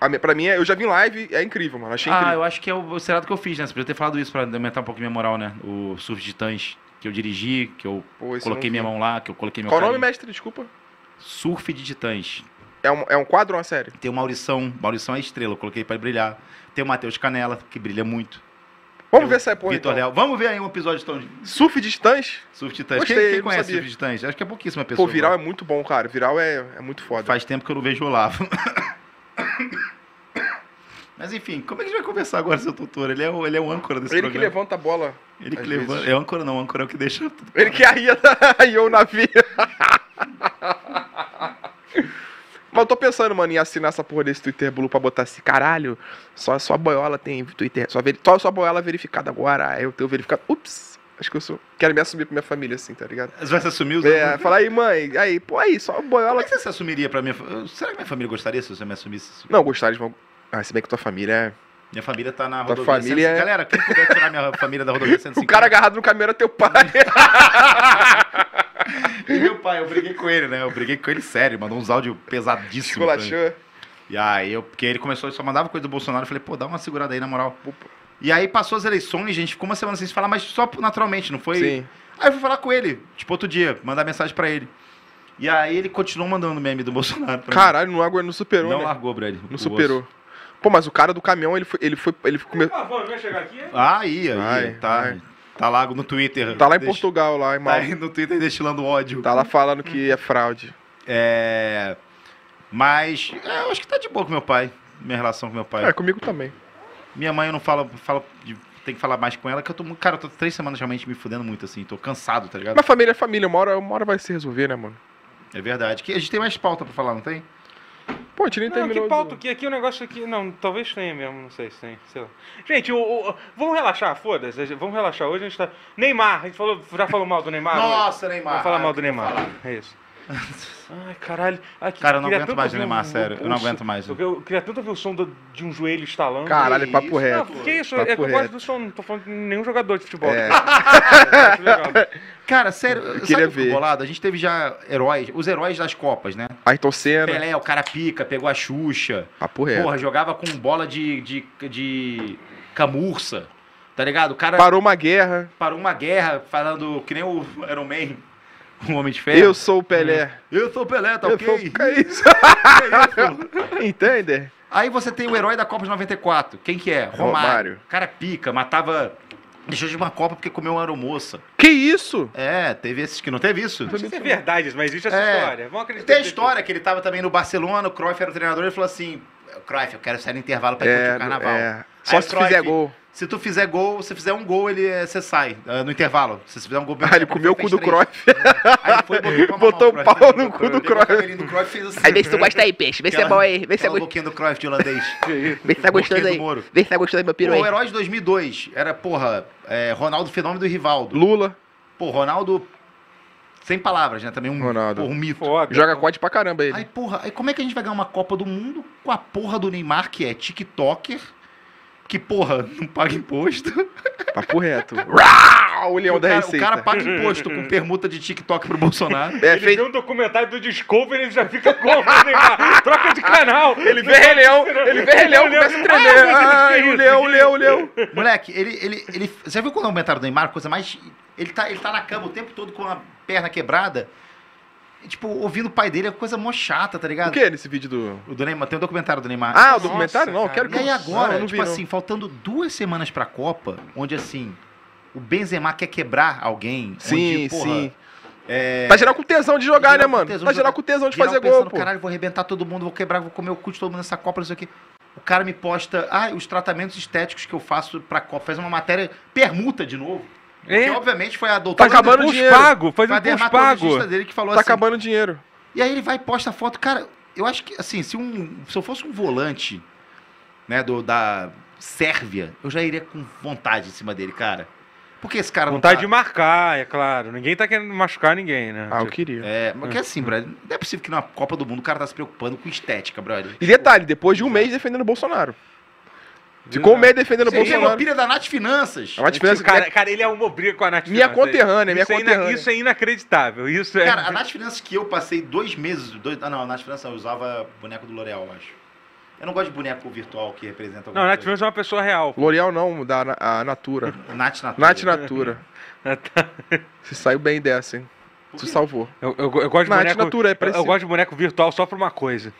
S2: A me- Pra mim, eu já vi em live, é incrível, mano. Achei
S1: Ah,
S2: incrível.
S1: eu acho que é o o seriado que eu fiz, né? Você podia ter falado isso pra aumentar um pouco minha moral, né? O Surf de Titãs que eu dirigi, que eu
S2: Pô, esse eu
S1: coloquei
S2: não
S1: minha
S2: vi.
S1: mão lá, que eu coloquei meu
S2: Qual o nome,
S1: carinho.
S2: mestre? Desculpa.
S1: Surf de Titãs.
S2: É um, é um quadro ou uma série?
S1: Tem o Maurição, Maurição é estrela, eu coloquei pra ele brilhar. Tem o Matheus Canela, que brilha muito.
S2: Vamos
S1: Eu-
S2: ver essa porra,
S1: Vitor
S2: então.
S1: Léo. Vamos ver aí um episódio então, de
S2: Surf de titãs?
S1: Surf de Titãs.
S2: Gostei,
S1: quem quem
S2: não
S1: conhece
S2: sabia.
S1: Surf de Titãs? Acho que é pouquíssima pessoa.
S2: Pô, viral é muito bom, cara. Viral é, é muito foda.
S1: Faz tempo que eu não vejo o Olavo. Mas enfim, como é que a gente vai conversar agora, seu doutor? Ele é o, ele é o âncora desse
S2: Ele que
S1: programa.
S2: levanta a bola.
S1: ele que
S2: às
S1: levanta.
S2: vezes.
S1: É o âncora não, o âncora é o que deixa.
S2: Ele que arria e o navio. Mas eu tô pensando, mano, em assinar essa porra desse Twitter Blue pra botar assim, caralho, só a sua boiola tem Twitter, só, veri... só a sua boiola verificada agora, aí eu tenho verificado, ups, acho que eu sou, quero me assumir pra minha família, assim, tá ligado?
S1: Você vai se assumir os
S2: É, falar aí, mãe, aí, pô, aí, só a
S1: Como
S2: boiola...
S1: é que você se assumiria pra minha. fa- Será que minha família gostaria se você me assumisse?
S2: Não, gostaram de... Ah, se bem que tua família é...
S1: Minha família tá na
S2: Tua
S1: rodovia.
S2: família
S1: 150.
S2: é-
S1: Galera, quem puder tirar minha família da rodovia 150?
S2: O cara agarrado no caminho era teu pai.
S1: E meu pai, eu briguei com ele, né? Eu briguei com ele sério, mandou uns áudios pesadíssimos. pra mim.
S2: Esculachou.
S1: E aí, eu, porque ele começou, ele só mandava coisa do Bolsonaro. Eu falei, pô, dá uma segurada aí, na moral.
S2: Opa.
S1: E aí passou as eleições, gente ficou uma semana sem se falar, mas só naturalmente, não foi?
S2: Sim.
S1: Aí eu fui falar com ele, tipo, outro dia, mandar mensagem pra ele. E aí ele continuou mandando meme do Bolsonaro pra
S2: Caralho, não, agu- não
S1: mim.
S2: superou,
S1: Não
S2: né?
S1: largou, Brad. o
S2: Não
S1: osso.
S2: superou. Pô, mas o cara do caminhão, ele foi. Ele foi. Ele come...
S3: Ah, vamos, vai chegar aqui? é?
S1: Ah, ia, ia.
S2: Ai,
S1: tá,
S2: ai.
S1: tá lá no Twitter.
S2: Tá lá em
S1: Deixa-
S2: Portugal, lá em
S1: Tá
S2: Mal.
S1: aí no Twitter destilando ódio.
S2: Tá lá falando que é fraude.
S1: É. Mas é, eu acho que tá de boa com meu pai. Minha relação com meu pai.
S2: É, comigo também.
S1: Minha mãe eu não fala. fala de- tem que falar mais com ela, que eu tô. muito- Cara, eu tô três semanas realmente me fudendo muito, assim. Tô cansado, tá ligado?
S2: Mas família é família, uma hora, uma hora vai se resolver, né, mano?
S1: É verdade. Que a gente tem mais pauta pra falar, não tem?
S2: Pô, a gente nem
S3: Não,
S2: terminou.
S3: que
S2: de-
S3: pauta que aqui o negócio aqui. Não, talvez tenha mesmo, não sei se tem. Sei lá. Gente, o, o- vamos relaxar, foda-se. Vamos relaxar. Hoje a gente tá. Neymar, a gente falou, já falou mal do Neymar? hoje?
S1: Nossa, Neymar.
S3: Vamos falar mal do Neymar. É isso. Ai, caralho. Aqui,
S1: Cara, eu não
S3: queria
S1: aguento
S3: tanto
S1: mais o
S3: ouvir
S1: Neymar,
S3: um-
S1: sério. Eu não
S3: um-
S1: aguento mais. né?
S3: Eu, eu queria tanto ouvir o som do- de um joelho estalando.
S2: Caralho,
S1: Que
S2: papo
S1: isso,
S3: Não,
S2: reto.
S3: que isso?
S2: Papo
S3: é que eu gosto
S2: reto.
S3: do som, não tô falando de nenhum jogador de futebol.
S2: É.
S3: Acho legal.
S1: Cara, sério, eu
S2: queria
S1: sabe o que eu
S2: ver.
S1: fico bolado? A gente teve já heróis, os heróis das Copas, né?
S2: Ayrton Senna.
S1: Pelé, o cara pica, pegou a Xuxa.
S2: Papo reto.
S1: Porra, jogava com bola de, de, de camurça. Tá ligado? O cara
S2: Parou uma guerra.
S1: parou uma guerra falando que nem o Iron Man, o um Homem de Ferro.
S2: Eu sou o
S6: Hum.
S2: Pelé.
S1: Eu sou o Pelé, tá
S2: Eu
S1: ok?
S2: sou um o- Que isso? Entende?
S1: Aí você tem o herói da Copa de 94. Quem que é? Romário.
S2: Romário.
S1: O cara pica, matava. Deixou de uma Copa porque comeu uma aeromoça.
S2: Que isso?
S1: É, teve esses que não teve isso.
S3: Não sei se é verdade, mas existe essa
S1: É.
S3: história. Vamos acreditar.
S1: Tem a
S3: que-
S1: história que ele tava também no Barcelona, o Cruyff era o treinador, ele falou assim: Cruyff, eu quero sair no intervalo pra ir curtir
S2: É,
S1: o carnaval.
S2: é.
S1: Aí
S2: Só
S1: o
S2: se
S1: Cruyff-
S2: fizer gol.
S1: Se tu fizer gol, se fizer um gol, ele eh, você sai eh, no intervalo. Se você fizer um gol,
S2: Ah, ele comeu o cu
S1: fez
S2: do
S1: três.
S2: Cruyff.
S1: Aí ele foi, botou, pra
S2: Botou
S1: mamar
S2: o pau
S1: né?
S2: no cu
S1: Pegou
S2: do Cruyff.
S1: o cabelinho do Cruyff e fez assim.
S6: Aí vê se tu gosta aí, peixe. Vê se é
S1: Aquela-
S6: bom aí. Vê se é
S1: aquela
S6: bom.
S1: boquinha do Cruyff de holandês.
S6: Vê se tá gostando
S1: boquinha
S6: aí.
S1: do Moro.
S6: Vê se tá gostando aí, meu
S1: Pô,
S6: piro
S1: o
S6: aí.
S1: herói de 2002 era, porra, eh, Ronaldo Fenômeno e Rivaldo.
S2: Lula.
S1: Pô, Ronaldo, sem palavras, né? Também um,
S2: Ronaldo.
S1: porra, um mito.
S3: Foda.
S2: Joga código pra caramba ele.
S1: Aí, porra, aí como é que a gente vai ganhar uma Copa do Mundo com a porra do Neymar, que é tiktoker, que, porra, não paga imposto.
S2: Papo reto. Uau, o leão
S1: o,
S2: da
S1: cara, o
S2: receita.
S1: cara paga imposto com permuta de tiktok pro Bolsonaro.
S2: É,
S3: Ele
S2: fez...
S3: vê um documentário do Discovery, ele já fica como, né, Neymar? Troca de canal.
S2: Ele vê Rei Leão, ele vê Rei Leão, começa a tremer. Ai, o Leão, o Leão, o Leão.
S1: Moleque, ele, ele, ele... Você viu quando aumentaram o Neymar? a Coisa mais... Ele tá, ele tá na cama o tempo todo com a perna quebrada. E, tipo, ouvindo o pai dele é coisa mó chata, tá
S2: O
S1: ligado?
S2: que nesse vídeo do...
S1: O do Neymar, tem um documentário do Neymar.
S2: Ah, o
S3: Nossa,
S2: documentário? Não, eu quero
S3: cara.
S2: que...
S1: E aí
S2: eu-
S1: agora,
S2: não, eu não
S1: tipo
S2: vi, não.
S1: assim, faltando duas semanas pra Copa, onde assim, o Benzema quer quebrar alguém.
S2: Sim,
S1: onde, porra,
S2: sim. Tá geral com tesão de jogar,
S1: É, Geral
S2: né,
S1: com
S2: mano?
S1: tesão
S2: Tá
S1: de
S2: geral
S1: jogar.
S2: com tesão de
S1: geral
S2: fazer
S1: pensando,
S2: gol, pô.
S1: Caralho, vou arrebentar todo mundo, vou quebrar, vou comer o cu de todo mundo nessa Copa, não sei o quê. O cara me posta, ah, os tratamentos estéticos que eu faço pra Copa. Faz uma matéria permuta de novo. Que obviamente foi a doutora...
S2: Tá acabando
S1: foi
S2: o
S3: Pus
S2: dinheiro.
S3: pago, faz
S1: a
S3: um pus pago.
S1: dermatologista dele que falou
S2: Tá
S1: assim...
S2: acabando o dinheiro.
S1: E aí ele vai e posta a foto. Cara, eu acho que, assim, se, um, se eu fosse um volante, né, do, da Sérvia, eu já iria com vontade em cima dele, cara. Porque esse cara
S3: Vontade de
S1: não tá...
S3: marcar, é claro. Ninguém tá querendo machucar ninguém, né?
S2: Ah, eu queria.
S1: É, porque assim, brother, não é possível que na Copa do Mundo o cara tá se preocupando com estética, brother.
S2: E detalhe, depois de um mês defendendo o Bolsonaro. Ficou um mês defendendo o
S1: Você tem uma
S2: Bolsonaro.
S1: pilha da Nath Finanças.
S2: É uma diferença
S3: Esse cara, cara, ele é uma briga com a Nath.
S2: Minha
S3: Finanças.
S2: conterrânea, minha
S3: Isso é ina-
S2: conterrânea.
S3: Isso é inacreditável. Isso é.
S1: Cara, a Nath Finanças que eu passei dois meses... Dois... Ah, não, a Nath Finanças eu usava boneco do L'Oréal, eu acho. Eu não gosto de boneco virtual que representa
S3: Não,
S1: alguma
S3: a Nath
S1: coisa.
S3: Finanças é uma pessoa real.
S2: L'Oreal não, da Na- a Natura.
S1: Nath Natura.
S2: Nath Natura. Você saiu bem dessa, hein? Você salvou.
S3: Eu, eu- eu gosto de
S2: Nath
S3: boneco.
S2: Natura, é
S3: eu, eu
S2: parecido.
S3: gosto de boneco virtual só pra uma coisa.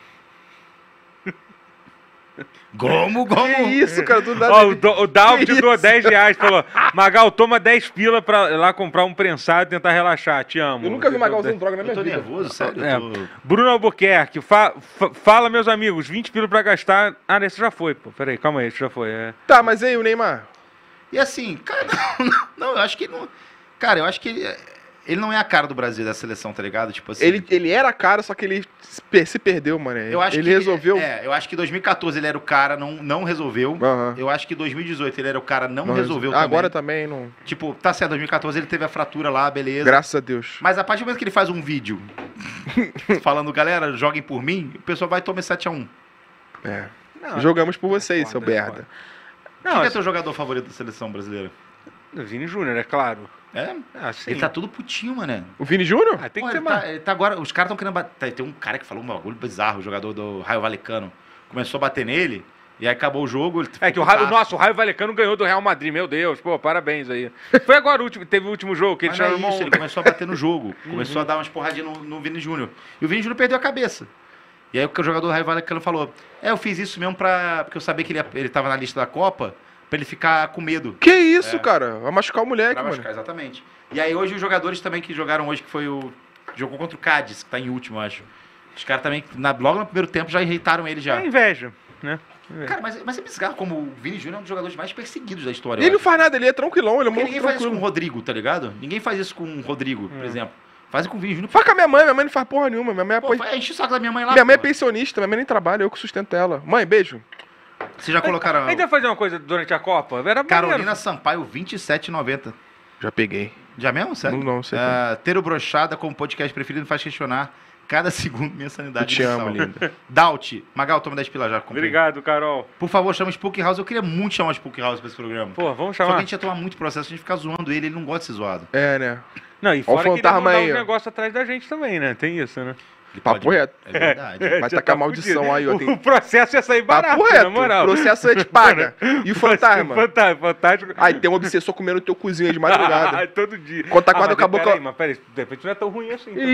S1: Gomo,
S2: Que
S1: gomo.
S2: isso, cara, do
S1: tá
S2: nada.
S3: Ó, o,
S2: ele-
S3: Do- o Dalvo
S2: Que
S3: te doou
S2: isso?
S3: 10 reais, falou. Magal, toma 10 pila pra lá comprar um prensado e tentar relaxar. Te amo.
S2: Eu nunca vi o Magal usando
S3: Magalzão.
S2: droga na
S1: Eu
S2: minha
S1: tô
S2: vida.
S1: nervoso, sério.
S3: É.
S1: Eu tô...
S3: Bruno Albuquerque, fa- fa- fala, meus amigos, 20 pila pra gastar. Ah, esse já foi, pô. Peraí, calma aí, esse já foi. É.
S2: Tá, mas e aí, o Neymar?
S1: E assim, cara, não, não, não, eu acho que ele não. Cara, eu acho que ele, ele não é a cara do Brasil da seleção, tá ligado? Tipo assim.
S2: Ele, ele era cara, só que ele se per- se perdeu, mano.
S1: eu acho
S2: ele
S1: que,
S2: resolveu.
S1: É, eu acho que 2014 ele era o cara, não, não resolveu.
S2: Aham.
S1: Eu acho que 2018 ele era o cara, não,
S2: Não
S1: resolveu também.
S2: Agora também, não.
S1: Tipo, tá certo, 2014 ele teve a fratura lá, beleza.
S2: Graças a Deus.
S1: Mas a partir do momento que ele faz um vídeo falando, galera, joguem por mim, o pessoal vai tomar 7x1.
S2: É.
S3: Não,
S2: Jogamos por
S1: é
S2: vocês,
S3: concordo,
S2: seu berda.
S3: Não,
S1: Quem é teu jogador favorito da seleção brasileira?
S3: Vini Júnior, é claro.
S1: É?
S3: Ah, sim.
S1: Ele tá tudo putinho, mané.
S2: O Vini Júnior?
S3: Ah, tem
S1: Pô,
S3: que ter
S1: ele
S3: mais.
S1: tá, ele tá agora, os caras estão querendo bater. Tem um cara que falou um bagulho bizarro, o jogador do Raio Valecano. Começou a bater nele e aí acabou o jogo. Ele Tá.
S3: É que o, raio, o nosso o Raio Valecano ganhou do Real Madrid, meu Deus, pô, parabéns aí. Foi agora o último, teve o Uhum. último jogo que ele
S1: Mas não é
S3: tirou uma
S1: isso, ele começou a bater no jogo. Começou a dar umas porradinhas no, no Vini Júnior. E o Vini Júnior perdeu a cabeça. E aí o jogador do Raio Valecano falou: É, eu fiz isso mesmo pra. Porque eu sabia que ele, ia- ele tava na lista da Copa, pra ele ficar com medo.
S2: Que isso, cara? Vai machucar o
S3: É
S2: moleque,
S1: Pra
S3: né?
S2: mano.
S1: É. machucar, exatamente. E aí hoje os jogadores também que jogaram hoje, que foi o. Jogou contra o Cádiz, que tá em último, eu acho. Os caras também, na- logo no primeiro tempo, já irritaram ele já.
S3: É inveja, né?
S1: Cara, mas, mas é bizarro como o Vini Júnior é um dos jogadores mais perseguidos da história.
S2: E ele
S1: eu
S2: não
S1: acho.
S2: faz nada, ele é tranquilão, ele é
S1: Porque
S2: muito
S1: ninguém faz isso com o
S2: tranquilo.
S1: Rodrigo, tá ligado? Ninguém faz isso com o Rodrigo, por exemplo. Fazem com o Vini Júnior.
S2: Faz com a minha mãe, minha mãe não faz porra nenhuma. Minha mãe,
S1: Pô,
S2: apoia-
S1: vai- enche o saco da minha mãe lá.
S2: minha mãe é
S1: pô.
S2: pensionista, minha mãe nem trabalha, eu que sustento ela. Mãe, beijo.
S1: Vocês já colocaram
S2: é
S3: A gente vai fazer uma coisa durante a Copa? Era
S1: Carolina Sampaio, 27,90.
S2: Já peguei.
S1: Já mesmo, sério?
S2: Não, não, sei é.
S1: Ah, ter o Brochada como podcast preferido me faz questionar cada segundo minha sanidade.
S2: Eu te
S1: mental.
S2: amo, linda.
S1: Daut, Magal, toma 10 pilas já. comprei.
S3: Obrigado, Carol.
S1: Por favor, chama Spook House. Eu queria muito chamar o Spook House pra esse programa.
S3: Pô, vamos
S1: Só que a
S3: chamar.
S1: gente ia tomar muito processo, a gente ficar zoando ele, ele não gosta de ser zoado.
S2: É, né?
S3: Não, e fora que ele ia
S2: fantasma
S3: mandar
S2: aí,
S3: uns
S2: ó.
S3: negócios atrás da gente também, né? Tem isso, né? tá
S1: Ele
S2: Papo
S1: pode-
S2: reto.
S1: É verdade.
S2: Vai
S3: Já
S2: tacar tá maldição
S3: fudido.
S2: aí, ó, tem-
S3: O processo ia sair barato, né,
S2: Papo
S3: na
S2: reto.
S3: moral.
S2: Processo é de paga. E o fantasma?
S3: Fantasma, fantástico. Ah,
S2: Aí tem um obsessor comendo teu cozinho de madrugada.
S3: Todo dia. Ah,
S2: Quando tá quase
S3: mas
S2: acabou
S3: peraí,
S2: com
S3: Mas peraí, de repente não é tão ruim assim. também.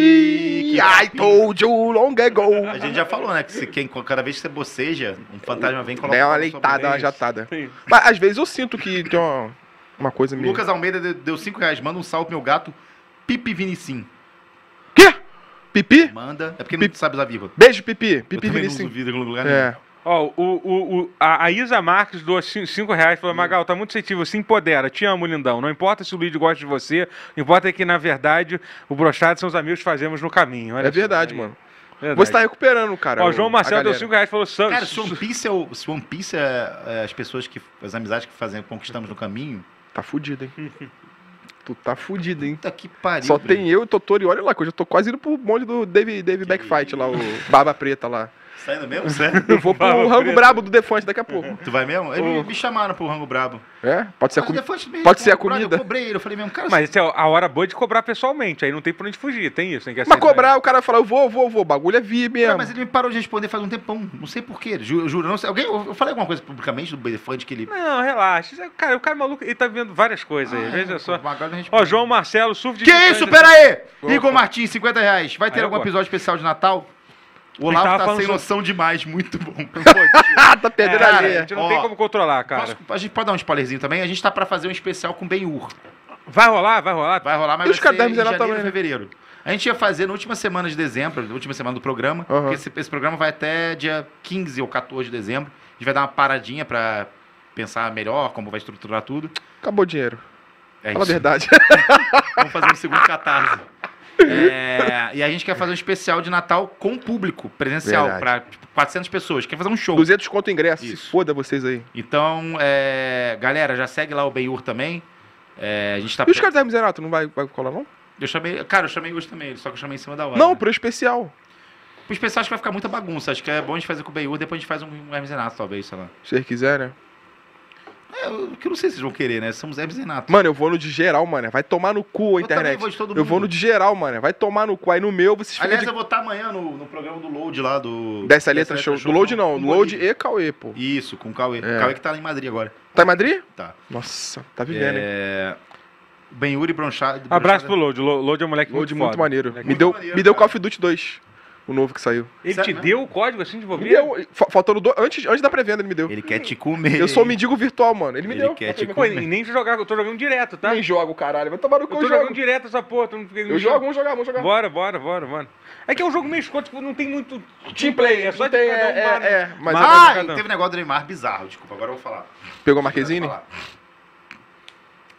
S2: Ih, I told you long ago.
S1: A gente já falou, né? Que se, quem, cada vez que você boceja, um fantasma vem e coloca.
S2: É uma
S1: na sua
S2: leitada, uma
S1: bandeja.
S2: jatada.
S3: Sim.
S2: Mas às vezes eu sinto que tem uma, uma coisa meio.
S1: Lucas Almeida de- deu 5 reais. Manda um salve pro meu gato, Pipi Vinicim.
S2: Quê? Pipi?
S1: Manda. É porque não
S2: Pipi.
S1: sabe usar vírgula.
S2: Beijo, Pipi.
S1: Eu
S2: Pipi
S1: também não uso
S2: Vinicius.
S1: vírgula em lugar né? nenhum.
S2: É.
S3: Ó, o, o, o- a, a Isa Marques doou 5 reais
S2: Hum.
S3: falou: Magal, tá muito sensível, se empodera, te amo, lindão. Não importa se o Luiz gosta de você, o que importa é que, na verdade, o brochado são os amigos que fazemos no caminho. Olha
S2: É
S3: só,
S2: verdade,
S3: aí.
S2: mano.
S3: Verdade.
S2: Você tá recuperando, cara.
S3: Ó,
S2: o-
S3: o João
S2: a
S3: Marcelo deu
S2: galera.
S3: 5 reais e falou: "Sam-
S1: Cara, se One Piece é, o, se One Piece é, é as pessoas que. As amizades que fazemos, conquistamos no caminho.
S2: Tá fudido, hein? tu tá fudido, hein?
S1: Puta que pariu.
S2: Só
S1: velho.
S2: tem eu e Totori, olha lá, que eu já tô quase indo pro bonde do Dave, Dave Backfight lá, o Barba Preta lá.
S1: Saindo Tá mesmo? Sério?
S2: Eu vou
S3: Barba
S2: pro rango
S3: Preta.
S2: brabo do Defante daqui a pouco.
S1: tu vai mesmo? Eles me- me chamaram pro Rango Brabo.
S2: É? Pode ser a
S1: Mas o
S2: comida.
S1: Defante me
S2: pode ser a
S1: respondeu, brother,
S2: comida.
S1: Eu cobrei ele. Eu falei mesmo, cara,
S3: Mas essa é a hora boa de cobrar pessoalmente, aí não tem pra onde fugir, tem isso, tem que
S2: Mas
S3: aceitar.
S2: cobrar, o cara fala, eu vou, eu vou, eu vou. O bagulho é
S1: Cara,
S2: VIP mesmo.
S1: tá, mas ele me parou de responder faz um tempão. Não sei porquê. Juro, juro não sei. Alguém, eu eu falei alguma coisa publicamente do Defante que ele.
S3: Não, relaxa. Isso é- Cara, o cara maluco, ele tá vendo várias coisas
S2: Ah,
S3: aí,
S2: é.
S3: veja só.
S1: Agora não
S3: Ó,
S1: responde.
S3: João Marcelo, surf de.
S1: Que
S3: titãs-
S1: isso? Pera aí!
S2: Opa.
S1: Igor Martins, 50 reais. Vai ter
S3: Aí eu
S1: algum
S3: gosto.
S1: episódio especial de Natal? O
S3: A gente
S1: Olavo
S3: tava
S1: tá sem
S3: falando
S1: noção demais, muito bom.
S2: Ah, tá perdendo
S3: É,
S2: a
S3: a
S2: linha.
S3: gente não
S1: Ó,
S3: tem como controlar, cara.
S1: Posso- a gente pode dar um spoilerzinho também? A gente tá pra fazer um especial com Ben-Hur.
S3: Vai rolar, vai rolar.
S1: Vai rolar, mas
S2: E os
S1: vai ser
S2: cadernos
S1: em
S2: de Natal
S1: janeiro e
S2: também, né?
S1: fevereiro. A gente ia fazer na última semana de dezembro, na última semana do programa,
S2: Aham.
S1: porque esse, esse programa vai até dia 15 ou 14 de dezembro. A gente vai dar uma paradinha pra pensar melhor como vai estruturar tudo.
S2: Acabou o dinheiro.
S1: É
S2: Fala a
S1: isso.
S2: verdade.
S1: Vamos fazer um segundo catarse. É, e a gente quer fazer um especial de Natal com público, presencial,
S2: Verdade.
S1: pra tipo, 400 pessoas. Quer fazer um show.
S2: 200 conto ingresso. Se
S1: Isso.
S2: foda vocês aí.
S1: Então, é, galera, já segue lá o Benhur também. É, a gente tá.
S2: E os caras da Miserato não vai, vai colar, não?
S1: Eu chamei. Cara, eu chamei hoje também, só que eu chamei em cima da hora. Né?
S2: Não, pro especial.
S1: Os pessoal acho que vai ficar muita bagunça. Acho que é bom a gente fazer com o Benhur, depois a gente faz um Hermes Renato, talvez, sei lá.
S2: Se vocês quiserem.
S1: É, eu, que eu não sei se vocês vão querer, né? Somos Hermes Renato.
S2: Mano, eu vou no de geral, mano. Vai tomar no cu a
S1: Eu também
S2: internet.
S1: vou de todo
S2: Eu vou no
S1: mundo.
S2: de geral, mano. Vai tomar no cu. Aí no meu, vocês ficam
S1: Aliás,
S2: de...
S1: eu vou estar amanhã no, no programa do Load lá do.
S2: Dessa letra
S1: é
S2: show. Do Load não.
S1: com
S2: Do Load
S1: Bolívia.
S2: e Cauê, pô.
S1: Isso, com o Cauê.
S2: É.
S1: O Cauê que tá lá em Madrid agora.
S2: Tá em Madrid?
S1: Tá.
S2: Nossa, tá vivendo, hein?
S1: Benhuri Bronchado.
S3: Abraço pro Load. Lo- Load é um moleque
S2: Load é
S3: muito
S2: muito
S3: foda.
S2: maneiro.
S3: Moleque
S2: Me
S1: muito
S2: deu,
S1: maneiro,
S2: me deu
S1: cara.
S2: Call of Duty 2. O novo que saiu.
S3: Ele
S1: Sério
S3: te
S1: mesmo?
S3: deu o código assim de bobeira?
S2: Me né? deu, fa- faltando dois. Antes, antes da pré-venda, ele me deu.
S1: Ele quer te comer.
S2: Eu sou o mendigo virtual, mano. Ele me
S1: Ele
S2: deu.
S1: quer te
S3: Pô, e Tipo, nem jogar, eu tô jogando direto, tá?
S2: né? Nem jogo, caralho. Vai tomar no
S3: Eu
S2: cu,
S3: tô
S2: eu
S3: jogando um
S2: jogo.
S3: direto essa porra. Tu não fica-
S2: Eu jogo, vamos jogar, vamos jogar.
S3: Bora, bora, bora, bora. É que é um jogo meio escroto, tipo, não tem muito
S2: Team play, é só tem,
S3: cada um
S2: é,
S3: lá, né?
S2: é, é, mas
S3: Mas-
S1: Ah, e
S3: Cada um.
S1: teve um negócio do Neymar bizarro, desculpa, agora eu vou falar.
S2: pegou Marquezine?
S1: Falar.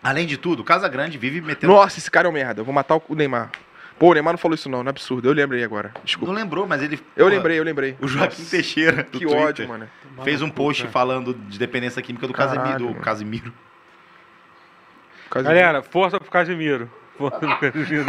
S1: Além de tudo, Casa Grande vive metendo.
S2: Nossa, esse cara é um merda. Eu vou matar o Neymar. Pô, o Neymar não falou isso não, não é absurdo. Eu lembrei agora. Desculpa.
S1: Não lembrou, mas ele.
S2: Eu
S1: Porra,
S2: lembrei, eu lembrei.
S1: O Joaquim Teixeira. do
S2: Que
S1: Twitter,
S2: ódio, mano.
S1: Fez um post falando de dependência química do
S2: Caralho,
S1: Casemiro. Do
S2: mano.
S1: Casemiro.
S2: Quase-
S3: Galera, força pro Casimiro. Força pro Casimiro.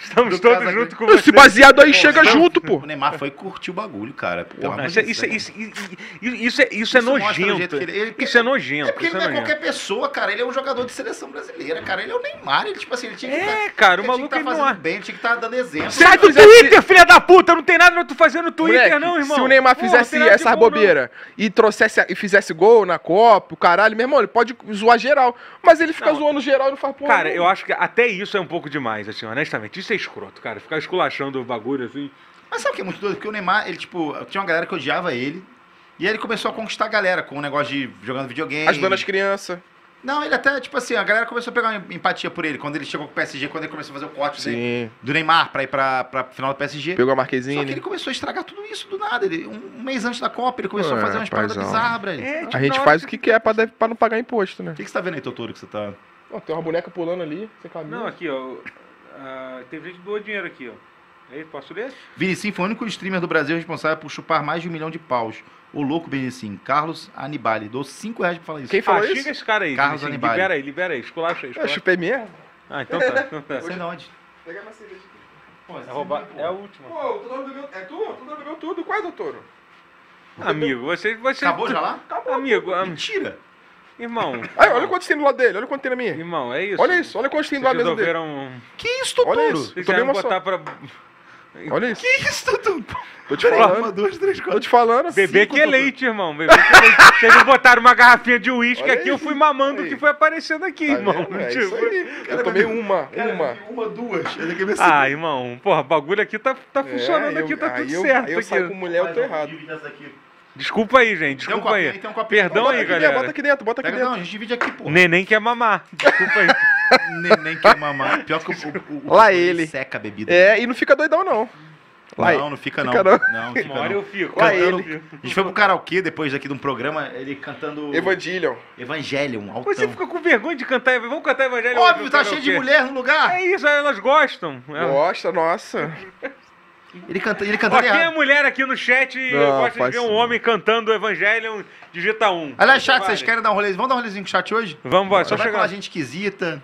S3: Estamos
S1: Do
S3: todos
S1: Casa
S3: juntos com
S2: Esse
S3: você.
S2: baseado aí chega junto, pô.
S1: O Neymar foi curtir o bagulho, cara. Então, Pelo amor
S3: Isso, é-
S1: de
S3: isso, é-
S1: Deus,
S3: isso, isso, isso é, isso é
S1: Isso mostra o
S3: nojento.
S1: jeito que ele- ele-
S3: Isso é
S1: cara.
S3: nojento.
S1: É porque ele
S3: isso
S1: não é
S3: nojento.
S1: qualquer pessoa, cara. Ele é um jogador de seleção brasileira, cara. Ele é o Neymar. Ele, tipo assim, ele tinha que tá-
S3: É, cara, o
S1: ele
S3: maluco
S1: tinha que
S3: ele
S1: tá
S3: não é.
S1: fazendo bem, ele tinha que estar dando exemplo.
S2: Sai do
S3: Twitter, filha da puta, não tem nada pra tu fazer no Twitter,
S2: Moleque,
S3: não, irmão.
S2: Se o Neymar
S3: Porra,
S2: fizesse
S3: tem nada de
S2: essas
S3: bom, não.
S2: bobeiras e trouxesse e fizesse gol na Copa, o caralho, meu irmão, ele pode zoar geral. Mas ele fica
S3: Não.
S2: zoando geral e não faz porra.
S3: Cara,
S2: não.
S3: eu acho que até isso é um pouco demais, assim, honestamente. Isso é escroto, cara. Ficar esculachando o bagulho assim.
S1: Mas sabe o que é muito doido? Porque o Neymar, ele, tipo, tinha uma galera que odiava ele. E aí ele começou a conquistar a galera com o negócio de jogando videogame.
S2: Ajudando as crianças.
S1: Não, ele até, tipo assim, a galera começou a pegar uma empatia por ele. Quando ele chegou com o PSG, quando ele começou a fazer o corte dele-
S2: Sim. né?
S1: do Neymar pra ir pra, pra final do PSG.
S2: Pegou a
S1: Só que ele
S2: Marquezine.
S1: começou a estragar tudo isso do nada. Ele, um, um mês antes da Copa, ele começou a
S2: É,
S1: fazer umas paradas
S2: paizão.
S1: bizarras, brother.
S3: É, tipo,
S2: A gente
S3: na hora
S2: faz o que quer pra, deve- pra não pagar imposto, né?
S1: O que, que você tá vendo aí, Totoro, que você tá...
S2: Ó, tem uma boneca pulando ali, sem camisa.
S3: Não, aqui, ó. ah, tem gente que doou dinheiro aqui, ó. Aí, posso ler?
S1: Vinicim foi o único streamer do Brasil responsável por chupar mais de um milhão de paus. O louco Vinicim, Carlos Anibali. Dou 5 reais pra falar isso.
S2: Quem falou
S3: ah,
S2: isso?
S3: chega esse cara aí.
S1: Carlos
S3: Vinicius,
S1: Anibali.
S3: libera aí, libera aí. Esculacha aí,
S2: Eu
S3: esculacha.
S2: chupei merda.
S3: Ah, então
S2: É.
S3: tá. Então tá.
S1: Sei é de onde.
S2: Pega minha cerveja aqui.
S3: É, roubar- é a última.
S2: Pô, o Totoro bebeu. É tu? O Totoro bebeu tudo. Qual é, doutor?
S3: Amigo, você. você
S1: Acabou já lá?
S3: Amigo, am-
S1: Mentira!
S3: irmão.
S2: Aí, olha quanto tem do lado dele, olha quanto tem na minha.
S3: Irmão, é isso.
S2: Olha isso, olha quanto tem do
S3: Vocês
S2: lado mesmo dele.
S3: resolveram.
S1: Que isso,
S2: Olha
S1: Totoro?
S2: isso, eu
S3: Vocês
S2: tô bem
S3: vieram
S2: emocionado.
S3: botar pra.
S2: Olha é isso.
S1: Que isso, Totoro?
S2: Tô te
S1: Peraí, uma,
S2: falando.
S1: duas, três, quatro.
S2: Tô te falando.
S3: Beber
S1: Cinco
S3: que é
S1: do-
S3: leite, irmão. Beber que é leite. Vocês não botaram uma garrafinha de uísque
S2: Olha
S3: aqui, eu
S2: aí,
S3: fui mamando o
S2: olha
S3: que
S2: aí.
S3: foi aparecendo aqui,
S2: Tá
S3: irmão.
S2: vendo? É
S3: Tipo,
S2: isso aí.
S1: Cara,
S2: Eu tomei
S1: bebeu-
S2: uma,
S1: Cara,
S2: uma.
S1: uma, duas. Ele quer ver se-
S3: Ah, irmão, porra, o bagulho aqui tá, tá funcionando
S2: É,
S3: aqui,
S2: eu-
S3: tá
S2: aí
S3: tudo
S2: eu-
S3: certo.
S2: Aí eu
S3: aqui.
S2: saio com mulher, eu tô
S1: Faz um
S2: errado.
S1: vídeo dessa aqui.
S3: Desculpa aí, gente,
S1: Tem um
S3: desculpa
S1: copinho,
S3: aí.
S1: tem um copinho.
S3: Perdão
S1: Bota aqui,
S2: Bota
S3: aí,
S2: aqui dentro,
S3: galera.
S2: Bota aqui dentro, bota aqui
S1: Pega, não, a
S2: dentro.
S1: gente divide aqui, pô.
S3: Neném quer mamar, desculpa aí.
S1: Neném quer mamar. Pior que o, o, o- o-
S2: Lá ele.
S1: seca a bebida.
S2: É, e não fica doidão, não. Lá
S1: não, não fica não.
S2: Fica
S1: não.
S2: não.
S1: fica não.
S3: fico.
S2: Lá
S3: cantando.
S1: A gente foi pro karaokê depois daqui de um programa, ele cantando
S2: Evangelion.
S1: Evangelion, altão.
S3: Você fica com vergonha de cantar, vamos cantar Evangelho.
S1: Então. Óbvio,
S3: no
S1: tá
S3: karaokê.
S1: cheio de mulher no lugar.
S3: É isso, elas gostam. Elas-
S2: Nossa, nossa.
S1: Ele, canta, ele
S3: Ó,
S1: cantando
S3: quem é
S1: errado.
S3: mulher aqui no chat e
S2: Não,
S3: gosta de
S2: faz
S3: ver
S2: isso
S3: um
S2: não.
S3: homem cantando o Evangelho, digita um.
S1: Aliás, chat, vocês
S3: Várias.
S1: querem dar um rolezinho? Vamos dar um rolezinho com o chat hoje?
S3: Vamos embora,
S1: Só
S3: só
S1: vai falar
S3: chegar.
S1: gente tá esquisita.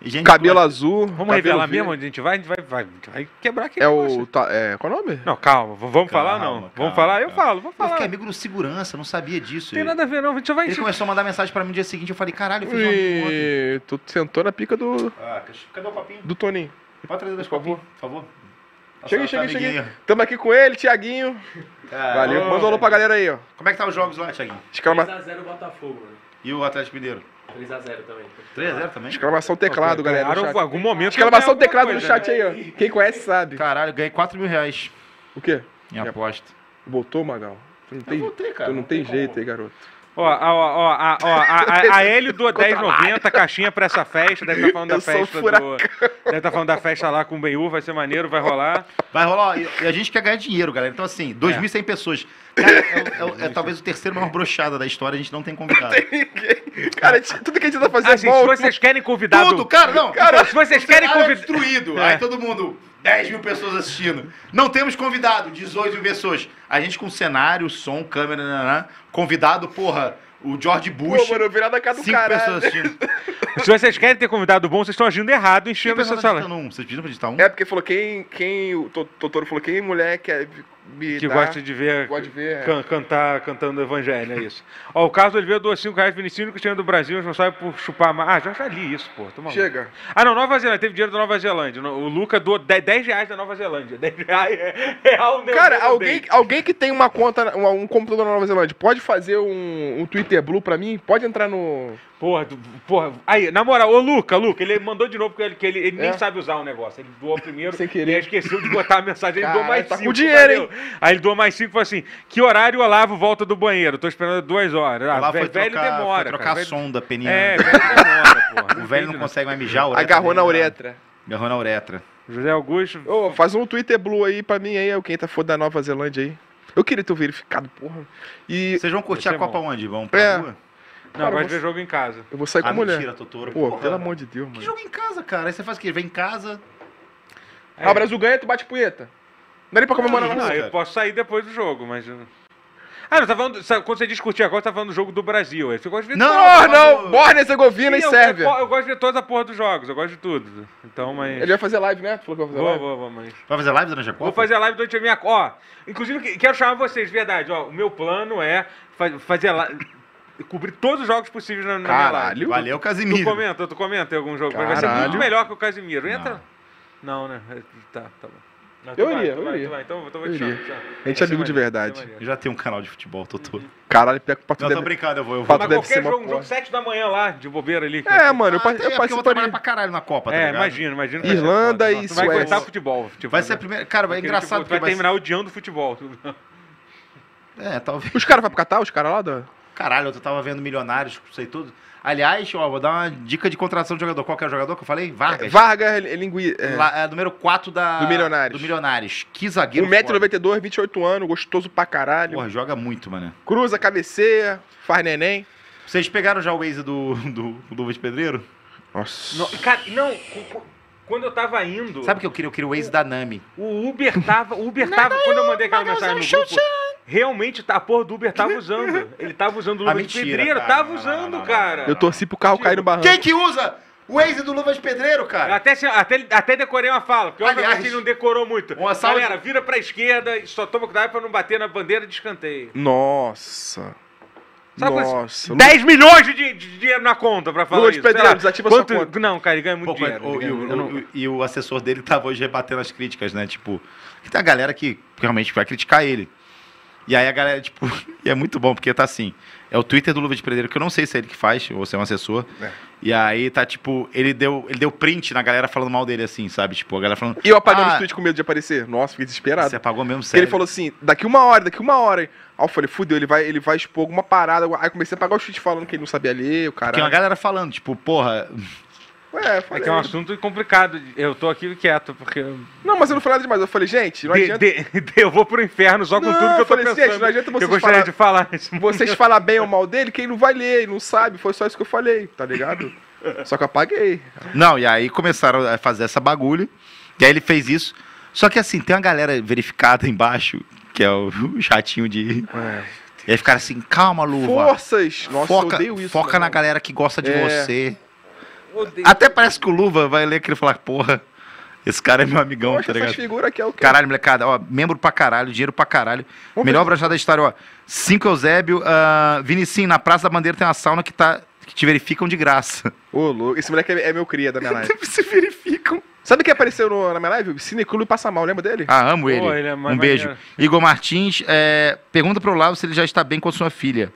S1: Gente
S2: Cabelo azul.
S3: Vamos
S2: cabelo
S3: revelar
S2: verde.
S3: mesmo onde a gente vai? A gente vai, vai, vai quebrar aqui.
S2: É o. tá- é, qual é o nome?
S3: Não, calma, v- vamos falar não.
S1: Calma, calma,
S3: vamos falar? Eu
S1: calma.
S3: falo, vou
S1: Eu
S3: falar.
S1: fiquei
S3: Não
S1: amigo do segurança, não sabia disso.
S3: tem nada a ver não, a gente só vai...
S1: Ele começou a mandar mensagem pra mim no dia seguinte, eu falei, caralho, eu fiz uma ontem.
S2: E tu sentou na pica do,
S1: Ah, cadê o papinho?
S2: do Toninho.
S1: Pode trazer dois
S2: Por favor.
S1: copinhos, por favor.
S2: Chega,
S1: Nossa,
S2: chega,
S1: tá
S2: chega.
S1: amiguinho.
S2: Tamo aqui com ele, Tiaguinho.
S1: Cara,
S2: Valeu.
S1: ô,
S2: Manda um alô pra galera aí, ó.
S1: Como é que tá os jogos lá, Thiaguinho?
S2: Exclama-
S7: 3x0 Botafogo, mano.
S1: E o Atlético Mineiro?
S7: 3x0 também.
S1: 3x0 também?
S2: Exclamação teclado, galera. no
S3: Ganharam
S2: chat.
S3: algum momento...
S2: Exclamação
S3: ganharam
S2: teclado
S3: alguma
S2: no
S3: coisa, né?
S2: chat aí, ó. Quem conhece sabe.
S1: Caralho, ganhei 4 mil reais
S2: O quê?
S1: em aposta.
S2: Botou, Magal? Tu não tem,
S1: voltei, cara,
S2: tu não
S1: não
S2: tem
S1: tem
S2: jeito
S1: como.
S2: aí, garoto.
S3: Ó, ó, ó, ó, ó, a, a, a Hélio do 1090, caixinha pra essa festa, deve estar falando da
S2: Eu sou um
S3: festa do... Deve estar falando da festa lá com o Benhu, vai ser maneiro, vai rolar.
S1: Vai rolar, ó, e e a gente quer ganhar dinheiro, galera. Então, assim, 2.100 pessoas. Cara, é, o- é o- é talvez o terceiro maior brochada da história, a gente não tem convidado.
S2: Cara, t- tudo que a gente tá fazendo é
S3: Assim,
S2: bom.
S3: se vocês querem convidado...
S1: Tudo, cara, não.
S3: Cara, se vocês querem
S1: Cenário
S3: convidar...
S1: destruído.
S3: É.
S1: Aí todo mundo, 10 mil pessoas assistindo. Não temos convidado, 18 mil pessoas. A gente com cenário, som, câmera, nananã. convidado, porra, o George
S2: Pô,
S1: Bush.
S2: mano, eu virar da casa do
S1: Cinco pessoas
S2: caralho.
S1: assistindo.
S3: Se vocês querem ter convidado bom, vocês estão agindo errado,
S1: Quem
S3: enchendo
S1: pensou
S3: essa
S1: na
S3: sala.
S1: digitando um? Vocês pediram pra digitar um?
S2: É, porque falou quem. quem o To- Totoro falou quem mulher quer me
S3: Que
S2: dar-
S3: gosta de ver,
S2: gosta de tá? ver, é.
S3: can- cantar cantando o evangelho, é isso. Ó, o Carlos Oliveira doou 5 reais, Vinicius Cristiano do Brasil, responsável por chupar mais. Ah, já, já li isso, pô. Tô maluco.
S2: Chega.
S3: Ah, não, Nova Zelândia, teve dinheiro da Nova Zelândia. No- O Luca doou 10 10 reais da Nova Zelândia. 10 reais é real, né?
S2: Cara, alguém, alguém que tem uma conta, um, um computador na Nova Zelândia, pode fazer um, um Twitter Blue pra mim? Pode entrar no.
S3: Porra, tu- porra. Aí, na moral, ô Luca, Luca, ele mandou de novo porque ele, que ele, ele nem
S2: É.
S3: sabe usar o negócio. Ele doou primeiro
S2: Sem querer.
S3: e aí esqueceu de botar a mensagem. Ele doou
S2: Caralho,
S3: mais
S2: tá com
S3: cinco.
S2: dinheiro, hein?
S3: Aí ele doou mais cinco e falou assim: que horário o Olavo volta do banheiro? Tô esperando duas horas. Ah,
S1: Lá
S3: velho,
S1: foi
S3: velho
S1: trocar,
S3: demora.
S1: foi trocar
S3: cara.
S1: a né?
S3: Velho-
S1: sonda peniana.
S3: É, velho demora, porra.
S1: o velho não
S3: entende,
S1: consegue mais mijar, a uretra
S2: Agarrou
S1: dele,
S2: na
S1: né?
S2: uretra.
S1: Agarrou na uretra.
S3: José Augusto.
S2: Ô, faz um Twitter blue aí pra mim aí, quem tá foda da Nova Zelândia aí. Eu queria ter um verificado, porra. E
S1: Vocês vão curtir
S3: Vai
S1: a
S3: ser
S1: Copa
S3: bom.
S1: onde? Vão pra
S2: É.
S1: rua?
S3: Não,
S2: Cara,
S3: vai
S2: você-
S3: ver jogo em casa.
S2: eu vou sair com
S1: ah,
S2: a mulher.
S1: mentira, Totoro.
S2: Pô,
S1: porra.
S2: pelo amor de Deus,
S1: Que
S2: mano.
S1: jogo em casa, cara? Aí você faz o quê? Vem em casa?
S2: Ah, o Brasil ganha, tu bate punheta. Não é nem pra comemorar,
S1: Não,
S3: Não,
S2: não.
S3: Ah, eu
S1: cara.
S3: posso sair depois do jogo, mas. Ah, não, tá falando. sabe, Quando você diz curtir agora, você tá falando do jogo do Brasil. Aí você gosta de ver
S1: Não,
S3: tudo.
S2: Porra,
S1: Não.
S2: não! Bósnia, Herzegovina e
S3: eu,
S2: Sérvia.
S3: Eu, eu gosto de ver toda a porra dos jogos, eu gosto de tudo. Então, mas.
S2: Ele vai fazer live, né? Tu falou que vai fazer
S3: Vou,
S2: live.
S3: vou, vou, mas.
S1: Vai fazer live durante a Copa?
S3: Vou fazer live durante a minha. Ó, inclusive, que- quero chamar vocês, verdade. Ó, o meu plano é fa- fazer live. cobrir todos os jogos possíveis na, na minha live.
S2: Caralho.
S1: Valeu,
S3: Tu
S1: Casimiro.
S3: comenta, tu comenta em algum jogo. mas Vai ser
S2: Caralho.
S3: muito melhor que o Casimiro. Entra. Não, né? Tá, tá bom. Não, tu
S2: Eu
S3: vai,
S2: iria,
S3: tu
S2: eu
S3: vai,
S2: iria.
S3: tu vai, Então, então vou
S2: Eu
S3: te
S2: iria.
S3: chamar, te chamar.
S2: A gente é
S3: Vai ser
S2: amigo de
S3: maneiro,
S2: verdade.
S3: vai ser maneiro.
S1: Eu já tenho um canal de futebol, Totoro.
S2: Caralho, pior que pra tu
S1: Não, tá tô
S2: deve-
S1: brincando, eu vou. Eu vou.
S2: Pato
S3: Mas
S2: deve ser
S3: qualquer
S2: uma
S3: jogo, um jogo
S2: porra.
S3: 7 da manhã lá, de bobeira ali. que-
S2: É, mano, eu,
S1: Ah,
S2: par-
S1: é porque
S2: eu
S1: eu vou trabalhar
S2: participaria.
S1: pra caralho na Copa, tá
S3: É,
S1: ligado?
S3: imagino, imagino. que vai ser
S2: Irlanda
S3: foda.
S2: e
S3: Tu Vai
S2: Suécia.
S3: aguentar futebol. futebol,
S1: Vai ser a
S3: né?
S1: primeira. Cara, vai
S3: Porque,
S1: engraçado.
S3: tipo, tu vai
S1: porque vai ser-
S3: terminar odiando futebol.
S1: É, talvez.
S2: Os caras vão pro Catar, os caras lá da.
S1: Caralho, eu tava vendo milionários, sei tudo. Aliás, ó, vou dar uma dica de contratação de jogador. Qual que é o jogador que eu falei? Vargas.
S2: Vargas, é Lingui. É.
S1: Lá, é, número 4 da...
S2: Do Milionários.
S1: Do Milionários. Que zagueiro. foda.
S2: 1,92m, 28 anos, gostoso pra caralho.
S1: Porra, joga muito, mano.
S2: Cruza, cabeceia, faz neném.
S1: Vocês pegaram já o Waze do, do, do Luva de Pedreiro?
S2: Nossa.
S3: Não, cara, não, cu- cu- quando eu tava
S2: Tipo,
S3: indo,
S1: Sabe o que eu queria? Eu queria o Waze da Nami.
S3: o Uber tava. O Uber tava. quando eu mandei aquela mensagem no grupo, realmente tá- a porra do Uber tava usando. Ele tava usando o
S1: Ah,
S3: Uber de
S1: mentira,
S3: pedreiro,
S1: cara.
S3: tava
S1: Não, não,
S3: usando,
S1: não, não,
S3: cara.
S1: não,
S2: Eu torci pro carro cair no barranco.
S1: Quem que usa o Waze do Luva de Pedreiro,
S3: Eu
S1: cara?
S3: Até, se- até, até decorei uma fala, porque
S1: Aliás,
S3: obviamente ele não decorou muito.
S1: uma salva
S3: Galera, vira pra esquerda e só toma cuidado pra não bater na bandeira de escanteio.
S2: Nossa.
S3: Sabe quando-
S2: Nossa.
S3: 10 milhões de, di- de dinheiro na conta pra falar
S2: Luiz
S3: isso.
S2: Pedreiro,
S3: sei lá.
S2: desativa
S3: Quanto-
S2: sua conta.
S3: Não, cara, ele ganha muito
S1: Pô,
S3: dinheiro.
S1: o-
S3: ele
S1: e,
S3: ganha- eu não-
S1: o, o- e o assessor dele tava hoje rebatendo as críticas, né? Tipo, tem a galera que realmente vai criticar ele. E aí a galera, tipo, e é muito bom, porque tá assim. É o Twitter do Luva de Pedreiro, que eu não sei se é ele que faz, ou se é um assessor.
S2: É.
S1: E aí tá, tipo, ele deu, ele deu print na galera falando mal dele, assim, sabe? Tipo, a galera falando.
S2: E eu apagando
S1: Ah.
S2: os tweets com medo de aparecer. Nossa, fiquei desesperado.
S1: Você apagou mesmo,
S2: Porque
S1: sério.
S2: ele falou assim, daqui uma hora, daqui uma hora. Aí eu falei, fudeu, ele vai, ele vai expor alguma parada. Aí comecei a apagar os tweets falando que ele não sabia ler, o
S1: Tem é uma
S2: caralho.
S1: galera falando, tipo, porra,
S2: Ué, eu
S3: É
S2: falei.
S3: que é um assunto complicado. Eu tô aqui quieto, porque.
S2: Não, mas eu não falei nada demais. Eu falei, gente, não
S3: De,
S2: adianta.
S3: de- de- eu vou pro inferno só com
S2: Não,
S3: tudo que eu tô
S2: falei, gente,
S3: pensando.
S2: não adianta
S3: eu
S2: vocês
S3: gostaria
S2: falar-
S3: de falar isso.
S2: Vocês falam bem ou mal dele, quem não vai ler, não sabe. Foi só isso que eu falei, tá ligado? Só que eu apaguei.
S1: Não, e aí começaram a fazer essa bagulho. E aí ele fez isso. Só que assim, tem uma galera verificada embaixo, que é o, o chatinho de. E aí ficaram assim, calma, Luva.
S2: Forças! Nossa,
S1: foca
S2: eu odeio isso.
S1: foca
S2: né,
S1: na
S2: mano?
S1: galera que gosta de
S2: É.
S1: você.
S3: Odeio.
S1: Até parece que o Luva vai ler aquilo e falar, porra, esse cara é meu amigão,
S2: Eu acho
S1: tá
S2: que essas
S1: ligado?
S2: figuras aqui é o quê?
S1: Caralho, molecada, ó, membro pra caralho, dinheiro pra caralho.
S2: Vamos
S1: Melhor abraçada da história, ó. Cinco Eusébio, ah, Vinicim, na Praça da Bandeira tem uma sauna que, tá, que te verificam de graça.
S2: Ô, louco. Esse moleque é, é meu cria da minha live.
S1: Se verificam.
S2: Sabe quem apareceu no- na minha live? Cineclube Passa Mal, lembra dele?
S1: Ah, amo
S3: Pô,
S1: ele.
S3: ele é mais
S1: um beijo.
S3: maneiro.
S1: Igor Martins, é, pergunta pro Lavo se ele já está bem com a sua filha.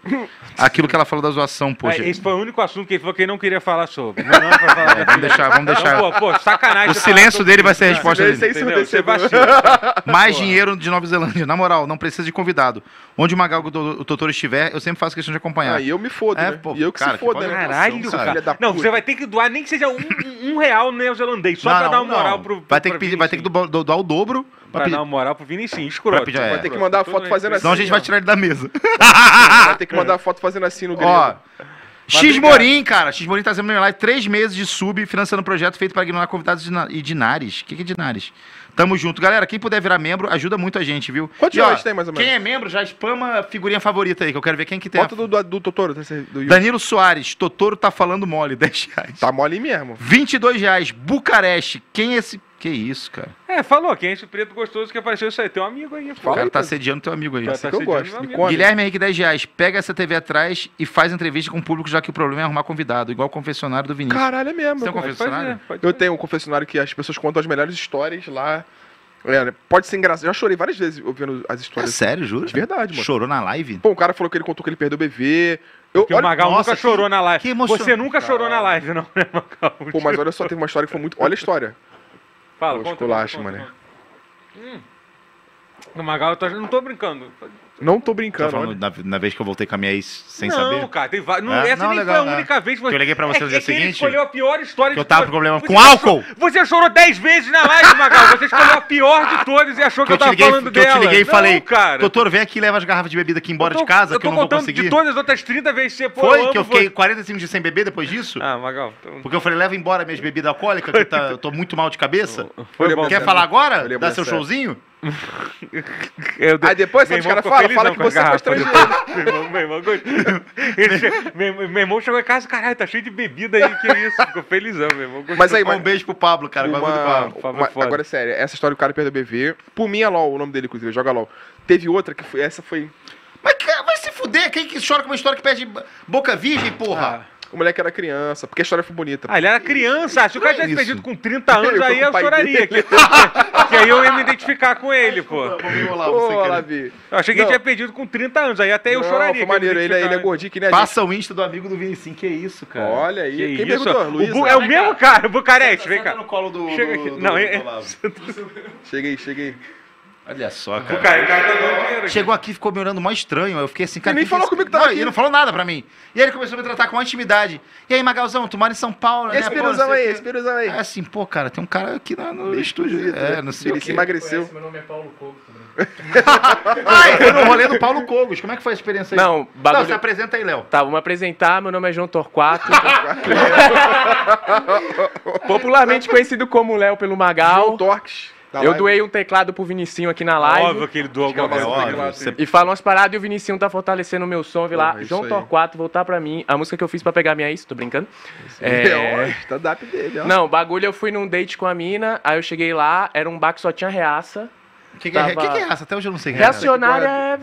S1: Aquilo que ela falou da zoação,
S3: É,
S1: poxa.
S3: esse foi o único assunto que ele falou que ele não queria falar sobre. Não, não, pra falar
S1: É, Vamos deixar, vamos deixar.
S3: Então, pô, pô, sacanagem.
S1: O
S3: você
S1: silêncio
S3: falar
S1: dele
S3: sobre
S1: vai ser a
S3: isso, cara.
S1: resposta dele.
S2: Silêncio é isso,
S3: Entendeu? Você
S2: Rodrigo.
S3: vacila.
S1: Mais
S3: Porra.
S1: dinheiro de Nova Zelândia. Na moral, não precisa de convidado. Onde o Magal, o o Totoro estiver, eu sempre faço questão de acompanhar.
S2: Aí eu me fodo,
S1: É,
S2: né?
S1: pô,
S2: e eu que
S1: cara,
S2: se foda,
S1: que
S2: né?
S3: Caralho,
S1: cara.
S2: Filha da
S3: Não,
S2: puta.
S3: você vai ter que doar nem que seja um, um- um real neozelandês, só
S1: Não,
S3: pra
S1: não,
S3: dar uma moral
S1: não.
S3: pro, pro.
S1: Vai ter que
S3: pra
S1: pedir, vai ter que
S3: Vinicius.
S1: doar, doar o dobro. pra
S3: Pra
S1: pedir.
S3: dar um uma moral pro Vinicius, escroto.
S1: Pra pedir, é.
S3: Vai
S1: Vai ter
S2: que mandar uma foto fazendo
S1: Senão a gente vai tirar ele da mesa.
S2: Vai ter Ah, que mandar foto fazendo assim no
S1: Ah! Ó.
S2: grego.
S1: X Morim, cara. X Morim tá fazendo minha live. Três meses de sub, financiando um projeto feito para ignorar convidados de na- e dinares. O que, que é dinares? Tamo junto. Galera, quem puder virar membro, ajuda muito a gente, viu?
S2: Quantos
S1: E, ó,
S2: reais tem, mais ou menos?
S1: Quem é membro, já spama a figurinha favorita aí, que eu quero ver quem que tem. a-
S2: Foto do, do, do Totoro, desse- do Yu.
S1: Danilo Soares, Totoro tá falando mole, 10 reais.
S2: Tá mole mesmo.
S1: 22 reais, Bucareste. Quem é esse. Que isso, cara?
S3: É, falou, quem é esse preto gostoso que apareceu isso aí? Tem um amigo aí.
S1: O
S3: Fala.
S1: cara
S2: aí,
S1: tá
S2: cara.
S1: assediando teu amigo aí.
S3: Tá
S2: Assim que eu
S3: sediando
S2: gosto.
S3: meu
S2: Me
S3: amigo.
S2: come.
S1: Guilherme Henrique, 10 reais. Pega essa TV atrás e faz entrevista com o público, já que o problema é arrumar convidado, igual o confessionário do Vinícius.
S3: tá
S2: Caralho, é mesmo.
S1: Você tem um
S2: Eu-
S1: confessionário?
S2: Eu tenho um confessionário que as pessoas contam as melhores histórias lá. É, pode ser engraçado. Eu já chorei várias vezes ouvindo as
S1: É
S2: histórias.
S1: sério, juro?
S2: De verdade, mano.
S1: Chorou na live?
S2: Pô, o cara falou que ele contou que ele perdeu o bebê. Eu,
S3: Porque o
S2: olha,
S3: Magal
S1: nossa,
S3: nunca
S1: que-
S3: chorou na live.
S1: que emoção-
S3: Você nunca chorou na live, não, né, Magal?
S2: pô, mas olha só, teve uma história que foi muito. Olha a história.
S3: Fala,
S2: Pô,
S3: conta,
S2: esculacho,
S3: conta, conta,
S2: mané.
S3: conta. Hum. O Magal, eu tô- não tô brincando.
S2: Não tô
S1: Tá
S2: brincando,
S1: falando
S2: olha.
S1: na, na vez que eu voltei com a minha ex sem
S3: não,
S1: saber?
S3: cara, tem vários.
S1: É?
S3: Essa
S1: Não,
S3: nem
S1: legal,
S3: foi a
S1: né?
S3: única vez que é
S1: Que eu liguei pra você no dia
S3: que ele
S1: seguinte,
S3: escolheu a pior história
S1: que eu
S3: de
S1: tava
S3: todas.
S1: com problema
S3: Você
S1: com
S3: já
S1: álcool.
S3: chorou- Você chorou 10 vezes na live, Magal. Você escolheu a pior de todas e achou que,
S1: Que eu, te
S3: tava
S1: liguei,
S3: falando
S1: que eu
S3: dela.
S1: te liguei e
S3: Não,
S1: falei,
S3: cara.
S1: doutor, vem aqui e leva as garrafas de bebida aqui embora
S3: Eu tô-
S1: de casa, que eu
S3: tô
S1: não vou
S3: contando
S1: conseguir.
S3: de todas as outras 30 vezes que você pô,
S1: Foi
S3: amo
S1: que eu fiquei
S3: você.
S1: 45 dias sem beber depois disso?
S3: Ah, Magal. então-
S1: Porque eu falei, leva embora minhas bebidas alcoólicas, que eu tá- eu tô muito mal de cabeça.
S3: Foi
S2: Olha,
S3: bom. né?
S1: Quer
S2: cara.
S1: falar
S2: Eu
S1: agora?
S2: lembro
S1: Dá seu
S2: dessa época.
S1: showzinho?
S3: Eu dei-
S2: Aí depois, sabe
S3: Meu
S2: o que os
S3: irmão
S2: caras
S3: ficou
S2: falam?
S3: felizão
S2: Fala que
S3: com a
S2: você é
S3: garrafa
S2: constrangido.
S3: depois. meu, irmão, meu, irmão, gostou. Ele che- meu, meu irmão chegou em casa, caralho, tá cheio de bebida aí, que isso? Ficou felizão, meu irmão. gostou.
S2: Mas aí,
S1: Um
S2: mas,
S1: beijo pro Pablo, cara.
S2: Uma-
S1: Uma... Muito Pablo.
S3: Pablo
S2: uma-
S3: é foda.
S2: agora, sério, essa história do cara perdeu o bebê. Por mim é LOL, o nome dele, inclusive, joga LOL. Teve outra que foi. Essa foi.
S1: Mas cara, vai se fuder, quem que chora com uma história que perde boca virgem, porra?
S2: O moleque era criança, porque a história foi bonita.
S3: Ah, ele era criança. Se o cara tivesse
S1: Isso.
S3: perdido com 30 anos,
S2: Eu
S3: aí
S2: com o
S3: eu
S2: pai
S3: choraria. Que,
S2: dele.
S3: que aí eu ia me identificar com ele, pô.
S1: Vou me enrolar, você,
S2: Pô,
S1: cara.
S2: Lavi.
S3: Eu achei que
S2: Não.
S3: ele tinha perdido com 30 anos, aí até eu
S2: Não,
S3: choraria. né?
S2: Foi
S3: que eu me
S2: maneiro, ele, ele é
S3: identificava.
S2: gordinho que nem a gente.
S1: Passa o Insta do amigo do Vinicinho, que é isso, cara.
S2: Olha aí.
S3: Que
S2: Quem
S3: isso?
S2: perguntou? né?
S3: O
S2: Luísa.
S3: Bu- é o mesmo cara, o Bucareste. Vem cá.
S1: Tá no colo do...
S3: Chega aqui. Não, é-
S2: Cheguei, cheguei.
S1: Olha É só, cara.
S3: O cara, o cara tá dando dinheiro aqui.
S1: Chegou aqui, ficou me olhando mó estranho. aí Eu fiquei assim, cara.
S2: Ele nem
S1: que
S2: falou
S1: que é
S2: comigo que
S1: esse-
S2: tava
S1: não, Ele
S2: aqui.
S1: não falou nada pra mim. E aí ele começou a me tratar com uma intimidade. E aí, Magalzão, tu mora em São Paulo, né?
S2: Esse
S1: pô,
S2: piruzão
S1: não sei
S2: aí,
S1: o quê.
S2: esse piruzão aí.
S1: É assim, pô, cara, tem um cara aqui na- no
S2: Bem
S1: estúdio.
S2: esquisito,
S1: É,
S2: né?
S1: não sei
S2: Ele
S1: o
S2: se
S1: quê.
S2: emagreceu.
S7: Conhece, meu nome é Paulo Cogo também.
S1: Ai, foi no rolê do Paulo Cogos. Como é que foi a experiência aí?
S7: Não,
S1: Não,
S7: bagulho.
S1: se apresenta aí, Léo.
S7: Tá, vou me apresentar. Meu nome é João Torquato. Popularmente conhecido como Léo pelo Magal.
S2: João Torques. tá da
S7: Eu
S2: live.
S7: doei um teclado pro Vinicinho aqui na live.
S3: Óbvio que ele doou alguma
S2: Acho que é
S3: coisa.
S2: uma
S3: pra
S1: óbvio,
S3: ele.
S1: você-
S7: E fala umas paradas e o Vinicinho tá fortalecendo o meu som. Vi lá,
S2: Porra, isso
S7: João
S2: aí.
S7: Torquato, voltar pra mim. A música que eu fiz pra pegar minha ex, tô brincando.
S2: É, ó,
S7: É...
S2: stand-up dele, ó.
S7: Não, o bagulho, eu fui num date com a mina, aí eu cheguei lá, era um bar que só tinha reaça.
S1: O que, que é-
S7: Tava-
S1: o que que é essa? Até hoje eu não
S2: tipo,
S1: sei. o que é essa.
S7: Reacionária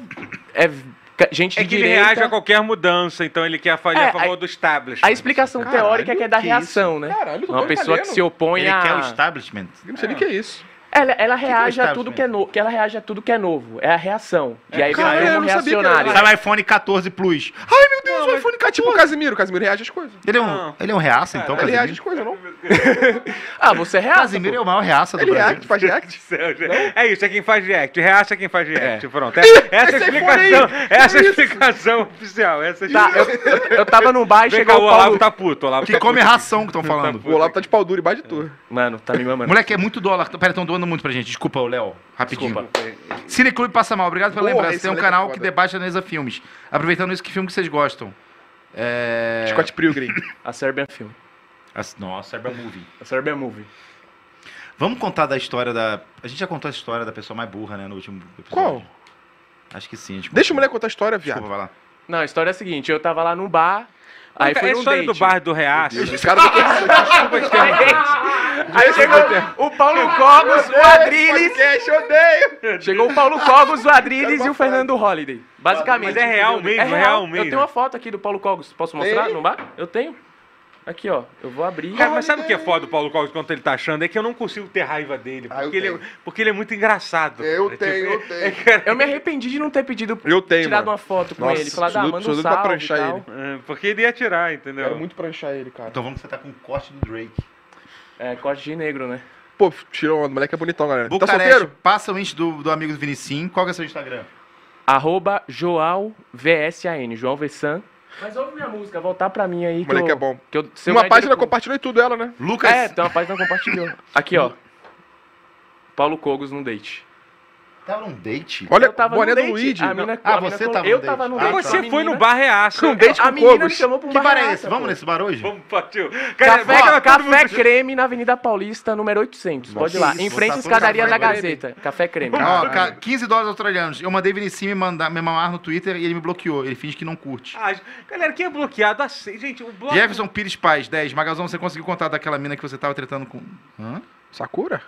S7: é, é ca- gente
S3: É
S7: de
S3: que ele
S7: direita.
S3: reage a qualquer mudança, então ele quer fazer a
S7: É,
S3: favor
S7: aí-
S3: do establishment.
S7: A explicação
S2: Caralho,
S7: teórica é que é da
S2: que
S7: reação, né?
S2: Caralho,
S7: Uma
S2: tô
S7: pessoa que
S2: entendendo.
S7: se opõe
S1: Ele
S7: a...
S3: um
S1: quer o establishment.
S2: Eu não sei nem o que é isso.
S7: Ela, ela
S1: que é o
S7: reage a tudo que é novo, que ela reage a tudo que é novo. É a reação. e aí
S2: caralho,
S7: virou
S2: eu
S7: um
S2: não sabia que era-
S7: reacionário.
S1: Sai o iPhone 14 Plus.
S2: Ai, meu Deus, o iPhone cai tipo o Casimiro. O Casimiro reage às coisas.
S1: Ele é um,
S3: Não.
S1: ele é um reaça, então,
S2: Ele reage
S1: Casimiro.
S2: às coisas, não? é
S7: Ah, você reaça.
S1: Casimiro é o maior reaça do
S2: Ele
S1: Brasil.
S2: react, faz react.
S3: É isso, é quem faz react. Reaça é quem faz react. Pronto. É- essa é a
S2: Esse
S3: explicação.
S2: iPhone aí.
S3: Essa é a
S2: Isso.
S3: explicação oficial. Essa é a
S7: Tá,
S3: explicação.
S7: eu, eu- eu tava num bar e
S3: Vem cá, o
S7: chegou o
S3: Olavo
S7: Paulo...
S3: tá puto. O Olavo
S1: Que
S3: tá
S2: é
S1: come ração que estão falando.
S2: O Olavo tá de pau duro embaixo de tu.
S7: Mano, tá me mamando.
S1: Moleque, é muito dólar. Pera, estão doando muito pra gente. Desculpa, ô, Léo. Rapidinho. Cineclube Passa Mal. Obrigado pela
S2: Porra,
S1: lembrança.
S2: esse
S1: Tem um
S2: moleque é
S1: canal
S2: foda.
S1: que debate a Neza Filmes. Aproveitando isso, que filme que vocês gostam? É...
S2: Scott Pilgrim.
S7: A Serbian Film.
S1: As- Nossa, Serba Movie.
S7: A Serbian Movie.
S1: Vamos contar da história da... A gente já contou a história da pessoa mais burra, né? No último episódio.
S2: Qual?
S1: Acho que sim. a gente
S2: Deixa o
S1: contou.
S2: moleque contar a história,
S1: Desculpa,
S2: viado.
S1: vai lá.
S7: Não, a história é a seguinte. Eu tava lá num bar... Aí
S3: Aí
S7: foi
S3: é a
S7: num
S3: história
S7: date.
S3: do bar do reaça.
S2: Os caras não conhecem
S7: Aí chegou o Paulo Cogos, o
S2: esse
S7: Adrilles.
S2: podcast, eu odeio.
S7: Chegou o Paulo Cogos, o Adrilles e
S2: Quero
S7: o
S2: É uma
S7: Fernando Holliday. Basicamente.
S3: Mas é real
S7: entendeu?
S3: mesmo, real mesmo.
S7: Eu tenho uma foto aqui do Paulo Cogos. Posso mostrar
S2: Ei.
S7: no bar? Eu tenho. Aqui, ó. Eu vou abrir.
S3: Cara, mas sabe o que é foda do Paulo Cogos quanto ele tá achando? É que eu não consigo ter raiva dele.
S2: Ah, eu
S3: Porque, ele, é,
S2: tenho.
S3: porque ele é muito engraçado. É tipo,
S2: Eu
S3: cara.
S2: tenho, eu tenho.
S7: Eu me arrependi de não ter pedido
S2: é? Eu tenho,
S7: tirado
S2: mano.
S7: uma foto com
S2: Nossa,
S7: ele. Falar,
S2: sou
S7: ah,
S2: doido-
S7: manda
S2: sou
S7: um
S2: doido pra
S7: salve e
S2: pranchar
S7: tal.
S2: ele.
S3: É, Porque ele ia tirar, entendeu?
S2: Quero É muito pranchar ele, cara.
S1: Então vamos que você tá com o corte do Drake.
S7: É, corte de negro, né?
S2: Então, Pô, tirou onda. O moleque é bonitão, galera. Tá
S1: Bucareste,
S2: solteiro?
S1: passa o link do, do amigo do Vinicim. Qual que é o seu Instagram?
S7: Arroba Joal VSAN, João Vessan. Mas ouve minha música, voltar pra mim aí.
S2: O moleque
S7: que eu,
S2: é bom.
S7: Que eu, se eu
S2: Uma
S7: ganhar
S2: página
S7: dinheiro com-
S2: compartilhou e tudo ela, né?
S1: Lucas.
S7: É, tem uma página que compartilhou. Aqui, ó. Paulo Cogos no date.
S1: Tava num date?
S2: Olha,
S7: Eu tava
S2: boné
S7: no
S2: do
S7: date,
S2: Luigi.
S7: A mina,
S1: Ah,
S7: a mina
S1: você
S7: colo-
S1: tava no
S7: Eu
S1: date.
S7: tava no
S1: Ah,
S7: date.
S1: tá.
S7: com a
S3: Você foi
S7: menina. um
S3: no bar reaça.
S2: Não, date
S7: A
S2: com
S7: menina me
S2: Cogos.
S7: chamou pra um
S1: Que bar é
S7: barraça,
S1: esse? Vamos nesse bar hoje?
S3: Vamos partiu. Cara, vai
S7: Café,
S3: que todo mundo
S7: café
S3: junto.
S7: creme na Avenida Paulista, número 800. Pode ir lá.
S1: isso,
S7: Em frente à
S1: botar todo
S7: escadaria
S1: café
S7: da
S1: creme.
S7: Gazeta. Café creme.
S1: Ó,
S6: Ah,
S1: ca- 15 dólares australianos. Eu mandei Vinicius me mandar me mamar no Twitter e ele me bloqueou. Ele finge que não curte.
S3: Ah, galera, quem é bloqueado assim? Gente, o bloco.
S1: Jefferson Pires Paz, 10. Magalzão, você conseguiu contar daquela mina que você tava tretando com. Hã?
S2: Sakura?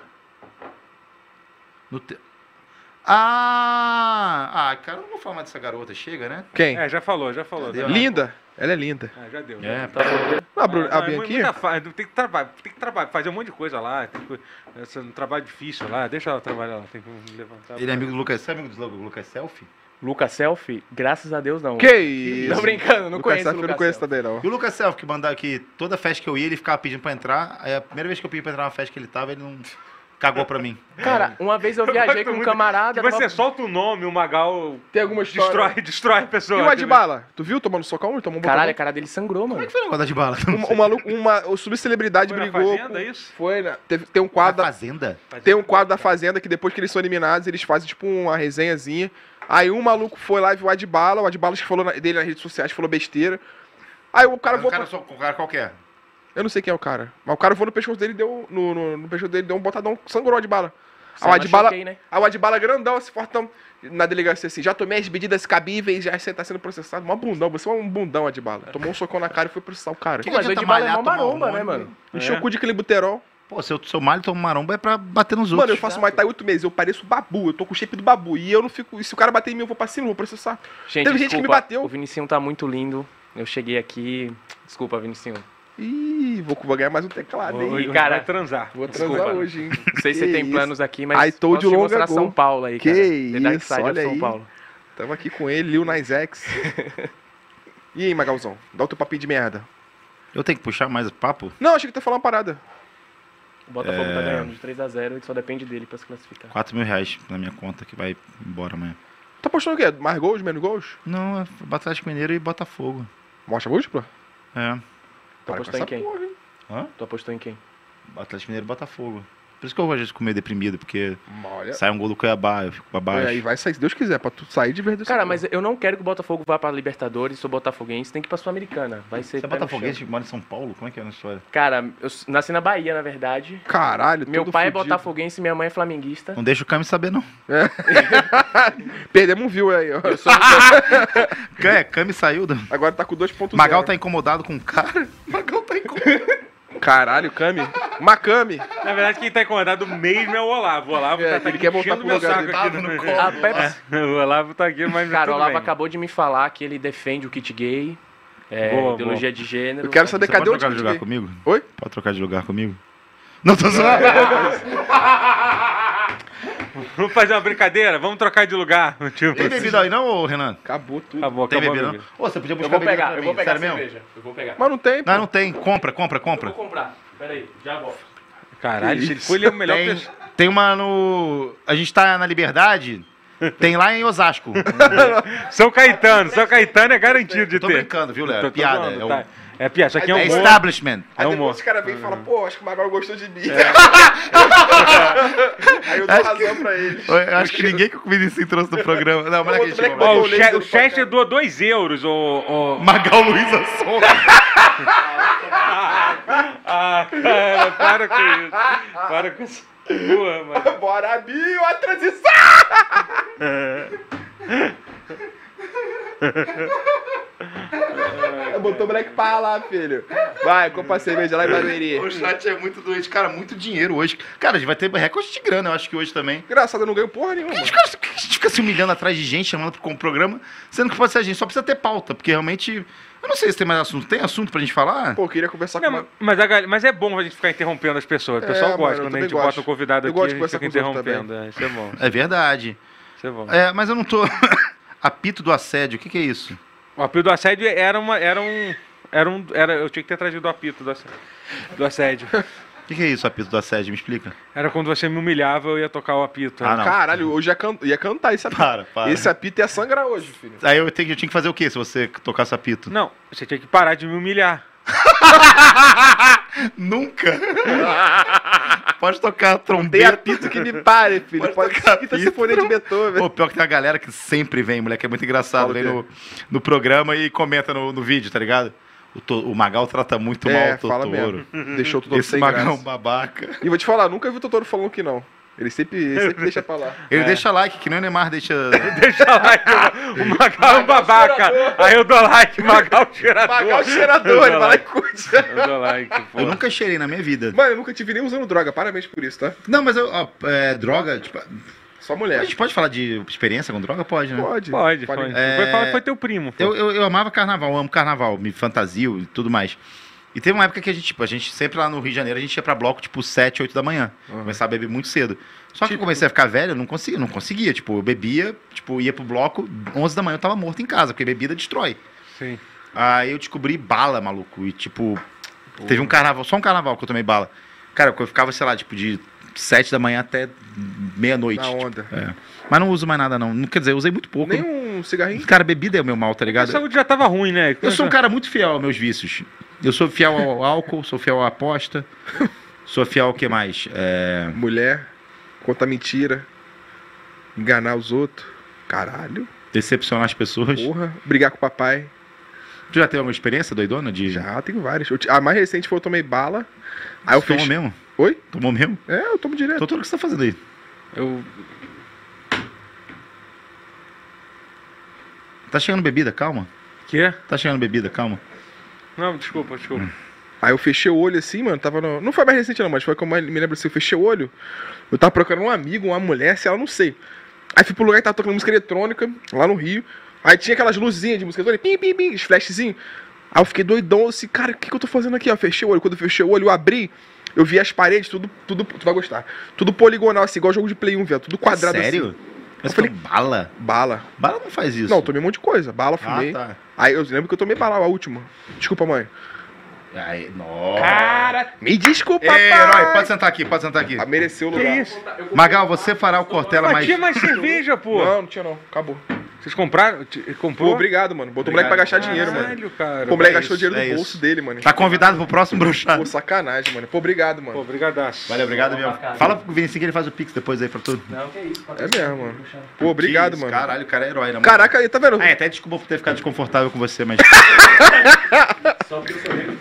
S1: No te... Ah! Ah, cara, eu não vou falar mais dessa garota. Chega, né?
S2: Quem?
S3: É, já falou, já falou.
S1: Entendeu?
S2: Linda. Ela é linda.
S3: Ah, já deu. já.
S6: É,
S7: Tá solteiro?
S2: Ah, Bruno,
S3: Ah,
S2: a
S3: é
S2: Bianquinha?
S3: muita fa- Tem que trabalhar, tem que trabalhar, fazer um monte de coisa lá. Tem que, esse é um trabalho difícil lá. Deixa ela trabalhar lá. Tem que levantar.
S6: ele é amigo do Lucas. Você é amigo do Lucas, Lucas Selfie?
S7: Lucas Selfie? Graças a Deus, não.
S2: Que isso?
S7: Não brincando, não
S2: Lucas
S7: conheço
S2: Self,
S7: o
S2: eu
S7: Lucas
S2: não conheço
S7: Selfie.
S2: também, não.
S6: E o Lucas Selfie, que mandava que toda festa que eu ia, ele ficava pedindo pra entrar. Aí a primeira vez que eu pedi pra entrar numa festa que ele tava, ele não cagou pra mim.
S7: Cara, uma vez eu viajei
S3: gosto
S7: com um
S3: muito
S7: camarada...
S3: Você
S7: tava-
S3: solta o nome, o Magal
S2: Tem alguma
S3: destrói, né? destrói a
S2: E
S3: pessoa.
S2: o Adbala? Tu viu tomando socão? Ele tomou um
S7: Caralho, a
S2: botão?
S7: cara dele sangrou, mano.
S6: Como é que foi o negócio da de bala?
S2: Uma, uma, malu- uma, uma subcelebridade
S3: Foi na
S2: brigou.
S3: Fazenda, é
S2: com-
S3: isso?
S2: Foi, né? Teve- tem um
S6: Na
S2: quadro da,
S6: fazenda?
S2: tem um quadro da Fazenda que depois que eles são eliminados, eles fazem tipo uma resenhazinha. Aí um maluco foi lá e viu o Adbala, o Adbala que falou na- dele nas redes sociais, falou besteira. Aí o cara
S6: Mas o
S2: voou.
S6: cara,
S2: pra-
S6: só- o cara qualquer.
S2: Eu não sei quem é o cara. Mas o cara voou no pescoço dele e deu. No, no, no pescoço dele deu um botadão, sangrou o Adbala.
S7: Só
S2: Aí o Adbala.
S7: machuquei, né?
S2: Aí o Adbala grandão, esse fortão. Na delegacia assim, já tomei as medidas cabíveis, já você tá sendo processado. Mó bundão, você é um bundão, Adbala. Tomou um socão na cara e foi processar o cara.
S6: Que
S7: Mas o
S6: adianta
S7: Adbala é mó
S6: malhar, tomar
S7: maromba, né,
S6: hormônio?
S7: mano?
S3: É.
S2: Encheu o cu de clibuterol.
S6: Pô, se eu sou malho, tomo maromba é pra bater nos
S2: Mano, eu
S6: outros. É.
S2: faço Muay Thai oito meses, eu pareço um babu, eu tô com o shape do babu. E eu não fico. E se o cara bater em mim, eu vou pra cima, eu vou processar. Teve
S7: Gente, desculpa,
S2: gente que me bateu.
S7: o Vinicinho tá muito lindo. Eu cheguei aqui... Desculpa, Vinicinho.
S2: Ih, vou, vou ganhar mais um teclado, hein?
S7: Oi.
S3: Hoje
S7: cara,
S3: vai transar.
S2: Vou
S7: Desculpa.
S2: transar hoje, hein?
S7: Não sei se você
S2: Que
S7: tem
S2: isso.
S7: planos aqui, mas
S2: I told
S7: posso
S2: you
S7: te
S2: long
S7: mostrar
S2: ago.
S7: São Paulo aí,
S2: Que
S7: cara. The Dark
S2: isso,
S7: Side of
S2: olha
S7: São
S2: aí.
S7: Paulo.
S2: Tamo aqui com ele, Lil Nas X. E aí, Magalzão? Dá o teu papinho de merda.
S6: Eu tenho que puxar mais papo?
S2: Não, achei que tu ia falar uma parada.
S7: O Botafogo tá ganhando de 3x0 e só depende dele pra se classificar.
S6: 4 mil reais na minha conta que vai embora amanhã.
S2: Tá postando o quê? Mais gols, menos gols?
S6: Não, é Atlético Mineiro e Botafogo.
S2: Mostra múltipla?
S6: É,
S7: Tu
S2: Para com
S7: apostou
S2: essa
S7: em quem?
S2: porra, hein?
S7: Tu apostou em quem?
S6: Atlético Mineiro e Botafogo. Por isso que eu gosto de comer deprimido, porque
S2: Olha.
S6: sai um gol do Cuiabá, eu fico pra baixo.
S2: É, aí vai sair, se Deus quiser, pra tu sair de verdade.
S7: Cara, mas eu não quero que o Botafogo vá pra Libertadores, sou botafoguense, tem que ir pra Sul-Americana. Vai ser.
S6: Você é
S7: pé no
S6: botafoguense
S7: chão.
S6: que mora em São Paulo? Como é que é a história?
S7: Cara, eu s- nasci na Bahia, na verdade.
S2: Caralho,
S7: Meu
S2: todo
S7: pai é
S2: fudido.
S7: botafoguense, minha mãe é flamenguista.
S6: Não deixa o Cami saber, não.
S2: Perdemos um view aí, ó.
S6: É, Cami saiu. Do...
S2: Agora tá com 2.0.
S6: Magal tá incomodado com o cara.
S2: Caralho, Kami. Macami.
S3: Na verdade, quem tá incomodado mesmo é o Olavo. O Olavo
S2: É,
S3: tá, tá
S2: ele quer voltar
S3: enchendo
S2: pro
S3: meu
S2: lugar
S3: saco
S2: dele.
S3: aqui
S6: Tava
S3: no
S6: no
S3: meu-
S6: colo.
S7: A Pepsi.
S3: O Olavo tá aqui, mas
S7: Cara, o
S3: tudo
S7: Olavo
S3: bem.
S7: acabou de me falar que ele defende o kit gay, é,
S3: Boa,
S7: ideologia de gênero.
S2: Eu quero saber
S6: Você
S2: cadê
S6: pode
S2: o
S6: trocar tipo de lugar
S2: time.
S6: comigo?
S2: Oi?
S6: Pode trocar de lugar comigo? Não é tô zoando.
S3: Vamos fazer uma brincadeira? Vamos trocar de lugar. Tipo,
S6: Tem bebida aí não, ô Renan?
S2: Acabou tudo.
S3: acabou,
S6: Tem
S3: acabou a
S6: bebida
S3: bebida.
S6: não? Ô, você podia
S7: Eu
S6: buscar
S7: vou
S6: bebida
S7: pegar,
S6: pra
S7: eu
S6: mim,
S7: vou pegar
S6: sério mesmo?
S7: cerveja. Eu vou pegar.
S2: Mas não tem, pô.
S6: Não, não tem. Compra, compra,
S7: Eu vou
S6: compra.
S7: comprar. Pera aí, já volto.
S3: Caralho,
S2: Que
S3: se ele
S2: isso?
S3: foi ele é o melhor
S6: Tem,
S3: pessoa.
S6: tem uma no... A gente tá na Liberdade. Tem lá em Osasco.
S3: São Caetano, São Caetano é garantido de
S6: Tô
S3: ter.
S6: brincando, viu, Léo?
S3: Tô-
S6: É
S3: tô
S6: piada.
S3: zoando,
S6: É,
S3: tá.
S6: o...
S3: É piada, isso aqui é
S6: é
S3: um bom.
S6: establishment.
S2: um Aí
S3: É um
S2: depois
S3: humor.
S2: os caras vêm e falam, pô, acho que o Magal gostou de mim. Aí eu dou
S6: É. Acho
S2: razão pra eles.
S6: Eu acho que ninguém que eu comi assim trouxe do programa. Não, tipo, mas não
S2: Outro
S6: acredito. mas-
S2: Black
S3: Ó,
S2: Boy.
S3: o, che o Chester doou 2 euros, ô. ô-
S6: Magal Luiz Assunção.
S3: Ah, cara, para com isso. Para com isso. Boa, mano.
S2: Bora, Bio, a transição!
S6: É.
S2: Botou o moleque pra lá, filho. Vai, compra cerveja lá em Barueri.
S6: O chat é muito doente, cara, muito dinheiro hoje. Cara, a gente vai ter recorde de grana, eu acho que hoje também.
S2: Engraçado, eu não ganho porra nenhuma.
S6: Os caras que a gente fica se humilhando atrás de gente, chamando pro programa, sendo que pode ser a gente, só precisa ter pauta, porque realmente. Eu não sei se tem mais assunto. Tem assunto pra gente falar?
S2: Pô, eu queria conversar
S3: Não,
S2: com uma...
S3: mas, a gal- mas é bom a gente ficar interrompendo as pessoas. O
S2: É,
S3: pessoal
S2: mano, eu
S3: gosta quando a
S2: também
S3: gente
S2: gosto.
S3: bota o convidado
S2: Eu
S3: aqui,
S2: gosto
S3: a
S2: de
S3: gente fica
S2: conversar com os outros
S3: interrompendo. é, Isso é bom.
S6: É verdade.
S3: Isso é bom.
S6: É, mas eu não tô. Apito do assédio, o que, que é isso?
S3: O apito do assédio era uma. Era um. Era um. Era, eu tinha que ter trazido o apito do assédio. Do assédio.
S6: O que, que é isso, apito do assédio? Me explica.
S3: Era quando você me humilhava, eu ia tocar o apito.
S6: Ah, não.
S2: Caralho, hoje ia, can... ia cantar esse apito.
S6: Para, para.
S2: Esse apito ia sangrar hoje, filho.
S6: Aí eu, tenho- eu tinha que fazer o quê se você tocasse apito?
S3: Não, você tinha que parar de me humilhar.
S6: Nunca! Pode tocar
S2: Tem
S6: trombeta.
S2: apito que me pare, filho.
S6: Pode
S2: Pode
S6: tocar
S2: apito
S6: apito.
S2: sinfonia de Beethoven.
S6: Pô, pior que tem uma galera que sempre vem, moleque, é muito engraçado.
S2: Fala
S6: Vem
S2: o quê?
S6: no, no programa e comenta no, no vídeo, tá ligado? O, to- o Magal trata muito mal o Totoro.
S2: É, Deixou tudo
S6: Esse Magal é um babaca.
S2: E vou te falar, nunca vi o Totoro falando que não. Ele sempre, ele sempre deixa pra lá.
S6: Ele deixa like, que nem o Neymar deixa.
S3: Deixa like, o Magal é um babaca. Aí eu dou like, Magal é um cheirador.
S2: Magal cheirador, ele vai
S3: Eu dou
S2: lá e
S3: like.
S2: curte.
S3: Eu dou like, pô.
S6: Eu nunca cheirei na minha vida.
S2: um Mano, eu nunca te vi nem usando droga, parabéns por isso, tá?
S6: Não, mas eu. ó, é, droga, tipo.
S2: Só
S6: A
S2: mulher.
S6: gente pode falar de experiência com droga? Pode, né?
S2: Pode.
S3: Pode, pode.
S6: É.
S3: Foi, falar que foi teu primo. foi.
S6: Eu, eu, eu amava carnaval, eu amo carnaval, me fantasio e tudo mais. E teve uma época que a gente, tipo, a gente sempre lá no Rio de Janeiro, a gente ia pra bloco, tipo, 7, 8 da manhã. Começava a beber muito cedo. Só
S2: Tipo-
S6: que eu comecei a ficar velho, eu não conseguia, não conseguia. Tipo, eu bebia, tipo, ia pro bloco, 11 da manhã eu tava morto em casa, porque bebida destrói.
S3: Sim.
S6: Aí eu descobri bala, maluco. E, tipo, teve um carnaval, só um carnaval que eu tomei bala. Cara, eu ficava, sei lá, tipo, de 7 da manhã até meia-noite.
S2: Na
S6: tipo.
S2: onda.
S6: Mas não uso mais nada, não. Não Quer dizer, eu usei muito pouco.
S2: Nem um cigarrinho?
S6: Cara, bebida é o meu mal, tá
S3: A
S6: ligado?
S3: saúde já tava ruim, né?
S6: Eu sou um cara muito fiel aos meus vícios. Eu sou fiel ao álcool, sou fiel à aposta, sou fiel ao que mais? É,
S2: Mulher. Conta mentira. Enganar os outros. Caralho.
S6: decepcionar as pessoas.
S2: Porra. Brigar com o papai.
S6: Tu já teve alguma experiência doidona de
S2: Já, tem vários. Eu ti- A mais recente foi eu tomei bala. Aí Ah, eu
S6: Você tomou
S2: fiz.
S6: mesmo?
S2: Oi?
S6: Tomou mesmo?
S2: É, eu tomo direto.
S6: Doutor, o que você tá fazendo aí?
S7: Eu
S6: Tá chegando bebida, calma.
S3: Quê?
S6: Tá chegando bebida, calma.
S3: Não, desculpa, desculpa.
S6: Hum.
S2: Aí eu fechei o olho assim, mano, tava no... Não foi mais recente não, mas foi como eu me lembro assim, eu fechei o olho. Eu tava procurando um amigo, uma mulher, sei lá, não sei. Aí fui pro lugar que tava tocando música eletrônica, lá no Rio. Aí tinha aquelas luzinhas de música eletrônica, pim, pim, pim, os flashzinho. Aí eu fiquei doidão, assim, cara, o que que eu tô fazendo aqui? Ó, fechei o olho. Quando eu fechei o olho, eu abri, eu vi as paredes, tudo, tudo, tu vai gostar. Tudo poligonal, assim, igual jogo de Play 1, velho, tudo quadrado
S6: Sério?
S2: assim.
S6: Mas
S2: Eu falei-
S6: falei... bala?
S2: Bala.
S6: Bala não faz isso.
S2: Não, eu tomei um monte de coisa. Bala, fumei.
S6: Ah, tá.
S2: Aí eu lembro que eu tomei bala, a última. Desculpa, mãe.
S6: Ai, nossa.
S2: Me desculpa,
S6: Ei,
S2: pai.
S6: É, herói, pode sentar aqui, pode sentar aqui.
S2: Ah, mereceu o
S3: Que
S2: lugar.
S3: isso?
S6: Magal, você fará o Cortella
S3: Mas
S6: mais...
S3: tinha mais cerveja, pô.
S2: Não, não tinha não. Acabou.
S3: Vocês compraram? Te-
S2: Pô,
S3: Comprou?
S2: obrigado, mano. Botou o moleque pra gastar dinheiro, mano.
S3: Caralho, cara.
S2: Pô, o moleque
S6: é
S2: gastou
S6: isso,
S2: dinheiro
S6: é
S2: do
S6: isso.
S2: bolso dele, mano.
S6: Tá convidado pro próximo bruxado.
S2: Pô, sacanagem, mano. Pô, obrigado,
S3: Pô,
S2: mano.
S3: brigadaço.
S6: Valeu, obrigado mesmo. Fala pro Vinicius que ele faz o pix depois aí pra tudo.
S7: Não, que isso.
S2: É mesmo, mano. Pô, obrigado, mano.
S6: Caralho, o cara é herói, na moral.
S2: Caraca, aí, tá vendo?
S6: Ah, é, até desculpa por ter ficado desconfortável com você, mas. tipo,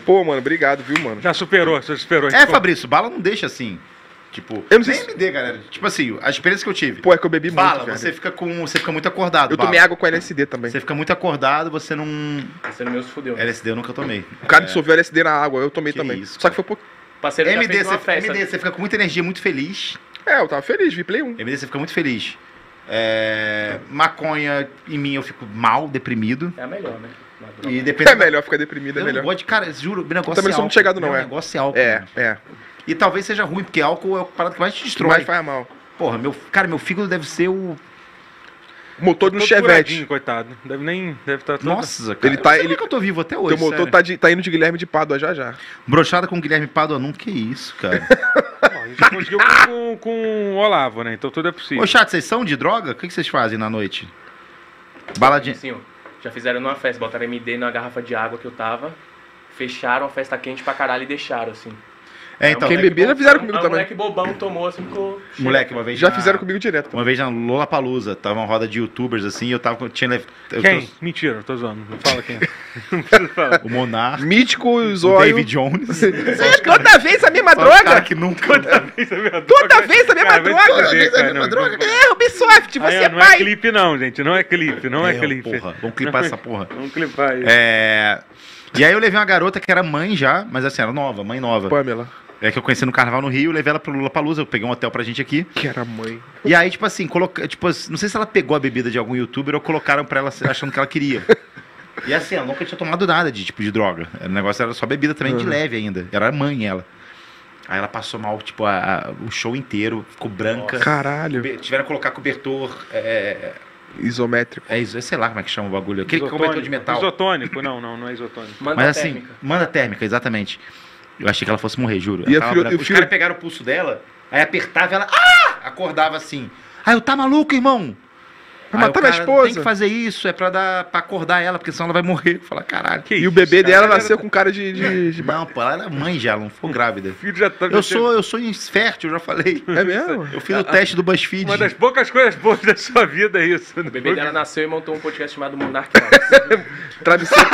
S2: Pô, mano, obrigado, viu, mano?
S3: Já superou, já superou.
S6: é, Fabrício, bala não deixa assim. Tipo,
S2: Eu não sei
S6: nem
S2: se-
S6: me dê, galera. Tipo assim, a experiência que eu tive.
S2: Pô, é que eu bebi muito,
S6: bala,
S2: velho.
S6: você fica com. Você fica muito acordado.
S2: Eu
S6: bala.
S2: tomei água com LSD também.
S6: Você fica muito acordado, você não.
S7: Parceiro meu se fudeu.
S6: LSD eu nunca tomei.
S2: O cara dissolveu LSD na água, eu tomei
S6: é. Que
S2: também.
S6: isso,
S2: Só que foi pouco.
S7: Parceiro já
S6: MD,
S7: fez uma
S6: você,
S7: festa.
S6: MD, você fica com muita energia, muito feliz.
S2: É, eu tava feliz, vi Play 1.
S6: MD, você fica muito feliz. É, maconha em mim eu fico mal, deprimido.
S7: É a melhor, né? Uma droga.
S6: E
S2: É
S6: dependendo.
S2: melhor ficar deprimido, é
S6: eu não
S2: melhor.
S6: gosto de, cara, juro, meu negócio
S2: também
S6: é
S2: sou muito
S6: álcool.
S2: chegado, não,
S6: meu
S2: é.
S6: negócio é álcool.
S2: É,
S6: mano.
S2: é.
S6: E talvez seja ruim, porque álcool é o parada que mais te destrói.
S2: Mas faz mal.
S6: Porra, meu, cara, meu fígado deve ser o.
S2: O motor do
S3: Todo
S2: Chevette.
S3: furadinho, coitado. Deve nem. Deve estar todo.
S6: Nossa, cara.
S2: Ele tá-
S6: eu não sei
S2: ele-
S6: como é que eu tô vivo até hoje.
S2: Teu motor
S6: sério.
S2: tá, de- tá indo de Guilherme de Pádua já já.
S6: Brochada com Guilherme Pádua nunca, que isso, cara.
S3: Bom, a gente conseguiu com- com, com o Olavo, né? Então tudo é possível.
S6: Ô, chato, vocês são de droga? O que que vocês fazem na noite? Baladinha.
S7: Sim, ó. já fizeram numa festa, botaram MD numa garrafa de água que eu tava, fecharam a festa quente pra caralho e deixaram, assim.
S6: É, então.
S2: Quem
S6: é-
S2: beber já fizeram comigo
S7: Aí o
S2: também.
S7: moleque bobão tomou, assim, ficou...
S6: Moleque, uma vez.
S2: Já
S6: na-
S2: fizeram comigo direto.
S6: Uma vez na Lollapalooza, tava uma roda de youtubers assim, eu tava com. Tinha, lev- eu
S3: Quem?
S6: trouxe
S3: Mentira, tô zoando. Não fala quem. é.
S6: O Monar,
S2: Mítico,
S6: o
S2: Zóio.
S6: David Jones.
S2: Toda vez a mesma
S6: Só os cara que nunca.
S3: Isso é verdade.
S2: Toda vez a mesma
S3: Cara, vai
S2: droga!
S3: te fuder, cara, não.
S2: É, Ubisoft,
S3: Aí, ó, não é clipe, não, gente. Não é clipe, não é, clipe.
S6: Porra, vamos clipar essa porra.
S3: Vamos clipar aí.
S6: É. E aí eu levei uma garota que era mãe já, mas assim, era nova, mãe nova.
S2: Pamela,
S6: É que eu conheci no carnaval no Rio, levei ela pro Lula Palusa, eu peguei um hotel pra gente aqui.
S2: que era mãe.
S6: E aí, tipo assim, coloca, tipo, assim, não sei se ela pegou a bebida de algum youtuber ou colocaram pra ela achando que ela queria. E assim, ela nunca tinha tomado nada de tipo de droga. O negócio era só bebida também
S2: Uhum.
S6: de leve ainda. Era mãe ela. Aí ela passou mal, tipo, a- a- o show inteiro, ficou branca.
S2: Caralho.
S6: Cobe- Tiveram que colocar cobertor. É,
S2: Isométrico.
S6: é, isso, eu sei lá como é que chama o bagulho. Aquele
S3: Isotônico.
S6: cobertor de metal.
S3: Isotônico, não, não, não é isotônico.
S7: Manda
S6: Mas assim,
S7: térmica.
S6: manda térmica, exatamente. Eu achei que ela fosse morrer, juro.
S2: E
S6: Ela
S2: a
S6: tava
S2: fio-
S6: branca.
S2: e o
S6: Os
S2: fio-
S6: caras pegaram o pulso dela, aí apertava e ela. "Ah!" Acordava assim. Aí eu tá maluco, irmão?
S2: Pra
S6: Aí o
S2: matar Ah, tá
S6: cara,
S2: minha
S6: Tem que
S2: esposa.
S6: fazer isso, é pra, dar, pra acordar ela, porque senão ela vai morrer. Fala, caralho.
S3: Que
S2: E o
S3: isso,
S2: bebê
S3: cara?
S2: dela
S3: Ela
S2: nasceu
S3: era-
S2: com cara de. de- de-
S6: Não, pô, ela era mãe já, ela não foi grávida.
S3: O filho já tá
S6: Eu sou, eu sou infértil, eu já falei.
S2: É mesmo?
S6: Eu fiz o teste do BuzzFeed.
S3: Uma das poucas coisas boas da sua vida é isso.
S7: O bebê dela nasceu e montou um podcast chamado Monarch House.
S2: Travesseiro.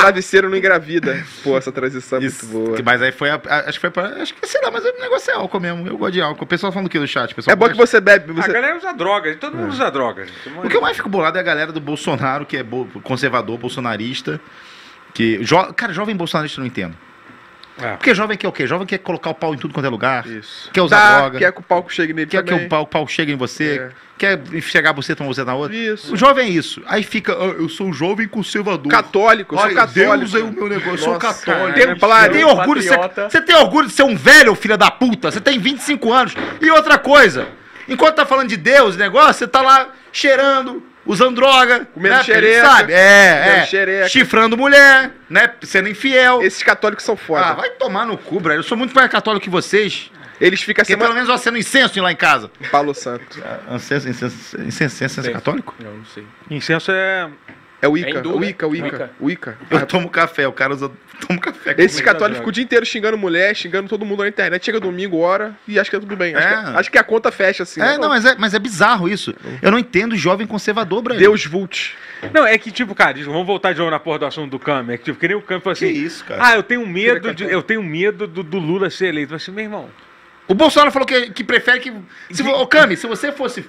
S2: Travesseiro não engravida. Pô, essa transição é muito
S6: Isso,
S2: boa.
S6: Mas aí foi, a, a- acho que foi pra, acho que sei lá, mas o negócio é álcool mesmo, eu gosto de álcool. O pessoal falando o que no chat? O pessoal
S2: É bom que
S6: gosta?
S2: você bebe.
S3: A
S2: Você...
S3: galera usa droga, todo mundo usa droga. gente.
S6: O que eu mais fico bolado é a galera do Bolsonaro, que é bo- conservador, bolsonarista, que... jo- cara, jovem bolsonarista eu não entendo.
S3: É.
S6: Porque jovem quer o quê? Jovem quer colocar o pau em tudo quanto é lugar.
S2: Isso.
S6: Quer usar
S2: Dá,
S6: droga.
S2: Quer que o palco chegue nele
S6: Quer que
S2: também.
S6: o pau, o pau chegue em você.
S2: É.
S6: Quer chegar você, tomar você na outra.
S2: Isso.
S6: O jovem é isso. Aí fica, "Ah, eu sou um jovem conservador.
S2: Católico, eu sou
S6: Olha,
S2: católico.
S6: Deus é o meu negócio, eu sou
S2: Nossa,
S6: católico.
S2: cara,
S6: Tem,
S2: né, Pilar?
S6: tem orgulho, de ser-
S7: Patriota.
S6: você tem orgulho de ser um velho, filha da puta. Você tem 25 anos. E outra coisa, enquanto tá falando de Deus, negócio, você tá lá cheirando, usando droga,
S2: Comendo
S6: né,
S2: xereca,
S6: sabe?
S2: comendo
S6: É,
S2: xereca.
S6: é. Chifrando mulher, né? Sendo infiel.
S2: Esses católicos são foda.
S6: Ah, vai tomar no cu, brother. Eu sou muito mais católico que vocês.
S2: Eles ficam
S6: Porque pelo
S2: semana...
S6: menos eu acendo incenso lá em casa.
S2: Palo Santo.
S6: Incenso, incenso, incenso, incenso
S7: Sim.
S6: católico?
S7: Não, não sei.
S3: Incenso é.
S2: É o Ica,
S7: É hindu,
S2: o
S7: né?
S2: Ica, o Ica,
S7: Wicca.
S2: o Ica.
S6: Eu tomo café, o cara usa. Tomo café.
S2: Esses
S7: Comenta,
S2: católicos
S7: Thiago.
S2: ficam o dia inteiro xingando mulher, xingando todo mundo na internet. Chega domingo, hora, e acho que é tudo bem. Acho,
S6: É.
S2: que, acho que a conta fecha, assim.
S6: É, não, mas é, mas é bizarro isso. Eu não entendo jovem conservador, Brasil.
S2: Deus Vult.
S3: Não, é que tipo, cara, vamos voltar de novo na porra do assunto do Câmbio. É que tipo, que nem o Câmbio falou assim.
S6: isso,
S3: Ah, eu tenho medo, de- eu tenho medo do, do Lula ser eleito. Mas assim, meu irmão,
S6: O Bolsonaro falou que, que prefere que. Se, vo- ô, Cami, se você fosse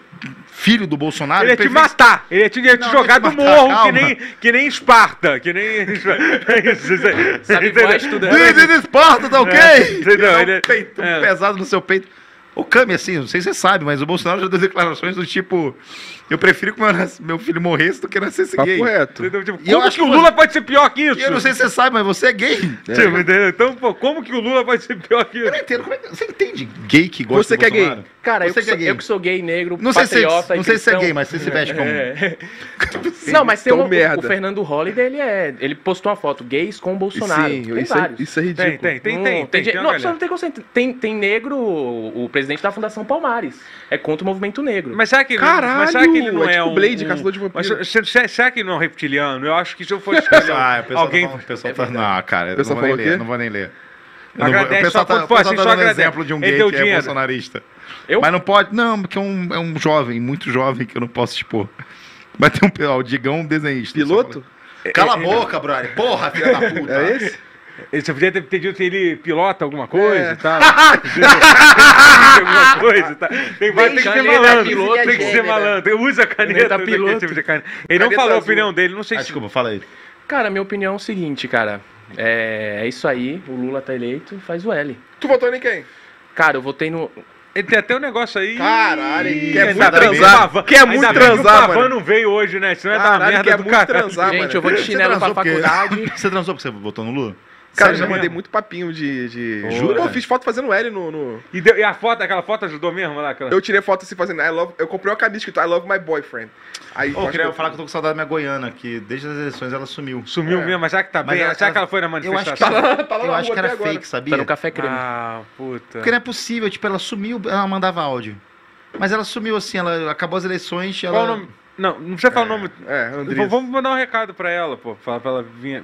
S6: filho do Bolsonaro.
S3: ele
S2: é
S3: ia te
S6: prefere-
S3: matar, ele ia te, ia te
S6: Não,
S3: jogar
S6: ele ia
S3: do
S6: te matar,
S3: morro, que
S6: calma.
S3: nem, que nem Esparta, que nem. É isso, isso aí.
S7: Sabe
S3: Entendeu?
S7: mais tudo é-
S6: Diz, diz, Esparta, tá ok?
S3: É, entendeu?
S6: Ele dá um
S3: Ele-
S6: peito
S3: é.
S6: pesado no seu peito. O Cami, assim, não sei se você sabe, mas o Bolsonaro já deu declarações do tipo: eu prefiro que meu, nas- meu filho morresse do que nascesse
S2: Papo
S6: gay.
S2: reto.
S3: Entendeu? Tipo,
S6: E eu
S3: como
S6: acho
S3: que o
S6: que
S3: Lula pode ser pior que isso?
S6: E eu não sei se você sabe, mas você é gay.
S3: Tipo, entendeu? Então, pô, como que o Lula pode ser pior que
S6: Eu
S3: isso?
S6: não entendo. Como é que... Você entende gay que gosta
S2: Você
S6: do
S2: que é gay.
S6: Bolsonaro?
S7: Cara, eu
S6: Você
S7: que,
S6: que é
S7: sou,
S6: gay.
S7: eu que sou gay, negro,
S6: Não sei se,
S7: patriota
S6: não sei se é
S7: cristão.
S6: gay, mas você se veste como.
S7: É. Não, mas tem
S2: Então,
S7: um,
S2: merda.
S7: o Fernando Holliday, ele é. Ele postou uma foto, gays com o Bolsonaro.
S2: Sim,
S7: tem
S2: isso, é,
S7: vários.
S2: isso é ridículo.
S3: Tem, tem, tem,
S7: Não,
S3: tem, tem.
S7: gente-
S3: tem uma
S7: não, só
S3: galera.
S7: não tem conceito. Tem, tem negro, o presidente da Fundação Palmares. É contra o movimento negro.
S3: Mas será que,
S2: Caralho!
S3: mas será que ele não é,
S2: tipo
S3: um.
S2: Blade,
S3: um-
S2: caçador de
S3: mas
S2: vampiros.
S3: se- se- será que ele não é um reptiliano? Eu acho que se eu fosse escolher
S6: Ah, o pessoal
S3: alguém.
S6: tá
S3: é
S6: falando- o pessoal tá- Não, cara, eu não
S2: pessoal
S6: vou nem
S2: falou o quê?
S6: ler, não vou nem ler. Eu não vou-
S3: Agradece
S6: o pessoal
S3: só quando
S6: tá, o
S3: for
S6: pessoal
S3: assim,
S6: tá
S3: só
S6: dando
S3: agradece.
S6: exemplo de um
S3: Ele
S6: gay
S3: deu
S6: que é
S3: dinheiro.
S6: bolsonarista.
S7: Eu?
S6: Mas não pode, não, porque é um, é um jovem, muito jovem, que eu não posso expor. Mas tem um, pe- ó, o Digão, um desenhista.
S2: Piloto?
S6: Cala a boca, brother. Porra, filha da puta.
S2: É esse?
S3: Você podia ter, ter dito que ele pilota alguma coisa
S2: É.
S3: e tal.
S6: tá.
S3: alguma coisa e tal. Tem, vai- tem que ser
S7: Caneta
S3: malandro.
S7: piloto,
S3: tem que ser
S7: caneta.
S3: malandro. Usa a caneta,
S7: Caneta
S3: tem
S7: piloto.
S3: tipo de caneta. Ele não
S2: Caneta
S3: falou
S2: azul.
S3: a opinião dele, não sei
S6: Ah,
S3: se.
S6: desculpa, fala aí.
S7: Cara, minha opinião é o seguinte, cara. É, é isso aí, o Lula tá eleito, faz o L.
S2: Tu votou em quem?
S7: Cara, eu votei no.
S3: Ele tem até um negócio aí.
S2: Caralho, ele quer
S3: Ainda
S2: muito
S3: bem que o
S2: transar.
S3: Pavan-
S2: Quer
S3: ainda
S2: muito
S3: bem que
S2: transar,
S3: O Pavan
S2: mano.
S3: não veio hoje, né? Senão ia dar uma
S2: Caralho,
S3: merda
S2: quer
S3: do
S2: muito
S3: cara.
S2: transar,
S7: Gente,
S2: mano.
S7: eu vou de
S6: Você
S7: chinelo pra
S6: transou porque-
S7: faculdade.
S6: Você transou porque você votou no Lula?
S2: Cara, eu
S3: Sério
S2: já mandei
S3: mesmo?
S2: muito papinho de... de...
S6: Jura?
S2: Pô, eu fiz foto fazendo L no... no-
S3: E, deu- e a foto, aquela foto ajudou mesmo lá, aquela.
S2: Eu tirei foto assim fazendo I love... Eu comprei uma camisa escrito I love my boyfriend. Aí,
S6: Ô, eu queria falar que eu tô com saudade da minha goiana, que desde as eleições ela sumiu.
S3: Sumiu
S2: É.
S3: mesmo, mas será que tá
S6: Mas
S3: bem?
S6: ela-
S3: será que
S6: ela-
S3: ela foi na
S6: Eu acho que,
S3: manifestação?
S2: Tá lá na
S6: eu acho
S2: rua
S6: que era
S2: até agora.
S6: fake, sabia?
S7: Tá no café creme.
S3: Ah, puta.
S6: Porque não é possível, tipo, ela sumiu, ela mandava áudio. Mas ela sumiu assim, ela acabou as eleições, ela.
S3: Qual o nome? Não, não precisa falar o nome.
S2: É,
S3: V-
S2: Andrés.
S3: Vamos mandar um recado pra ela, pô. Falar pra ela vir.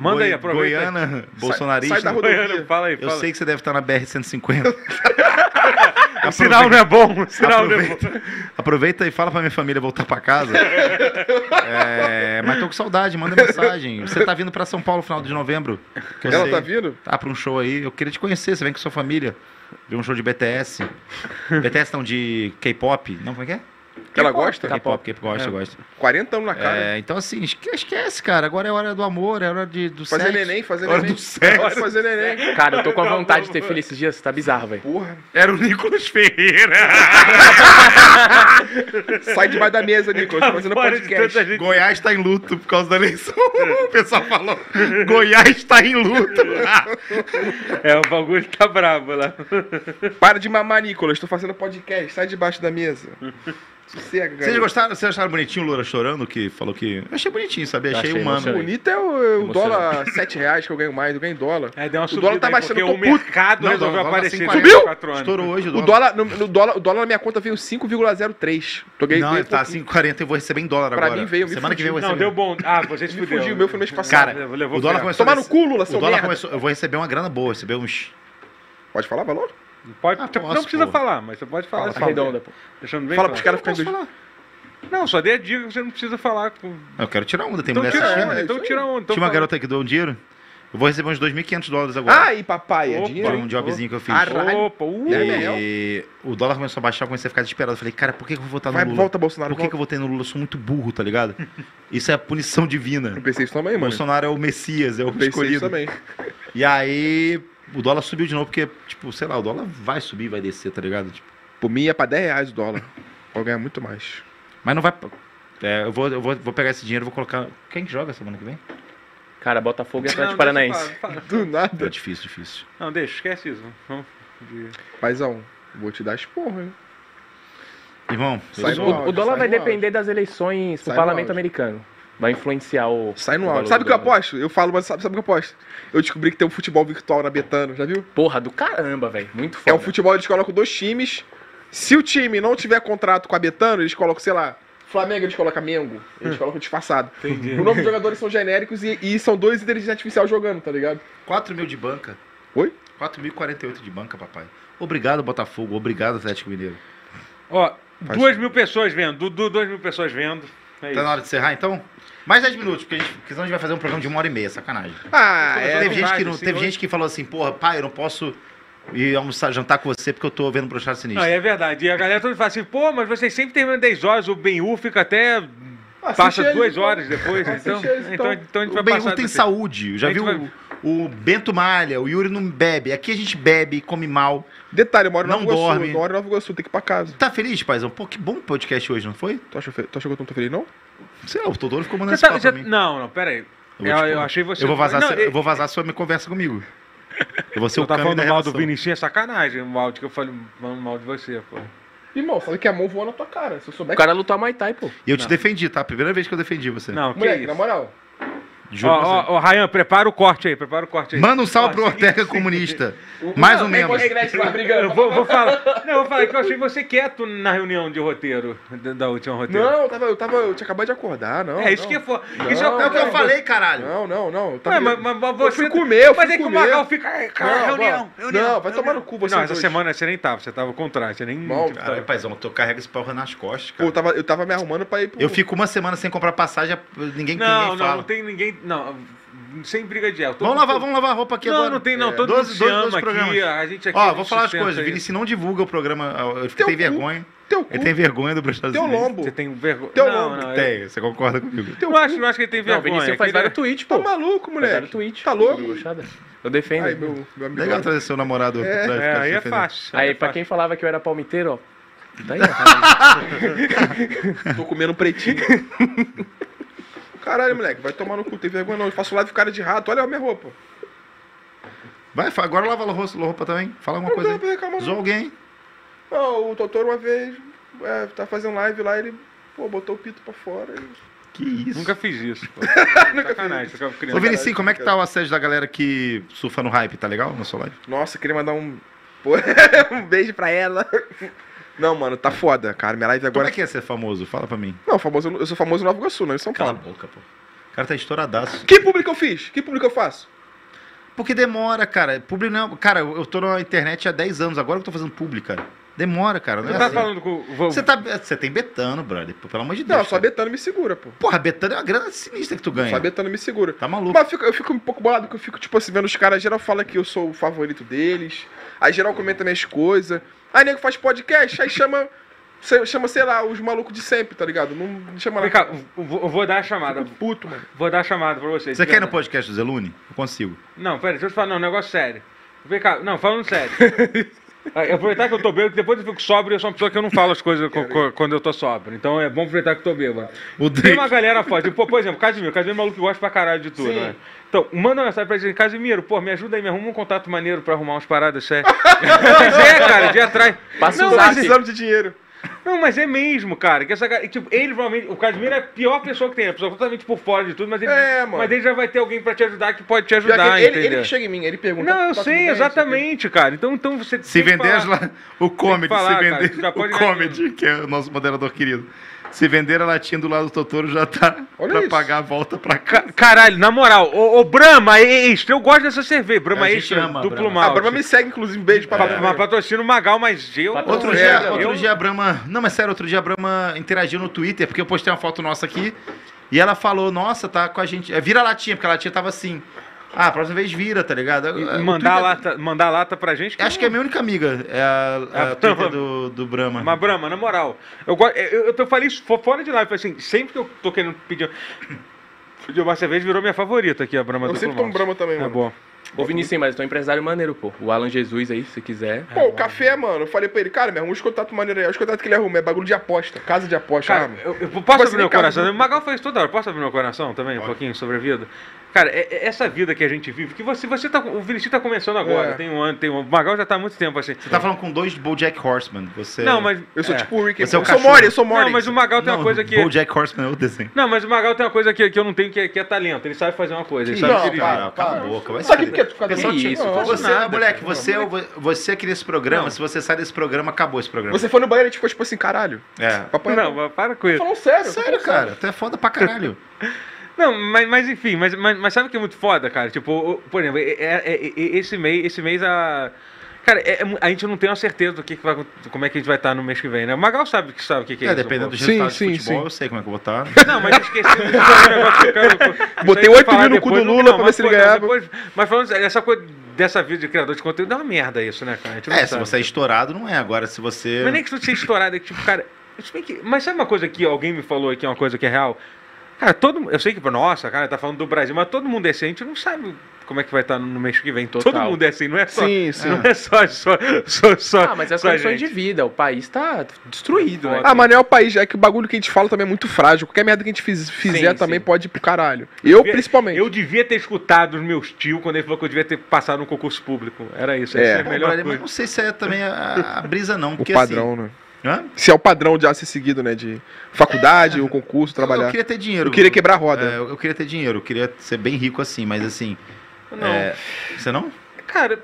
S3: Manda
S6: Goi-
S3: aí, aproveita. aí.
S6: Goiana,
S2: Sai
S6: bolsonarista.
S2: da rodovia.
S3: Goiânia, fala aí,
S6: eu
S3: fala.
S6: sei que você deve estar na BR-150.
S3: o sinal não é bom, o sinal não é bom.
S6: aproveita, aproveita e fala pra minha família voltar pra casa. É, mas tô com saudade, manda mensagem. Você tá vindo pra São Paulo no final de novembro. que eu
S2: Ela
S6: sei.
S2: tá vindo?
S6: Tá pra um show aí. Eu queria te conhecer, você vem com sua família. Ver um show de BTS. BTS não, de K-pop. Não, como é que é?
S2: Que ela gosta?
S6: K-pop, É. K-pop, gosta, gosta.
S2: 40 anos tá na cara.
S6: É, então assim, esque- esquece, cara. Agora é hora do amor, é hora de, do
S2: Fazer
S6: sexo.
S2: neném, fazer
S6: Hora
S2: neném.
S6: do sexo.
S2: Hora de fazer neném.
S7: Cara, eu tô com a vontade de ter filho esses dias, tá bizarro, velho.
S2: Porra.
S6: Era o Nicolas Ferreira.
S2: Sai debaixo da mesa, Nicolas. Tá fazendo
S3: Fora de tanta
S2: podcast.
S3: gente.
S6: Goiás tá em luto por causa da eleição. O pessoal falou: Goiás tá em luto.
S3: É, o bagulho tá brabo lá.
S2: Para de mamar, Nicolas. Tô fazendo podcast. Sai debaixo da mesa. Sossega,
S6: Vocês
S2: cara.
S6: gostaram? Vocês acharam bonitinho o Loura chorando? Que falou que. Eu achei bonitinho, sabia? Achei,
S7: Achei
S6: humano.
S7: emocionante.
S2: Bonito é o, o
S7: Emocionante.
S2: dólar 7 reais que eu ganho mais. Eu ganho em dólar.
S3: É, deu uma
S2: o dólar
S3: subida
S2: tá
S3: aí,
S2: baixando.
S3: porque
S2: Eu tô
S3: o
S2: puto.
S3: mercado
S6: Não,
S3: resolveu
S6: dós- nós
S3: aparecer
S6: assim,
S3: depois de
S2: subiu?
S3: quatro anos.
S6: Estourou hoje
S2: O dólar, no, no dólar, o dólar na minha conta veio 5,03. Tô ganhando
S6: Não,
S2: bem
S6: ele tá
S2: pouquinho.
S6: 5,40 e eu vou receber em dólar
S2: Pra
S6: agora.
S2: mim veio, me
S6: Semana que vem eu vou
S3: Não,
S6: receber.
S3: deu bom. Ah, vocês
S2: Me
S3: fugiram.
S2: fugiu, meu foi mês passado.
S6: Cara,
S3: Levou
S6: o dólar
S3: ferro.
S6: começou.
S2: Tomar
S6: a
S2: no
S6: descer-
S2: cu, Lula, seu
S6: O dólar
S2: merda.
S6: começou. Eu vou receber uma grana boa, receber uns.
S2: Pode falar, valor?
S3: Pode,
S6: Ah,
S3: tipo, não
S6: posso,
S3: precisa
S6: pô.
S3: falar, mas você pode falar. assim,
S7: Arredonda, pô.
S3: Deixando bem
S2: Fala
S3: claro.
S2: pros caras ficarem dois.
S3: Não, só dê a dica que você não precisa falar. com-
S6: Eu quero tirar onda, tem
S3: Então
S6: mulher
S3: tira
S6: assistindo.
S3: onda, então
S2: isso
S3: tira onda. então
S6: Tinha uma
S3: fala.
S6: garota que deu um dinheiro. Eu vou receber uns 2.500 dólares agora.
S2: Ai, papai, é
S3: Opa.
S6: Por
S2: dinheiro. hein?
S6: um jobzinho que eu fiz.
S2: Caralho.
S3: Opa, uh,
S2: É
S6: E o dólar começou a baixar, eu comecei a ficar desesperado. Eu falei, cara, por que que eu vou votar no
S2: Vai,
S6: Lula?
S2: volta, Bolsonaro.
S6: Por que, que eu votei no Lula? Eu sou muito burro, tá ligado? Isso é a punição divina.
S2: Eu pensei isso também,
S6: O
S2: mano.
S6: Bolsonaro é o Messias, é o
S2: Eu pensei isso
S6: escolhido.
S2: também.
S6: E aí o dólar subiu de novo, porque, tipo, sei lá, o dólar vai subir, vai descer, tá ligado? Tipo,
S2: Por mim ia pra 10 reais o dólar. Pra eu ganhar muito mais.
S6: mas não vai. é, eu vou, eu vou, vou pegar esse dinheiro e vou colocar. Quem que joga semana que vem?
S7: Cara, Botafogo e
S3: Não,
S7: Atlético
S3: deixa
S7: Paranaense.
S3: pra- pra-
S2: Do
S6: É
S2: nada.
S6: difícil, difícil.
S3: Não, deixa, esquece isso. Vamos de-
S2: Paizão, vou te dar esporro, hein?
S6: Irmão,
S2: Sai
S6: eu-
S2: no áudio,
S7: O dólar
S2: sai
S7: vai
S2: no áudio.
S7: depender das eleições pro
S2: Sai no
S7: parlamento
S2: áudio.
S7: americano. Vai influenciar o.
S2: Sai no
S7: o
S2: áudio.
S7: valor
S2: Sabe o
S7: do
S2: que eu
S7: dólar.
S2: aposto? Eu falo, mas sabe, sabe o que eu aposto? Eu descobri que tem um futebol virtual na Betano, já viu?
S7: Porra do caramba, velho. Muito
S2: É
S7: foda.
S2: um futebol, eles colocam dois times. Se o time não tiver contrato com a Betano, eles colocam, sei lá, Flamengo, eles colocam Mengo. Eles
S7: Hum.
S2: colocam disfarçado. O nome dos jogadores são genéricos e, e são dois inteligência artificial jogando, tá ligado?
S6: 4 mil de banca.
S2: Oi?
S6: 4.048 de banca, papai. Obrigado, Botafogo. Obrigado, Atlético Mineiro.
S3: Ó, duas mil pessoas vendo. Dudu, duas mil pessoas vendo. É
S6: Tá
S3: isso.
S6: na hora de encerrar, então? Mais 10 minutos, porque, a gente, porque senão a gente vai fazer um programa de uma hora e meia, sacanagem.
S2: Ah, é.
S6: teve gente,
S3: verdade,
S6: que não,
S3: sim,
S6: teve
S3: hoje-
S6: gente que falou assim, porra, pai, eu não posso ir almoçar, jantar com você porque eu tô vendo o Brochado Sinistro.
S3: Não, é verdade. E a galera toda fala assim, pô, mas vocês sempre terminam 10 horas, o Ben-U fica
S6: Ah,
S3: até... passa
S2: eles,
S3: duas
S2: então.
S3: horas depois,
S2: Assiste
S3: então,
S2: eles, então.
S3: então... então a gente
S6: O
S3: vai
S6: Ben
S3: passar...
S6: tem
S3: desse-
S6: saúde. Eu já
S3: A
S6: vi
S3: gente
S6: o, o Bento Malha, o Yuri não bebe. Aqui a gente bebe, come mal.
S2: Detalhe, eu moro em
S6: Não
S2: Nova Iguaçu.
S6: dorme.
S2: Eu moro em Nova Iguaçu, tem que ir pra casa.
S6: Tá feliz, paizão? Pô, que bom podcast hoje, não foi?
S2: Tu achou, fe- tu achou que eu não tô feliz, não?
S6: Sei lá, o Todoro ficou mandando
S3: Você
S6: esse
S3: tá,
S6: papo é pra
S3: você-
S6: mim.
S3: Não, não, pera aí.
S6: Eu
S3: Eu,
S6: vou te
S3: eu
S6: falar.
S3: achei você...
S6: Eu vou vazar,
S3: não,
S6: se- eu vou vazar a sua me conversa comigo. Eu vou ser
S3: eu
S6: o
S3: tava
S6: Cami da
S3: tá falando mal do
S6: relação.
S3: Vinicius, é sacanagem o áudio que eu falei falando mal de você, pô.
S6: É.
S2: Irmão, sabe que a mão voa na tua cara. Se eu
S7: O
S2: souber.
S7: cara lutou a Muay Thai, pô.
S6: E eu te defendi, tá? Primeira vez que eu defendi você.
S3: Não, que
S2: Moleque,
S3: isso.
S2: na moral.
S6: Juro pra
S3: Ó, ó, ó, Ryan, prepara o corte aí, prepara o corte aí.
S6: Manda um salve
S3: Ó,
S6: pro
S3: sim,
S6: Ortega
S3: sim.
S6: Comunista. Mais um
S2: Não, nem
S6: membro.
S2: podcast lá brigando.
S3: Eu vou, vou falar. Não, eu falei que eu achei você quieto na reunião de roteiro, da, da última roteiro.
S2: Não, eu tava, eu tava. Eu tinha acabado de acordar, não.
S3: é isso
S2: não.
S3: que foi.
S2: Não,
S3: Isso é
S6: É o que eu falei, caralho.
S2: Não, não, não. Eu tava...
S3: Ué, mas, mas- mas
S2: Eu
S3: você.
S2: fui comer, eu fui
S3: Mas é que o
S2: comer.
S3: Magal fica. "Ai, Cara,
S2: Não,
S3: reunião,
S2: mano.
S3: reunião.
S2: Não, vai
S3: reunião."
S2: tomar no cu você
S3: Não, essa
S2: dois.
S3: semana você nem tava, você tava contrário, você nem.
S2: Mal,
S3: tipo,
S6: Caralho,
S3: tava-
S6: paizão, tu carrega esse porra nas costas,
S2: Pô,
S6: cara.
S2: eu tava, eu tava me arrumando pra ir pro.
S6: Eu fico uma semana sem comprar passagem, ninguém,
S3: Não,
S6: ninguém
S3: não,
S6: fala.
S3: não tem ninguém. Não, sem briga de ego. Todo
S6: Vamos
S3: mundo-
S6: lavar, vamos lavar a roupa aqui
S3: Não,
S6: agora.
S3: não tem, não.
S6: É,
S3: Todo mundo se ama aqui,
S6: programas.
S3: a gente aqui, é a
S6: Ó,
S3: gente
S6: vou
S3: se
S6: falar as
S3: senta
S6: coisas.
S3: aí.
S6: Vinici não divulga o programa. ó, Eu
S2: Teu
S6: tenho
S2: cu.
S6: vergonha.
S2: Teu cu.
S6: Ele tem vergonha do Brasil.
S2: Teu lombo.
S3: Você tá tem né? vergonha.
S2: Teu
S3: Não,
S2: lombo.
S3: não, eu-
S6: Tem, você concorda comigo?
S3: Não acho, não acho que ele tem
S7: Não, o
S3: vergonha.
S7: Vinicius faz
S3: Aquele-
S7: vários tweets, pô.
S2: Tá maluco,
S7: Faz vários
S2: moleque.
S7: tweets.
S2: Tá louco?
S7: Brochada. Eu defendo.
S2: Ai, meu, meu amigo.
S6: Legal trazer seu namorado. pra ficar
S3: É,
S6: se
S3: aí é
S6: defendendo.
S3: fácil.
S7: Aí,
S3: é
S7: pra
S3: fácil.
S7: quem falava que eu era palmiteiro, ó. Tá aí, ó.
S2: Tô comendo um pretinho. Caralho, moleque, vai tomar no cu, tem vergonha não. Eu faço live com cara de rato, olha a minha roupa.
S6: Vai, fa- agora lava a rosto, roupa também. Fala alguma
S2: Não
S6: coisa
S2: dá
S6: aí.
S2: pra reclamar
S6: Zoa
S2: não.
S6: alguém.
S2: Não, o doutor uma vez é, tá fazendo live lá, ele pô, botou o pito pra fora. e-
S6: Que isso.
S3: Nunca fiz isso. Pô. Sacanagem, ficava
S6: Ô,
S3: criança.
S6: Vinici, como é que tá o assédio da galera que surfa no hype? Tá legal no seu live?
S2: Nossa, queria mandar um. pô, um beijo pra ela. Não, mano, tá foda, cara. Minha live
S6: Como
S2: agora.
S6: é que é ser famoso? Fala pra mim.
S2: Não, famoso, eu sou famoso em Nova Iguaçu, não em São
S6: Cala a
S2: Paulo.
S6: boca, pô. O cara tá estouradaço.
S2: Que público eu fiz? Que público eu faço?
S6: Porque demora, cara. Publi não. Cara, eu eu tô na internet há 10 anos, agora que eu tô fazendo publi, cara. Demora, cara. Não
S3: Você
S6: é
S3: tá
S6: assim.
S3: falando com. Vou...
S6: Você tá. Você tem betano, brother. Pô, Pelo amor de Deus.
S2: Não, só a
S6: cara.
S2: Betano me segura, pô.
S6: Porra, betano é uma grana sinistra que tu ganha.
S2: Só a Betano me segura.
S6: Tá maluco.
S2: Mas eu fico, eu fico um pouco bolado, porque eu fico, tipo assim, vendo os caras. Geral fala que eu sou o favorito deles. Aí geral comenta minhas coisas. Aí nego faz podcast, aí chama. se- Chama, sei lá, os malucos de sempre, tá ligado? Não não chama
S3: Vem
S2: lá.
S3: cá, eu vou eu vou dar a chamada.
S2: Puto, mano.
S3: Vou dar a chamada pra vocês.
S6: Você quer ir no
S3: Não,
S6: podcast do Zelune? Eu consigo.
S3: Não, pera, deixa eu te falar, não, um negócio sério. Vem cá, não, falando sério. Aí, Aproveitar que eu tô bêbado, depois eu fico sóbrio, eu sou uma pessoa que eu não falo as coisas co- co- quando eu tô sóbrio. Então é bom aproveitar que eu tô bêbado.
S6: O
S3: Tem
S6: Drake.
S3: uma galera foda. Pô, por exemplo, Casimiro. Casimiro é maluco que gosta pra caralho de tudo, né? Então, manda uma mensagem pra ele. Casimiro, pô, me ajuda aí, me arruma um contato maneiro pra arrumar umas paradas sérias. mas é, cara, de atrás.
S7: Passa
S3: não,
S7: o
S3: mas,
S7: zap.
S2: Precisamos de dinheiro.
S3: não, mas é mesmo, cara. Que essa, ga- tipo, ele provavelmente. O Casimiro é a pior pessoa que tem. É a pessoa totalmente por fora de tudo, mas ele,
S2: É, mano.
S3: Mas ele já vai ter alguém pra te ajudar que pode te
S2: Pior que
S3: ajudar,
S2: ele, ele
S3: entendeu?
S2: que chega em mim, ele pergunta.
S3: não, eu
S2: "Tá tudo
S3: sei,
S2: bem?"
S3: exatamente, cara. Então, então você.
S6: Se
S3: tem que
S6: vender as
S3: falar.
S6: la- o comedy,
S3: falar,
S6: se
S3: cara,
S6: vender
S3: tu já pode
S6: o
S3: ganhar
S6: comedy, que é o nosso moderador querido. Se vender a latinha do lado do Totoro já tá
S2: Olha
S6: pra
S2: isso.
S6: pagar a volta pra cá.
S3: Caralho, na moral, ô, ô Brahma Extra, eu gosto dessa cerveja. Brahma
S6: A gente
S3: Extra,
S6: ama
S3: duplo
S6: Brahma.
S3: mal.
S2: A Ah, Brahma me segue, inclusive. Beijo pra
S3: Pa- Mas
S2: Brahma.
S3: patrocina o Magal, mas eu.
S6: Outro
S2: É,
S6: dia,
S2: eu-
S6: outro dia a Brahma. Não, mas sério, outro dia a Brahma interagiu no Twitter, porque eu postei uma foto nossa aqui. E ela falou, nossa, tá com a gente. É, vira a latinha, porque a latinha tava assim. Ah, a próxima vez vira, tá ligado?
S2: É,
S3: E-
S6: Eu-
S3: e
S6: eu-
S3: mandar, a
S6: o Twitter-
S3: lata, mandar a lata pra gente.
S6: Acho que é minha única amiga. É a, a
S3: A
S6: Twitter
S3: Brahma.
S6: do, do Brahma.
S3: Mas, Brahma, na moral, eu, go- é, eu, eu, eu falei isso fo- fora de lá. Eu falei assim, sempre que eu tô querendo pedir, pedir uma cerveja, virou minha favorita aqui, a Brahma
S2: Eu
S3: Duplo
S2: sempre tomo
S3: Malte.
S2: Brahma também,
S3: É
S2: mano.
S3: bom.
S7: Ô, Vinícius, mas eu tô um empresário maneiro, pô. O Alan Jesus aí, se quiser.
S2: Pô, o café, mano, eu falei pra ele, cara, me arruma uns contatos maneiros aí. Os contatos que ele arruma é bagulho de aposta, casa de aposta.
S3: Cara,
S2: ah, mano.
S3: eu, eu posso
S2: Mas
S3: abrir meu
S2: vem cá,
S3: coração?
S2: vamos-
S3: O Magal faz toda hora. Posso abrir meu coração também, um pouquinho sobre a vida? Cara, é- é essa vida que a gente vive, que você, você tá. O Vinicius tá começando
S2: É.
S3: agora, tem um ano, tem um. O Magal já tá há muito tempo assim.
S6: Você tá falando com dois Bojack Horseman. Você...
S3: Não, mas.
S2: Eu sou
S3: é.
S2: tipo o Rick.
S6: Você é o
S2: eu sou
S6: cachorro.
S2: Mori, eu sou Mori.
S3: Não, mas o Magal tem uma
S6: Não,
S3: coisa que.
S6: Bojack Horseman é outro desenho.
S3: Não, mas o Magal tem uma coisa que, que eu não tenho, que é, que é talento. Ele sabe fazer uma coisa. Ele sabe
S2: Não,
S3: dirigir.
S6: Cara,
S2: para,
S6: cala a
S2: para.
S6: boca. Vai
S2: Só
S6: se
S2: que porque
S6: fuder.
S2: tu fica
S6: Pessoal,
S7: Que
S2: doente,
S7: isso,
S2: não,
S7: faz
S6: Você,
S7: nada,
S6: moleque, você, é você aqui nesse programa, se você sai desse programa, acabou esse programa.
S2: Você foi no banheiro e ficou tipo assim, caralho.
S6: É.
S2: Papai
S3: Não, mas para com isso.
S2: Falando sério, tô
S6: Sério,
S2: falando
S6: cara, tu é foda pra caralho.
S3: Não, mas, mas enfim, mas, mas, mas sabe o que é muito foda, cara? Tipo, o- por exemplo, é- é- é- é- esse mês, esse mês a. Cara, é- é mu- a gente não tem uma certeza do que, que vai acon- como é que a gente vai estar no mês que vem, né? O Magal sabe que sabe o que, que é,
S6: É,
S3: isso,
S6: dependendo
S3: pô.
S6: dos resultados
S2: Sim,
S6: do
S2: sim,
S6: futebol,
S2: sim.
S6: eu sei como é que eu vou estar.
S3: Não, mas esqueci do negócio que eu quero- isso aí
S2: Botei
S3: eu vou
S2: oito
S3: falar
S2: mil no cu do
S3: depois,
S2: Lula pra ver se ele
S3: pô,
S2: ganhava.
S3: depois- mas falando sério, essa coisa dessa vida de criador de conteúdo, dá uma merda isso, né, cara? A gente não
S6: É, se
S3: sabe.
S6: você é estourado, não é. Agora, se você.
S3: Mas nem que isso seja estourado, é que, tipo, cara. se bem que- Mas sabe uma coisa que alguém me falou aqui, uma coisa que é real? Cara, todo mu- Eu sei que, nossa, cara, tá falando do Brasil, mas todo mundo decente não sabe como é que vai estar no mês que vem. Todo
S7: Total.
S3: mundo é assim, não é só.
S2: Sim, sim.
S3: Não é só, só, só, só
S7: Ah, mas é as
S3: só
S7: condições de
S3: gente.
S7: vida. O país tá destruído, né?
S2: Ah, mas não é o país, é que o bagulho que a gente fala também é muito frágil. Qualquer merda que a gente fiz- fizer
S7: Sim,
S2: também
S7: sim.
S2: pode ir pro caralho. Eu,
S3: devia-
S2: principalmente.
S3: Eu devia ter escutado os meus tios quando ele falou que eu devia ter passado num concurso público. Era isso,
S2: É.
S3: essa é a
S6: Pô,
S3: melhor
S6: brother, mas
S3: coisa.
S6: não sei se é também a, a brisa, não.
S2: o
S6: Porque,
S2: padrão, né?
S6: Assim, hã?
S2: Se é o padrão de a ser seguido, né? De faculdade, o concurso,
S6: Eu,
S2: trabalhar.
S6: queria ter dinheiro.
S2: Eu queria quebrar a roda.
S6: É, eu eu queria ter dinheiro, eu queria ser bem rico assim, mas assim.
S3: Não.
S6: é, você não?
S3: Cara,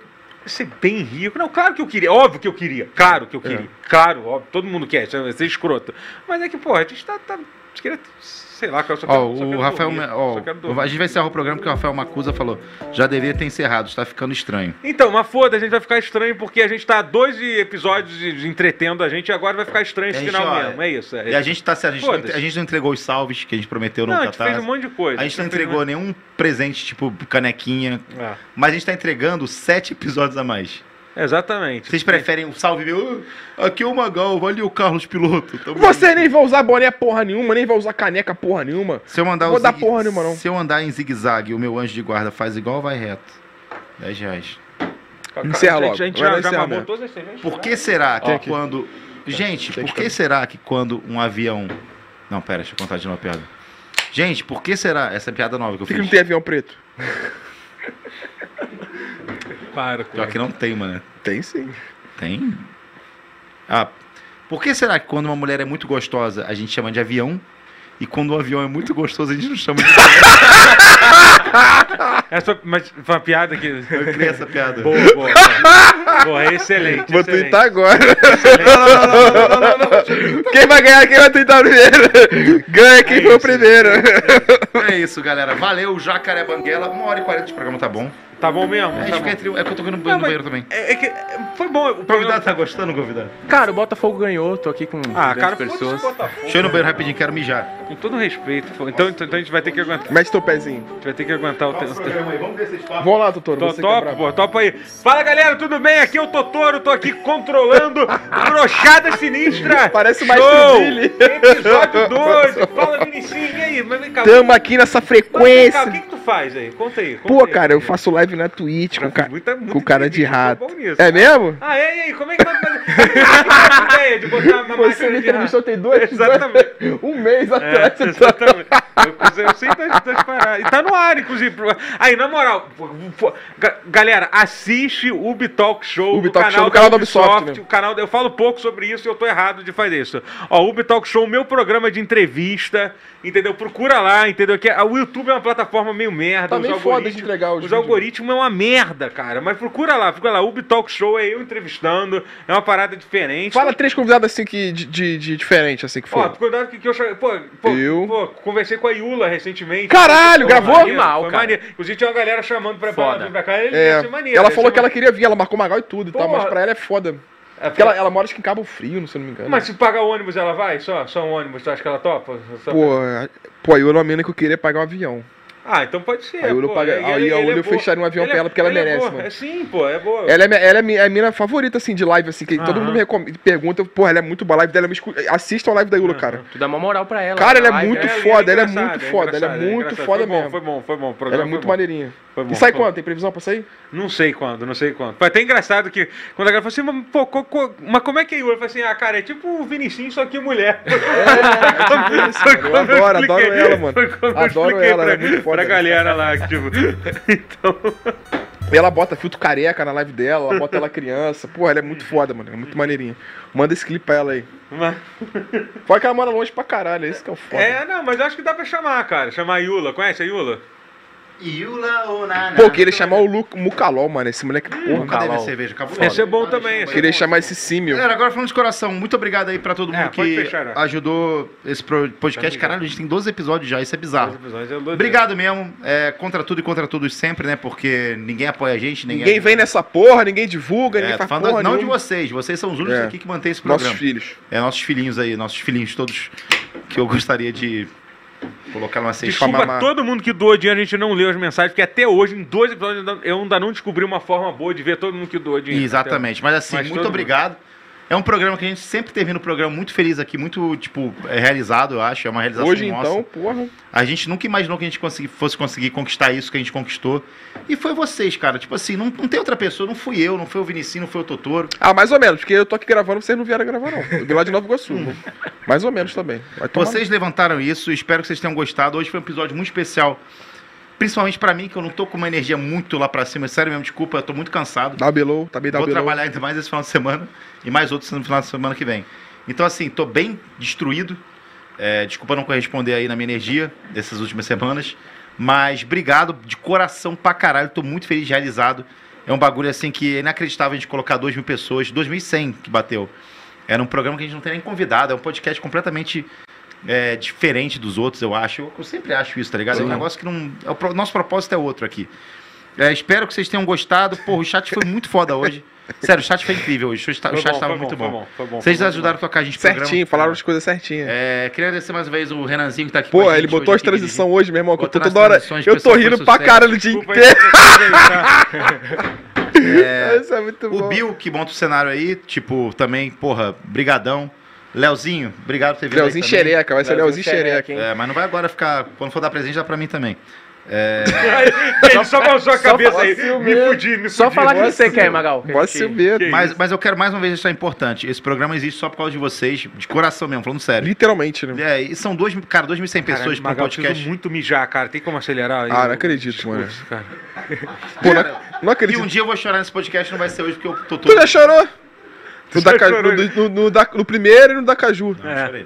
S3: ser bem rico. Não, claro que eu queria. Óbvio que eu queria. Claro
S6: É.
S3: que eu queria. Claro, óbvio. Todo mundo quer. Isso é isso é escroto. Mas é que, porra, a gente tá. tá eu queria, sei lá, cara, eu só quero,
S6: Ó,
S3: só quero
S6: o Rafael.
S3: dormir,
S6: ó,
S3: só quero dormir.
S6: a gente vai encerrar o programa porque o Rafael Macusa falou: já deveria ter encerrado, está ficando estranho.
S3: Então, mas foda, a gente vai ficar estranho porque a gente tá há dois episódios de- de entretendo a gente e agora vai ficar estranho esse
S6: É,
S3: final
S6: gente, ó,
S3: mesmo. É isso. É,
S6: E a gente tá. se A gente, não,
S3: Foda-se.
S6: a gente não entregou os salves que a gente prometeu no
S3: não, a gente fez
S6: Catarse.
S3: um monte de coisa.
S6: A gente não
S3: fez um
S6: entregou nenhum presente, tipo canequinha,
S3: monte-
S6: mas a gente tá entregando sete episódios a mais.
S3: É, exatamente.
S6: Vocês preferem um salve meu? "Ah, Aqui é o Magal, valeu Carlos Piloto. Tamo
S2: Você nem vai usar boné porra nenhuma, nem vai usar caneca porra nenhuma.
S6: Se eu mandar
S2: Vou
S6: o
S2: dar porra nenhuma, não.
S6: Se eu andar em zigue-zague, o meu anjo de guarda faz igual, vai reto. 10 reais.
S2: Encerra logo.
S3: a gente, A gente
S2: Vai lá
S3: já, já
S2: encerrar
S3: mamou
S2: mesmo.
S3: todas as cervejas.
S6: Por que será que
S7: Ó.
S6: quando. Gente,
S2: Tem que
S6: por que será que quando um avião. Não, pera, deixa eu contar de novo a piada. Gente, por que será. Essa é a piada nova que eu
S2: Por que que não
S6: fiz.
S2: tem avião preto?
S3: Para, com
S6: Pior que não tem, né? mano.
S2: Tem sim.
S6: Tem? Ah, por que será que quando uma mulher é muito gostosa, a gente chama de avião? E quando o avião é muito gostoso, a gente não chama de avião?
S3: Essa foi, mas foi uma piada que.
S6: Eu criei essa piada.
S3: Boa, boa. boa. boa, excelente.
S2: Vou
S3: excelente.
S2: twittar agora. Quem vai ganhar? Quem vai twittar primeiro? Ganha quem foi o primeiro.
S6: É isso, galera. Valeu, Jacaré Banguela. Uma hora e quarenta de programa, tá bom?
S3: Tá bom mesmo?
S6: É, a
S3: tá
S6: gente
S3: bom.
S6: fica entre- é que eu tô indo no
S3: Não, mas-
S6: banheiro também.
S3: É, é que é, foi bom. O
S6: O convidado
S3: programa...
S6: tá gostando, convidado?
S7: Cara, o Botafogo ganhou, tô aqui com
S3: Ah,
S7: grandes
S3: cara,
S7: pessoas.
S3: foda-se Botafogo.
S6: Deixa eu ir no banheiro rapidinho, quero mijar.
S3: Com todo respeito. foi- Então, então, então a gente vai ter que aguentar.
S2: Mete teu pezinho.
S3: A gente vai ter que aguentar o tempo.
S6: Vamos ver se
S2: Vamos lá, doutor.
S3: Tô
S2: Você que é
S3: topo,
S2: brabo.
S3: pô, topa aí. Fala galera, tudo bem? Aqui é o Totoro, tô aqui controlando Brochada Sinistra.
S2: Parece o Maestro Billy.
S3: Episódio 12. Fala, Vinicius, e aí? Mas vem cá,
S2: Tamo aqui nessa
S3: mas vem cá, o
S2: frequência.
S3: que, que tu faz aí? Conta aí. Conta
S2: Pô,
S3: aí.
S2: cara, eu faço live na Twitch com, ca...
S3: Muita- muita
S2: com cara de
S3: inteligência,
S2: rato.
S3: eu sou bom nisso.
S2: É mesmo?
S3: Ah, é, e aí? Como é que vai fazer? Como é que ideia de botar
S2: Você
S3: uma
S2: me
S3: máquina de rato?
S2: entrevistou tem dois,
S3: Exatamente.
S2: dois- um mês
S3: É,
S2: atrás. você tá-
S3: exatamente. Eu, eu sei das, das paradas. E tá no ar, inclusive. pro- Aí, na moral, pô, pô, ga- galera, assiste o Ubi Talk Show.
S2: Ubi
S3: no
S2: Talk Show, no canal da Ubisoft, né?
S3: o canal, eu falo pouco sobre isso e eu tô errado de fazer isso. Ó, o Ubi Talk Show, meu programa de entrevista, entendeu? Procura lá, entendeu? Que a- o YouTube é uma plataforma meio merda.
S2: Tá
S3: os
S2: meio foda de
S3: algoritmos-
S2: entregar os
S3: Os
S2: vídeos.
S3: algoritmos é uma merda, cara. Mas procura lá, procura lá. Ubi Talk Show é eu entrevistando, é uma parada diferente.
S2: Fala três convidados assim que de, de- de diferente, assim que
S3: Ó,
S2: foi.
S3: cuidado que, que eu chamei. Pô, pô,
S2: Eu?
S3: pô, conversei com a Yula recentemente.
S2: Caralho,
S3: Foi
S2: gravou?
S3: maneiro,
S7: Animal,
S3: foi
S7: cara.
S3: maneiro. Inclusive tinha uma galera chamando pra, pra,
S7: Foda.
S3: pra cá. Ele
S2: É,
S3: ia ser maneiro.
S2: ela
S3: ia
S2: falou
S3: ser
S2: que ela queria vir, ela marcou Magal e tudo e tal,
S3: Porra.
S2: mas pra ela é foda.
S3: maneiro. É,
S2: Porque ela, ela mora acho que em Cabo Frio, não se eu não me engano.
S3: Mas se pagar o ônibus ela vai? Só, só um ônibus, tu acha que ela topa? Só-
S2: Pô, a- pô, a Yolo é uma mina que eu queria pagar um avião.
S3: Ah, então pode ser.
S2: A Yolo
S3: pô.
S2: paga-
S3: Ele-
S2: a
S3: ele-
S2: Yolo
S3: ele é
S2: eu
S3: boa.
S2: fecharia um avião
S3: Ele
S2: pra ela, porque ela
S3: é
S2: merece,
S3: boa.
S2: mano.
S3: É sim, pô, é boa.
S2: Ela é, minha- ela é minha- é a mina favorita, assim, de live, assim, que todo
S3: Aham.
S2: mundo me recom- pergunta, porra, ela é muito boa, a live dela é muito... escu- Assistam a live da Yolo, cara.
S7: Tu dá uma moral pra ela.
S2: Cara, ela
S7: na
S2: é
S7: live,
S2: muito
S7: né?
S2: foda, ela é
S3: engraçada,
S2: muito foda, ela é
S3: engraçada,
S2: muito
S3: engraçada.
S2: foda
S3: foi bom,
S2: mesmo.
S3: Foi bom, foi bom. o
S2: Ela é
S3: programa foi
S2: muito
S3: bom.
S2: maneirinha.
S3: Foi bom.
S2: E sai
S3: Foi-
S2: quando? Tem previsão pra sair?
S3: Não sei quando, não sei quando. Foi até engraçado que quando a galera falou assim, mas, pô, co- co- mas como é que é Igor? Eu falei assim, ah, cara, é tipo o Vinicinho, só que mulher. Foi
S2: É Eu
S3: quando
S2: adoro,
S3: expliquei-
S2: adoro ela, mano.
S3: Foi quando
S2: Adoro
S3: eu expliquei
S2: ela, ela
S3: pra,
S2: é muito foda.
S3: pra galera lá, que, tipo. Então.
S2: E ela bota filtro careca na live dela, ela bota ela criança. Porra, ela é muito foda, mano. Ela é muito maneirinha. Manda esse clipe pra ela aí.
S3: mas-
S2: Fora que ela mora longe pra caralho, é isso que é o foda.
S3: É, não, mas eu acho que dá pra chamar, cara. Chamar a Yula. Conhece a Yula?
S6: Yula Onana.
S2: Pô, queria chamar o Lu, Mucalol, mano. Esse moleque, é porra.
S6: Cadê minha
S7: Calol.
S6: cerveja? Acabou.
S3: Esse é bom também, esse é
S2: Queria chamar esse símio.
S6: Galera, agora falando de coração, muito obrigado aí pra todo
S3: É,
S6: mundo
S3: pode
S6: que
S3: fechar, né?
S6: ajudou esse pro- podcast.
S3: Obrigado.
S6: Caralho, a gente tem 12 episódios já, isso é bizarro.
S3: Obrigado.
S6: Obrigado mesmo, é, contra tudo e contra todos sempre, né? Porque ninguém apoia a gente, ninguém...
S2: Ninguém vem nessa porra, ninguém divulga, ninguém
S6: É, tô
S2: faz
S6: falando
S2: porra
S6: não de
S2: nenhuma.
S6: vocês, vocês são os únicos
S2: É.
S6: aqui que mantêm esse
S2: Nossos
S6: programa.
S2: filhos.
S6: É, nossos filhinhos aí, nossos filhinhos todos que eu gostaria de colocar numa cestinha.
S2: pra
S3: Desculpa
S2: mamar.
S3: todo mundo que doou dinheiro, a gente não leu as mensagens, porque até hoje, em dois episódios, eu ainda- eu ainda não descobri uma forma boa de ver todo mundo que doou dinheiro.
S6: Exatamente, mas assim,
S3: Mas todo
S6: muito
S3: mundo.
S6: obrigado. É um programa que a gente sempre teve no programa, muito feliz aqui, muito, tipo, é realizado, eu acho. É uma realização
S2: Hoje
S6: nossa.
S2: então, porra.
S6: A gente nunca imaginou que a gente consegui- fosse conseguir conquistar isso que a gente conquistou. E foi vocês, cara. Tipo assim, não, não tem outra pessoa, não fui eu, não foi o Vinicinho, não foi o Totoro.
S2: Ah, mais ou menos, porque eu tô aqui gravando, vocês não vieram gravar, não. Eu vim lá de Nova Iguaçu. né? mais ou menos também. Vai tomar
S6: Hum. Vocês levantaram isso, espero que vocês tenham gostado. Hoje foi um episódio muito especial. Principalmente pra mim, que eu não tô com uma energia muito lá pra cima. Sério mesmo, desculpa, eu tô muito cansado.
S2: Dá belou, tá bem dá
S6: Vou
S2: belou.
S6: trabalhar ainda mais esse final de semana e mais outros no final de semana que vem. Então, assim, tô bem destruído. É, desculpa não corresponder aí na minha energia dessas últimas semanas. Mas obrigado de coração pra caralho. Tô muito feliz, realizado. É um bagulho assim que é inacreditável a gente colocar 2 mil pessoas, 2.100 que bateu. Era um programa que a gente não tem nem convidado. É um podcast completamente é, diferente dos outros, eu acho. Eu, eu sempre acho isso, tá ligado? É um
S2: Sim.
S6: negócio que não. é o pro- nosso propósito é outro aqui. É, espero que vocês tenham gostado. Porra, o chat foi muito foda hoje. Sério, o chat foi incrível hoje. O chat,
S3: Foi
S6: o chat
S3: bom,
S6: tava
S3: foi
S6: muito bom.
S3: bom, foi bom, foi bom,
S6: Vocês
S3: foi bom
S6: ajudaram a tocar a gente no
S2: Certinho,
S6: programa.
S2: falaram as coisas certinhas.
S6: É, queria agradecer mais uma vez o Renanzinho que tá aqui com
S2: Pô,
S6: a gente
S2: ele botou
S6: hoje
S2: as
S6: aqui
S2: transições hoje, meu irmão, que eu tô
S6: Botou nas
S2: toda hora.
S6: transições,
S2: Eu tô
S6: pessoal, foi
S2: rindo pra
S6: sucesso.
S2: caralho o dia
S3: Desculpa aí,
S2: inteiro.
S3: tá?
S2: Isso é muito
S6: dirigindo.
S2: bom.
S6: O Bill, que monta o cenário aí, tipo, também, porra, brigadão. Leozinho, obrigado por ter vindo aí
S2: Leozinho
S6: também.
S2: xereca, vai ser
S7: Leozinho
S2: Leozinho xereca.
S7: hein?
S6: É, mas não vai agora ficar... Quando for dar presente, dá pra mim também.
S3: Ele só balançou a
S2: só
S3: cabeça
S2: fala
S3: aí.
S2: assim
S3: Me
S2: mesmo.
S3: fudi, me
S7: Só
S3: fudi.
S7: falar que
S2: Pode
S7: você
S2: ser.
S7: quer, Magal.
S6: é
S7: que a
S2: Pode
S7: gente-
S2: ser o medo.
S6: Mas, mas eu quero mais uma vez deixar importante. Esse programa existe só por causa de vocês, de coração mesmo, falando sério.
S2: Literalmente, né?
S6: É, e são dois, mil- cara, 2.100 pessoas
S3: Caralho,
S6: pra um
S3: Magal, eu preciso
S6: podcast.
S3: muito mijar, cara. Tem como acelerar aí?
S6: é
S2: Ah, não
S3: o-
S2: acredito, mano.
S3: discurso, cara?
S2: Pô, não, não
S6: E um
S2: acredito.
S6: dia eu vou chorar nesse podcast, não vai ser hoje, porque eu tô todo...
S2: Tu já chorou? No,
S3: já
S2: da, Ca-
S3: chorou,
S2: no,
S6: né?
S2: no- no da- no primeiro e no da Caju.
S6: Não, eu chorei,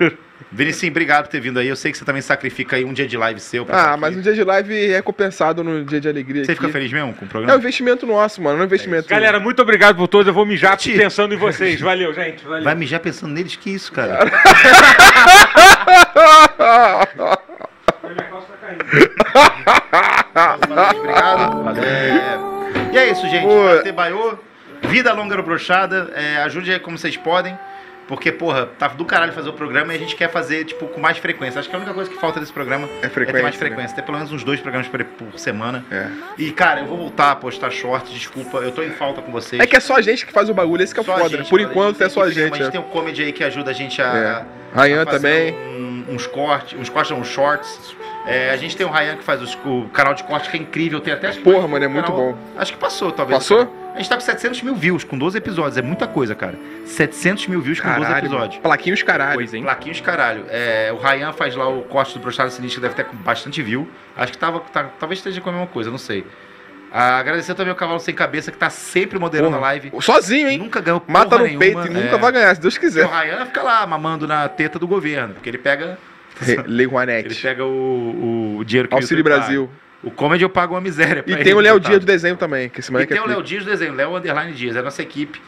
S6: não. Vinicinho, obrigado por ter vindo aí. Eu sei que você também sacrifica aí um dia de live seu. pra estar
S2: Ah,
S6: aqui.
S2: mas no dia de live é compensado no dia de alegria.
S6: Você
S2: aqui.
S6: fica feliz né? mesmo com o
S2: É um
S6: programa?
S2: investimento nosso, mano. Não é um investimento.
S3: Galera, muito obrigado por todos. Eu vou mijar pensando em vocês. Valeu, gente. Valeu.
S6: Vai mijar pensando neles, que isso, cara?
S3: Minha calça tá caindo.
S2: Ah,
S6: obrigado. É, E é isso, gente.
S2: Boa.
S6: Bater baiô, vida longa no brochada. É, ajude aí como vocês podem. Porque, porra, tá do caralho fazer o programa e a gente quer fazer, tipo, com mais frequência. Acho que a única coisa que falta desse programa
S2: É
S6: é ter mais
S2: frequência. né?
S6: frequência. Ter pelo menos uns dois programas por, por semana.
S2: É.
S6: E, cara, eu vou voltar a postar shorts, desculpa. Eu tô em falta com vocês.
S2: É que é só a gente que faz o bagulho, esse que é o
S6: Só a
S2: foda. né?
S6: gente,
S2: Por
S6: cara,
S2: enquanto
S6: tem
S2: é só a
S6: que ver,
S2: gente.
S6: Mas
S2: né?
S6: tem o comedy aí que ajuda a gente a.
S2: Rayan
S6: a fazer
S2: também.
S6: um- uns cortes, uns cortes, não, uns shorts. É, a gente tem o Rayan que faz os- o canal de cortes, que é incrível. Tem até. acho que mais um
S2: Porra, mano, é muito
S6: canal-
S2: bom.
S6: Acho que passou, talvez.
S2: Passou?
S6: A gente tá com 700 mil views com 12 episódios. É muita coisa, cara. 700 mil views com 12 episódios.
S2: Plaquinhos caralho.
S7: Coisa, hein?
S6: Plaquinhos, caralho. É, o Rayan faz lá o corte do Brochado Sinistro, que deve ter com bastante view. Acho que tava, tá- talvez esteja com a mesma coisa, não sei. Ah, agradecer também ao Cavalo Sem Cabeça, que tá sempre moderando
S2: Porra.
S6: a live.
S2: Sozinho, hein?
S6: Nunca ganhou
S2: Mata
S6: porra
S2: no
S6: nenhuma.
S2: peito e nunca
S6: É.
S2: vai ganhar, se Deus
S6: Porque o
S2: quiser.
S6: Ryan fica lá mamando na teta do governo, porque ele pega,
S2: Lei
S6: ele
S2: Juanete.
S6: pega o, o dinheiro que o tá.
S2: Auxílio
S6: YouTube
S2: Brasil.
S6: paga. O Comedy eu pago uma miséria. pra
S2: E
S6: ele,
S2: tem o Léo
S6: coitado.
S2: Dias do desenho também, que esse
S6: tá. E
S2: moleque
S6: tem
S2: é
S6: o Léo Dias do desenho, Léo Underline Dias, é a nossa equipe.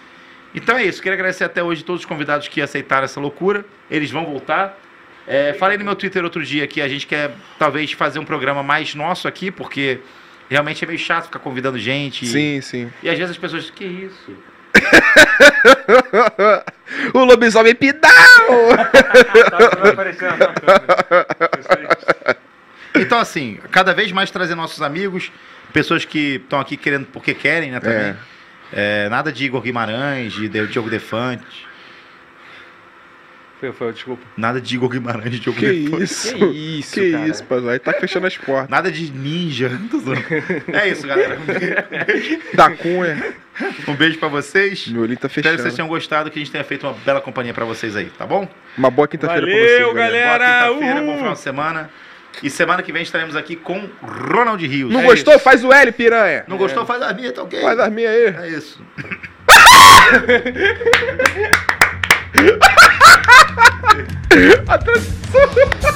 S6: Então é isso, queria agradecer até hoje todos os convidados que aceitaram essa loucura. Eles vão voltar. É, falei no meu Twitter outro dia que a gente quer talvez fazer um programa mais nosso aqui, porque realmente é meio chato ficar convidando gente.
S2: Sim, sim.
S6: E às vezes as pessoas, que isso?
S2: o lobisomem é pidal!
S3: Tá, vai aparecer na tua câmera. Isso aí.
S6: Então, assim, cada vez mais trazer nossos amigos, pessoas que estão aqui querendo porque querem, né, também. É, nada de Igor Guimarães, de, de Diogo Defante.
S3: Foi, foi, desculpa.
S6: Nada de Igor Guimarães, Diogo
S2: Que
S6: Lepo.
S2: isso?
S8: Que isso,
S2: Que
S8: cara.
S2: isso, Pazuello. Aí tá fechando as portas.
S6: Nada de ninja. Tô zoando. É isso, galera. Um beijo-
S2: Da cunha.
S6: Um beijo pra vocês.
S2: Meu olhinho tá
S6: Espero que vocês
S2: fechando.
S6: tenham gostado, que a gente tenha feito uma bela companhia pra vocês aí, tá bom?
S2: Uma boa quinta-feira pra
S3: Valeu,
S2: vocês,
S3: galera.
S6: Boa quinta-feira,
S3: uhul!
S2: um.
S6: bom final de semana. E semana que vem estaremos aqui com Ronald Rios.
S2: Não
S6: É
S2: gostou?
S6: isso.
S2: Faz o L, piranha.
S6: Não gostou? Faz a minha, tá ok.
S2: Faz as minhas aí.
S6: É isso.
S2: A transição.